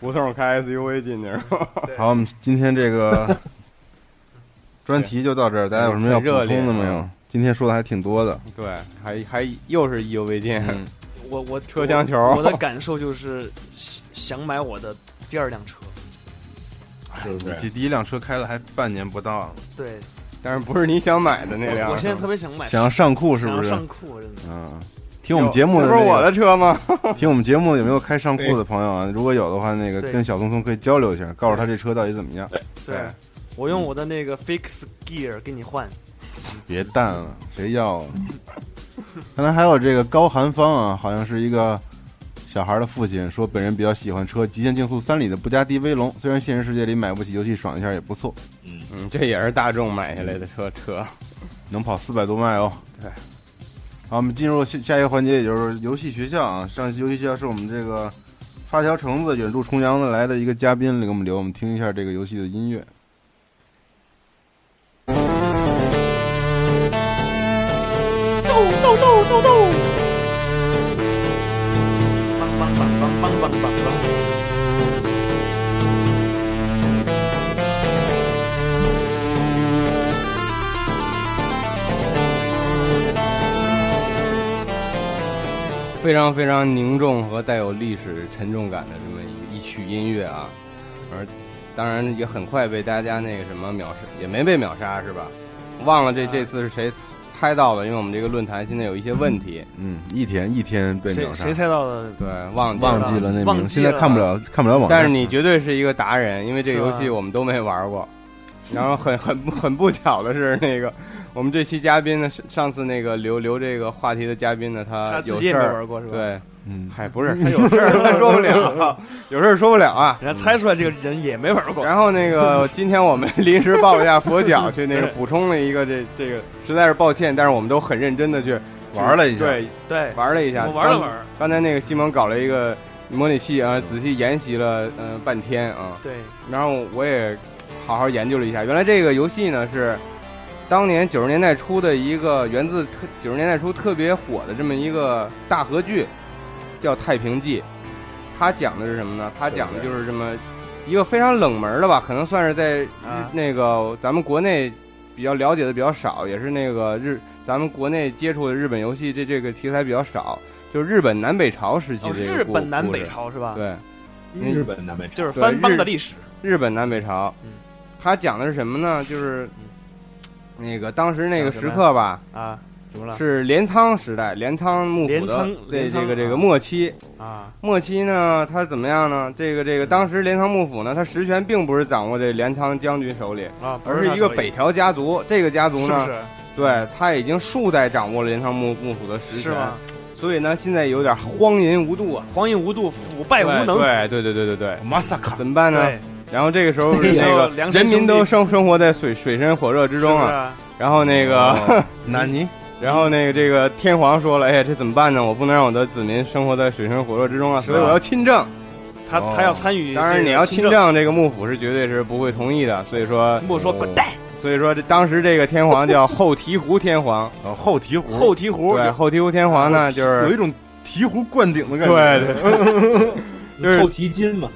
S5: 胡同开 SUV 进去，
S3: 好，我们今天这 个专题就到这儿，大家有什么要补
S5: 很热
S3: 充
S5: 烈
S3: 的没有
S5: 啊？
S3: 今天说的还挺多的，
S5: 对，还还又是意 E 犹未尽。
S3: 嗯，
S2: 我我
S5: 车厢球
S2: 我我的感受就是想想买我的第二辆车，
S3: 是不是？第一辆车开了还半年不到，
S2: 对，
S5: 但是不是你想买的那辆？啊
S2: 我现在特别想买，
S3: 想要上库是
S2: 想
S3: 不
S2: 要
S3: 是？
S2: 上库，真的。
S3: 嗯，听我们节目的
S5: 这不是我
S3: 那
S5: 的车吗？
S3: 个， 听我们节目有没有开上库的朋友啊？如果有的话，那个
S2: 对
S3: 跟小聪聪可以交流一下，告诉他这车到底怎么样。
S2: 对，我用我的那个 Fix Gear 给你换，
S3: 别淡了，谁要啊？刚才还有这个高寒芳啊，好像是一个小孩的父亲，说本人比较喜欢车《极限竞速三》里的布加迪威龙，虽然现实世界里买不起，游戏爽一下也不错，嗯
S5: 嗯，这也是大众买下来的车车。
S3: 能跑四百多迈哦。
S5: 对，
S3: 好，我们进入下下一个环节，也就是游戏学校啊。上一期游戏学校是我们这个发条橙子远渡重洋的来的一个嘉宾给我们留，我们听一下这个游戏的音乐。
S2: 咚咚！梆梆梆梆梆梆梆梆！
S5: 非常非常凝重和带有历史沉重感的这么一曲音乐啊，而当然也很快被大家那个什么秒杀，也没被秒杀是吧？忘了
S2: 啊
S5: 这这次是谁猜到了，因为我们这个论坛现在有一些问 题，
S3: 嗯，一天一天被秒杀，
S2: 到的？
S5: 对，忘
S3: 忘记了那名现在看不了看不了网站
S5: 但是你绝对是一个达人，因为这个游
S2: 啊是
S5: 戏
S2: 吧
S5: 我们都没玩过。然后很很很不巧的是，那个我们这期嘉宾呢，上上次那个留留这个话题的嘉宾呢，他
S2: 他自
S5: 有
S2: 己也
S5: 事
S2: 没
S5: 儿
S2: 玩过是吧
S5: 对，
S3: 嗯，
S5: 嗨，不是他 有事儿，他说不了，有事儿说不了啊。
S2: 人家猜出来这个人也没玩过。
S5: 然后那 个今天我们临时抱了一下佛脚，去那个补充了一个这这个，实在是抱歉，但是我们都很认真的去
S3: 玩了一下
S5: 对
S2: 对，
S5: 玩了一下，
S2: 我玩了
S5: 刚
S2: 玩。
S5: 刚才那个西蒙搞了一个模拟器啊，仔细研习了嗯半天啊，
S2: 对，
S5: 然后我也好好研究了一下，原来这个游戏呢是当年九十年代初的一个源自九十年代初特别火的这么一个大合剧，叫《太平记》。它讲的是什么呢？它讲的就是这么一个非常冷门的吧，可能算是在日、
S2: 啊
S5: 那个咱们国内比较了解的比较少，也是那个日咱们国内接触的日本游戏这这个题材比较少，就是日本南北朝时期
S2: 哦，
S5: 这个、
S2: 日本南北，朝是吧？
S5: 对，嗯
S6: 日本南北朝
S2: 就是番邦的历史。
S5: 日本南北朝
S2: 嗯，
S5: 它讲的是什么呢？就是那个当时那个
S2: 讲
S5: 时
S2: 什么呀
S5: 刻吧，
S2: 啊，怎么了？
S5: 是镰仓时代，镰仓幕府
S2: 镰
S5: 的
S2: 仓
S5: 对
S2: 镰仓
S5: 这个这个
S2: 啊
S5: 末期。
S2: 啊，嗯
S5: 末期呢，他怎么样呢？这个这个，当时镰仓幕府呢，他实权并不是掌握在镰仓将军手里
S2: 啊不是
S5: 而是
S2: 他
S5: 一个
S2: 手里
S5: 北条家族。这个家族
S2: 是不
S5: 呢，
S2: 是？
S5: 对他已经数代掌握了镰仓幕幕府的实权，
S2: 是吗？
S5: 所以呢，现在有点荒淫无度啊，
S2: 荒淫无度，腐败无能。
S5: 对对对对对对
S10: 马萨卡
S5: 怎么办呢
S2: 对？
S5: 然后这个时候，
S2: 这
S5: 这
S2: 个时候
S5: 个
S2: 梁山
S5: 人民
S2: 兄弟
S5: 都生生活在水水深火热之中
S2: 是不是
S5: 啊
S2: 啊。
S5: 然后那个
S3: 哦，南泥
S5: 然后那个这个天皇说了，哎呀，这怎么办呢？我不能让我的子民生活在水深火热之中啊，所以我要亲政。哦
S2: 他他要参与这个清政，
S5: 当然，你要亲政，这个幕府是绝对是不会同意的。所以说，呃
S2: 莫说滚蛋。
S5: 所以说这当时这个天皇叫后醍醐天皇，
S3: 呃后醍醐
S2: 后醍醐
S5: 对，后醍醐天皇呢就
S3: 哦
S5: 是
S3: 有一种醍醐灌顶的感
S5: 对
S3: 觉，
S5: 对，就是
S6: 后提筋嘛，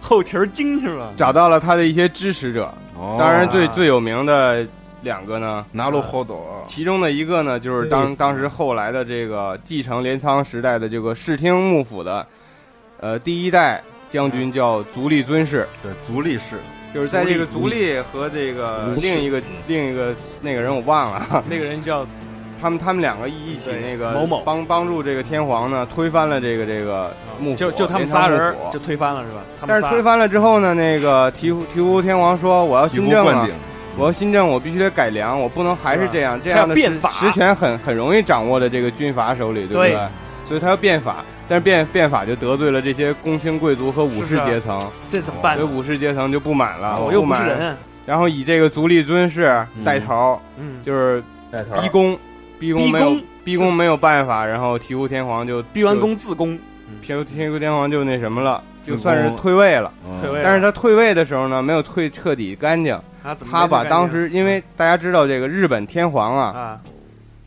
S2: 后蹄儿精是吧？
S5: 找到了他的一些支持者。
S3: 哦
S5: 当然最最有名的两个呢，
S3: 拿路后斗啊，
S5: 其中的一个呢，就是当当时后来的这个继承镰仓时代的这个室町幕府的，呃，第一代将军叫足利尊氏，
S3: 对足力士，
S5: 就是在这个足利和这个
S3: 足利
S5: 另一个另一个那个人我忘了，
S2: 嗯 那个人叫
S5: 他们他们两个一一起
S2: 对
S5: 那个
S2: 某某
S5: 帮帮助这个天皇呢推翻了这个这个幕府，
S2: 就就他们
S5: 镰仓
S2: 仨人
S5: 幕
S2: 儿
S5: 府
S2: 就推翻了是吧？他
S5: 但
S2: 们
S5: 是
S2: 仨嗯
S5: 推翻了之后呢，那个醍醐醍醐天皇说我要
S3: 醍
S5: 新
S3: 醐
S5: 政
S3: 灌
S5: 啊
S3: 顶，，
S5: 我要新政，我必须得改良，我不能还是这样，这
S2: 他要
S5: 样的
S2: 变法
S5: 实权很很容易掌握在这个军阀手里，对不对？
S2: 对
S5: 所以他要变法，但是变变法就得罪了这些公卿贵族和武
S2: 是
S5: 士
S2: 啊
S5: 阶层，
S2: 这怎么办
S5: 所以？武士阶层就不满了，
S2: 左右
S5: 不
S2: 不是
S5: 满，
S2: 人啊。
S5: 然后以这个足利尊氏带头，
S2: 嗯，
S5: 就是
S6: 带头
S5: 逼宫，逼宫
S2: 逼
S5: 没有
S2: 宫
S5: 逼宫没有办法，然后醍醐天皇就
S2: 逼完，工自宫
S5: 就醍醐天皇就那什么了，就
S3: 自宫
S5: 算是退位了。
S3: 嗯
S2: 退位了，
S5: 但是他退位的时候呢，没有退彻底干净，
S2: 他怎么
S5: 他
S2: 没这
S5: 把
S2: 概念
S5: 当时因为大家知道这个日本天皇啊，
S2: 啊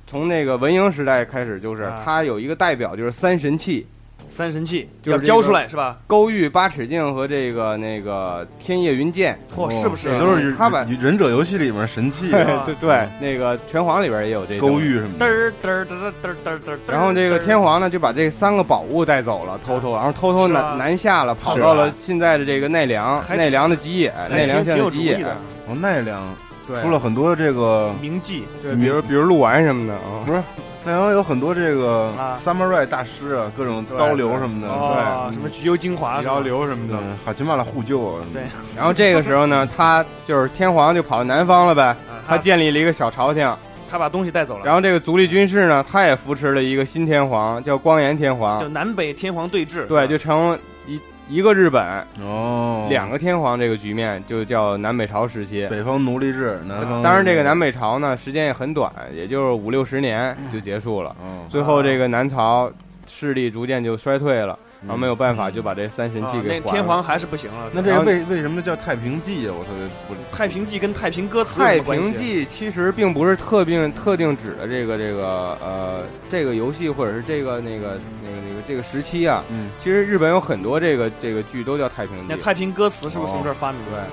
S5: 从那个文英时代开始，就是
S2: 啊
S5: 他有一个代表就是三神器，
S2: 三神器
S5: 就是
S2: 要
S5: 这
S2: 交
S5: 个
S2: 出来是吧？
S5: 勾玉八尺镜和这个那个天夜云剑，嗯
S2: 嚯，是不是
S3: 哦这？都是
S5: 哦他把
S3: 忍者游戏里面神器啊，
S2: 吧
S5: 对对，那个拳皇里边也有这东西
S3: 勾玉什么
S2: 嘚
S3: 的，
S2: 儿嘚儿嘚儿嘚儿嘚儿嘚儿。
S5: 然后这个天皇呢，就把这三个宝物带走了，偷偷，然后偷偷
S2: 啊是
S5: 南
S2: 吧
S5: 南下了，跑
S3: 是啊
S5: 到
S3: 吧
S5: 了现在的这个奈良，
S2: 还
S5: 奈良的吉野，
S2: 哎
S5: 奈良
S2: 挺
S5: 县
S2: 挺有主
S5: 吉
S2: 意
S5: 野，
S2: 的，
S3: 哦奈良
S5: 对，
S3: 出了很多这个，
S2: 名妓
S5: 对，比如比如鹿丸什么的啊，
S3: 不是奈良有很多这个
S2: 啊
S3: samurai 大师啊，各种刀流什么的，嗯
S2: 哦，什么橘右京华
S5: 一
S2: 是吧
S5: 条流什么
S3: 对，
S5: 的。
S3: 嗯，哈奇曼拉互救啊，
S2: 对
S5: 然后这个时候呢，他就是天皇就跑到南方了呗，
S2: 啊
S5: 他
S2: 他
S5: 建立了一个小朝廷。
S2: 他把东西带走了，
S5: 然后这个足利军事呢，他也扶持了一个新天皇，叫光炎天
S2: 就
S5: 皇，
S2: 南北天皇对峙，
S5: 对，就成了一一个日本
S3: 哦，
S5: 两个天皇这个局面，就叫南北朝时期。呃
S3: 北方奴隶嗯制，南方
S5: 当然，这个南北朝呢，时间也很短，也就是五六十年就结束了。
S3: 嗯哦，
S2: 啊
S5: 最后这个南朝势力逐渐就衰退了，
S3: 嗯
S5: 然后没有办法就把这三神
S2: 啊
S5: 器给
S2: 那
S5: 还了。
S2: 天皇还是不行了。
S5: 那这个为
S3: 为什么叫太平记啊？我特别不
S2: 太平记跟太平歌词有什
S5: 太
S2: 么关系啊
S5: 平记其实并不是特定特定指的这个这个呃这个游戏或者是这个那个那个那个这个时期啊，
S3: 嗯，
S5: 其实日本有很多这个这个剧都叫太平记。
S2: 那太平歌词是不是从这儿发明的？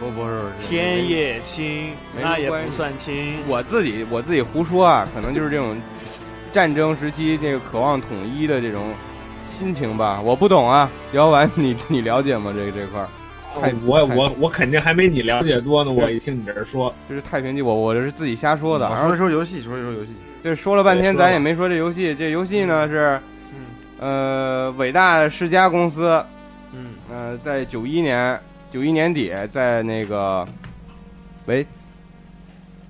S5: 不不是
S2: 天也亲，
S5: 没
S2: 那也
S5: 关
S2: 不
S5: 系
S2: 算亲。
S3: 嗯
S5: 我自己我自己胡说啊，可能就是这种战争时期那个渴望统一的这种心情吧，我不懂啊。姚完你你了解吗？这这块儿？太
S6: 哦我
S5: 太
S6: 我我肯定还没你了解多呢，
S5: 对
S6: 我一听你这儿说，嗯
S5: 就是太平记，我我这是自己瞎说的。
S3: 啊
S5: 然
S3: 说
S5: 后
S3: 一说游戏，说一说游戏。
S5: 这说了半天，
S3: 对说吧嗯
S5: 咱也没说这游戏。这游戏呢是，呃，伟大世家公司，
S2: 嗯，
S5: 呃，在九一年九一年底，在那个，喂，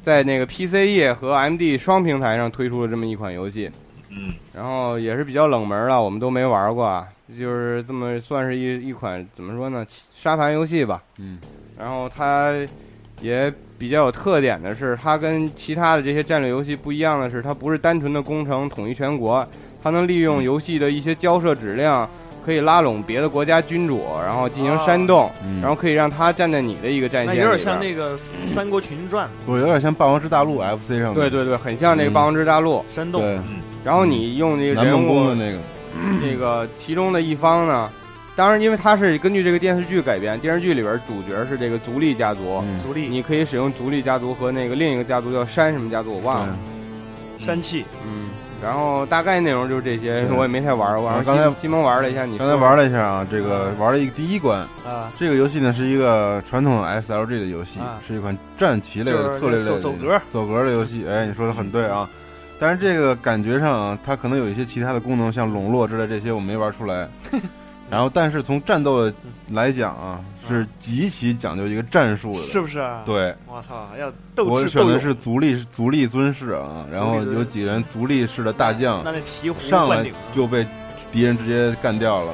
S5: 在那个 PCE 和 MD 双平台上推出了这么一款游戏，
S6: 嗯，
S5: 然后也是比较冷门了，我们都没玩过，啊，就是这么算是一一款怎么说呢，沙盘游戏吧，
S3: 嗯，
S5: 然后它也比较有特点的是，它跟其他的这些战略游戏不一样的是，它不是单纯的攻城统一全国，它能利用游戏的一些交涉指令，可以拉拢别的国家君主，然后进行煽动，
S3: 嗯
S5: 然后可以让他站在你的一个战
S2: 啊那
S5: 线
S2: 有点
S5: 里
S2: 像
S5: 边。
S2: 那个《三国群英传
S3: 我有点像《霸王之大陆》FC 上面。
S5: 对对对，很像那个《霸王之大陆》
S2: 煽动
S3: 对，
S5: 然后你用那个
S3: 南
S5: 人
S3: 梦宫的
S5: 物
S3: 那个，
S5: 这个其中的一方呢，当然因为它是根据这个电视剧改编，电视剧里边主角是这个足利家族，
S3: 嗯》，
S2: 足力
S5: 你可以使用足利家族和那个另一个家族叫山什么家族，我忘了。
S2: 煽气，
S5: 嗯，然后大概内容就是这些，
S3: 对
S5: 我也没太玩儿。我
S3: 啊
S5: 让
S3: 刚才
S5: 西西蒙玩了一下，你
S3: 刚才玩了一下啊，这个玩了一个第一关。
S2: 啊，
S3: 这个游戏呢是一个传统 SLG 的游戏，
S2: 啊
S3: 是一款战棋类
S2: 就
S3: 的
S2: 是
S3: 策略类的
S2: 走走格
S3: 走格的游戏。哎，你说的很对啊。但是这个感觉上啊，它可能有一些其他的功能，像笼络之类这些我没玩出 来。然后，但是从战斗的
S2: 嗯
S3: 来讲啊，是极其讲究一个战术的。
S2: 是不是啊？，
S3: 对，
S2: 我操，要斗
S3: 我
S2: 智
S3: 选
S2: 斗
S3: 的
S2: 勇，
S3: 是足力足力尊氏啊，然后
S2: 足利尊嗯
S3: 有几个人足力式的大将
S2: 那那醍醐
S3: 上
S2: 灌
S3: 来
S2: 顶，
S3: 就被敌人直接干掉了。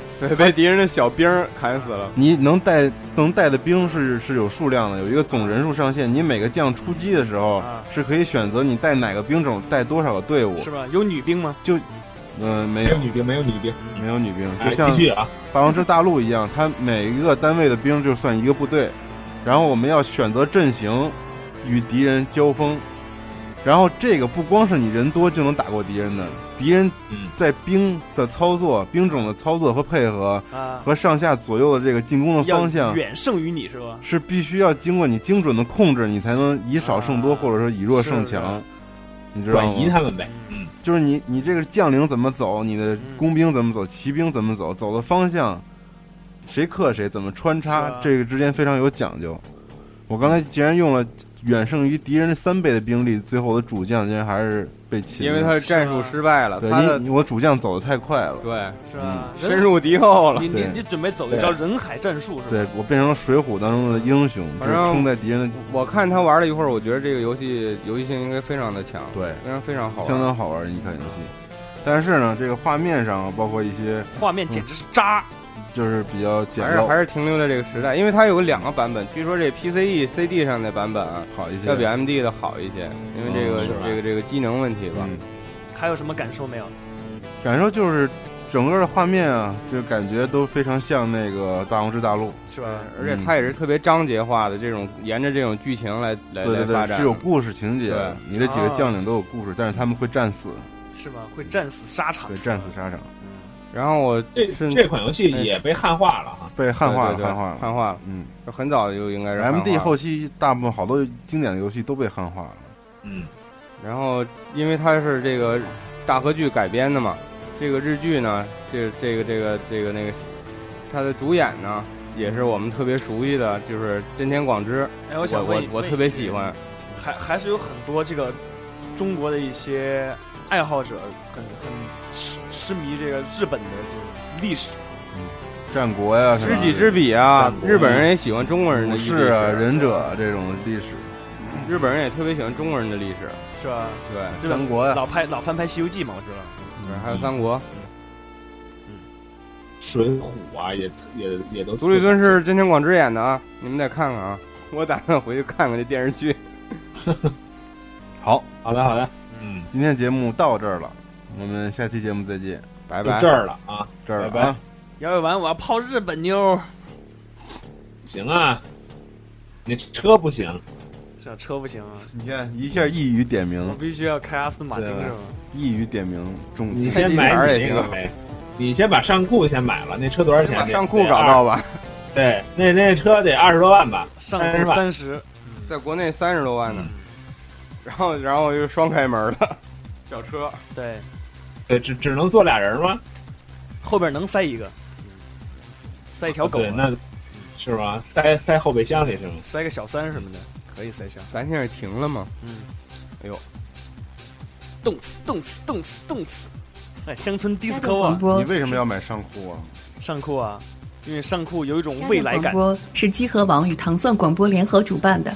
S5: 对被敌人的小兵儿砍死了。
S3: 你能带能带的兵是是有数量的，有一个总人数上限。你每个将出击的时候
S2: 啊
S3: 是可以选择你带哪个兵种，带多少个队伍。
S2: 是吧？有女兵吗？
S3: 嗯，没
S6: 没
S3: 有
S6: 有女兵，没有女兵，
S3: 没有女兵，
S6: 哎，
S3: 就像
S6: 继续啊，
S3: 《霸王之大陆》一样，它每一个单位的兵就算一个部队，然后我们要选择阵型与敌人交锋，然后这个不光是你人多就能打过敌人的，敌人
S6: 嗯
S3: 在兵的操作、兵种的操作和配合
S2: 啊，
S3: 和上下左右的这个进
S5: 嗯
S3: 攻的
S2: 要
S3: 方向。
S2: 远胜于你是吧？
S3: 是必须要经过你精准的控制，你才能以少胜多，
S2: 啊
S3: 或者说以弱胜
S2: 是
S3: 强
S2: 的，
S3: 你知道
S6: 转移
S3: 吗？
S6: 他们呗，嗯，
S3: 就是你你这个将领怎么走，你
S2: 嗯
S3: 的工兵怎么走，骑兵怎么走，走的方向，谁克谁，怎么穿
S2: 是
S3: 插
S2: 啊，
S3: 这个之间非常有讲究。我刚才竟然用了远胜于敌人三倍的兵力，最后我的主将竟然还是被擒
S5: 因
S3: 了，
S5: 为他的战术失败了，他
S3: 对
S5: 的
S3: 你你我主将走的太快了，嗯
S5: 对
S2: 是吧？人
S5: 深入敌后了
S2: 你。你
S3: 对
S2: 你准备走一招人海战术是吧？
S3: 对我变成了水浒当中的英雄，就
S5: 反
S3: 是
S5: 正
S3: 冲在敌人的
S5: 我看他玩了一会儿，我觉得这个游戏游戏性应该非常的强，
S3: 对。
S5: 非常非常好玩。
S3: 相当好玩儿，一款游戏。但是呢，这个画面上啊包括一些
S2: 画面简直是渣，
S3: 就是比较简
S5: 还是
S3: 陋，
S5: 还是停留在这个时代，因为它有两个版本，据说这 PCE、CD 上的版本啊
S3: 好一些。哦
S5: 要比 MD 的好一些，因为这个
S6: 嗯是吧
S5: 这个这个机能问题吧。
S3: 嗯，
S2: 还有什么感受没有？
S3: 感受就是整个的画面啊，就感觉都非常像那个《大王之大陆》，嗯
S2: 是吧？
S5: 而且它也是特别章节化的这种，沿着这种剧情来来
S3: 对
S5: 来
S3: 对
S5: 发
S3: 对，
S5: 展，
S3: 是有故事情节的。你这几个
S2: 啊
S3: 将领都有故事，但是他们会战死，
S2: 是吧？会战死沙场
S3: 对，，战死沙场，
S5: 然后我
S6: 这
S5: 是
S6: 这款游戏也被汉化了哈，
S3: 被汉化了，
S5: 对对对
S3: 汉化了，
S5: 汉化了，
S3: 嗯
S5: 就很早就应该是汉化了
S3: ，MD 后期大部分好多经典的游戏都被汉化了。
S6: 嗯，
S5: 然后因为它是这个大河剧改编的嘛，这个日剧呢，这这个这个这个那个，它的主演呢也是我们特别熟悉的，就是真田广之，
S2: 哎，
S5: 我
S2: 想
S5: 我
S2: 问，
S5: 我
S2: 问
S5: 特
S2: 一
S5: 别
S2: 句
S5: 喜欢。
S2: 还还是有很多这个中国的一些爱好者很很痴痴迷这个日本的这个历史，
S5: 嗯
S3: 战国呀，什么
S5: 知己知彼啊
S3: 战，国
S5: 日本人也喜欢中国人的
S3: 武
S5: 历史
S3: 士啊、忍者啊这种历史，
S5: 日本人也特别喜欢中国人的历史，
S2: 是吧？
S5: 对，
S2: 日
S3: 三
S2: 本
S3: 国呀，
S2: 老拍老翻拍《西游记》嘛，我知道。
S5: 还有三国。
S6: 水浒啊，也也也
S2: 嗯
S6: 都
S5: 独立尊是真田广之演的啊，你们得看看啊，我打算回去看看这电视剧。
S3: 好，
S6: 好的好的，嗯，
S3: 今天节目到这儿了，我们下期节目再见，
S5: 拜
S6: 就
S5: 拜
S6: 这。儿了啊，
S3: 这儿了
S6: 拜拜
S3: 啊，
S2: 摇摇丸，我要泡日本妞。
S6: 行啊，你车不行，
S2: 这车不行啊，
S3: 你看一下一语点
S2: 我
S3: 名，
S2: 必须要开阿斯顿马丁是吗？
S3: 一语点名中，
S6: 啊你先买你那个呗，你先把上酷先买了，那车多少钱？
S5: 把上酷找到吧。
S6: 对，那那车得二十多万吧，
S2: 上
S6: 30
S2: 头
S6: 万。
S2: 三十，嗯
S5: 在国内三十多万呢，然后然后就双开门了，小车
S2: 对，
S6: 对，只只能坐俩人吗？
S2: 后边能塞一个，塞一条狗啊，
S6: 对，那是吧？塞塞后备箱里是吗？
S2: 塞个小三什么的，可以塞下。
S5: 咱现在停了吗？
S2: 嗯，
S5: 哎呦，
S2: 动次动次动次动次，哎，乡村迪斯科啊，
S3: 你为什么要买上酷啊？
S2: 上酷啊，因为上酷有一种
S14: 家
S2: 未
S14: 政
S2: 来
S14: 广
S2: 感。
S14: 播是机核网与糖蒜广播联合主办的，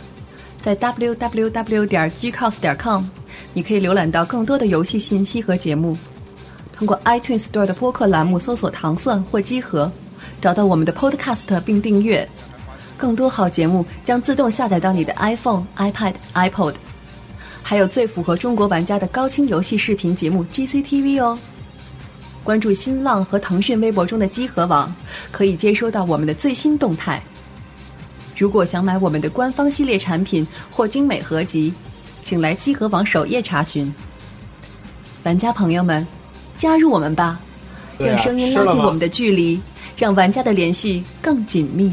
S14: 在 www 点 gcos 点 com，你可以浏览到更多的游戏信息和节目。通过 iTunes Store 的播客栏目搜索“糖蒜”或“机核”，找到我们的 Podcast 并订阅。更多好节目将自动下载到你的 iPhone、iPad、iPod，还有最符合中国玩家的高清游戏视频节目 GCTV 哦。关注新浪和腾讯微博中的机核网，可以接收到我们的最新动态。如果想买我们的官方系列产品或精美合集，请来机核网首页查询。玩家朋友们，加入我们吧，
S6: 对啊
S14: 让声音
S6: 吃
S14: 拉
S6: 了
S14: 近
S6: 吗
S14: 我们的距离，让玩家的联系更紧密。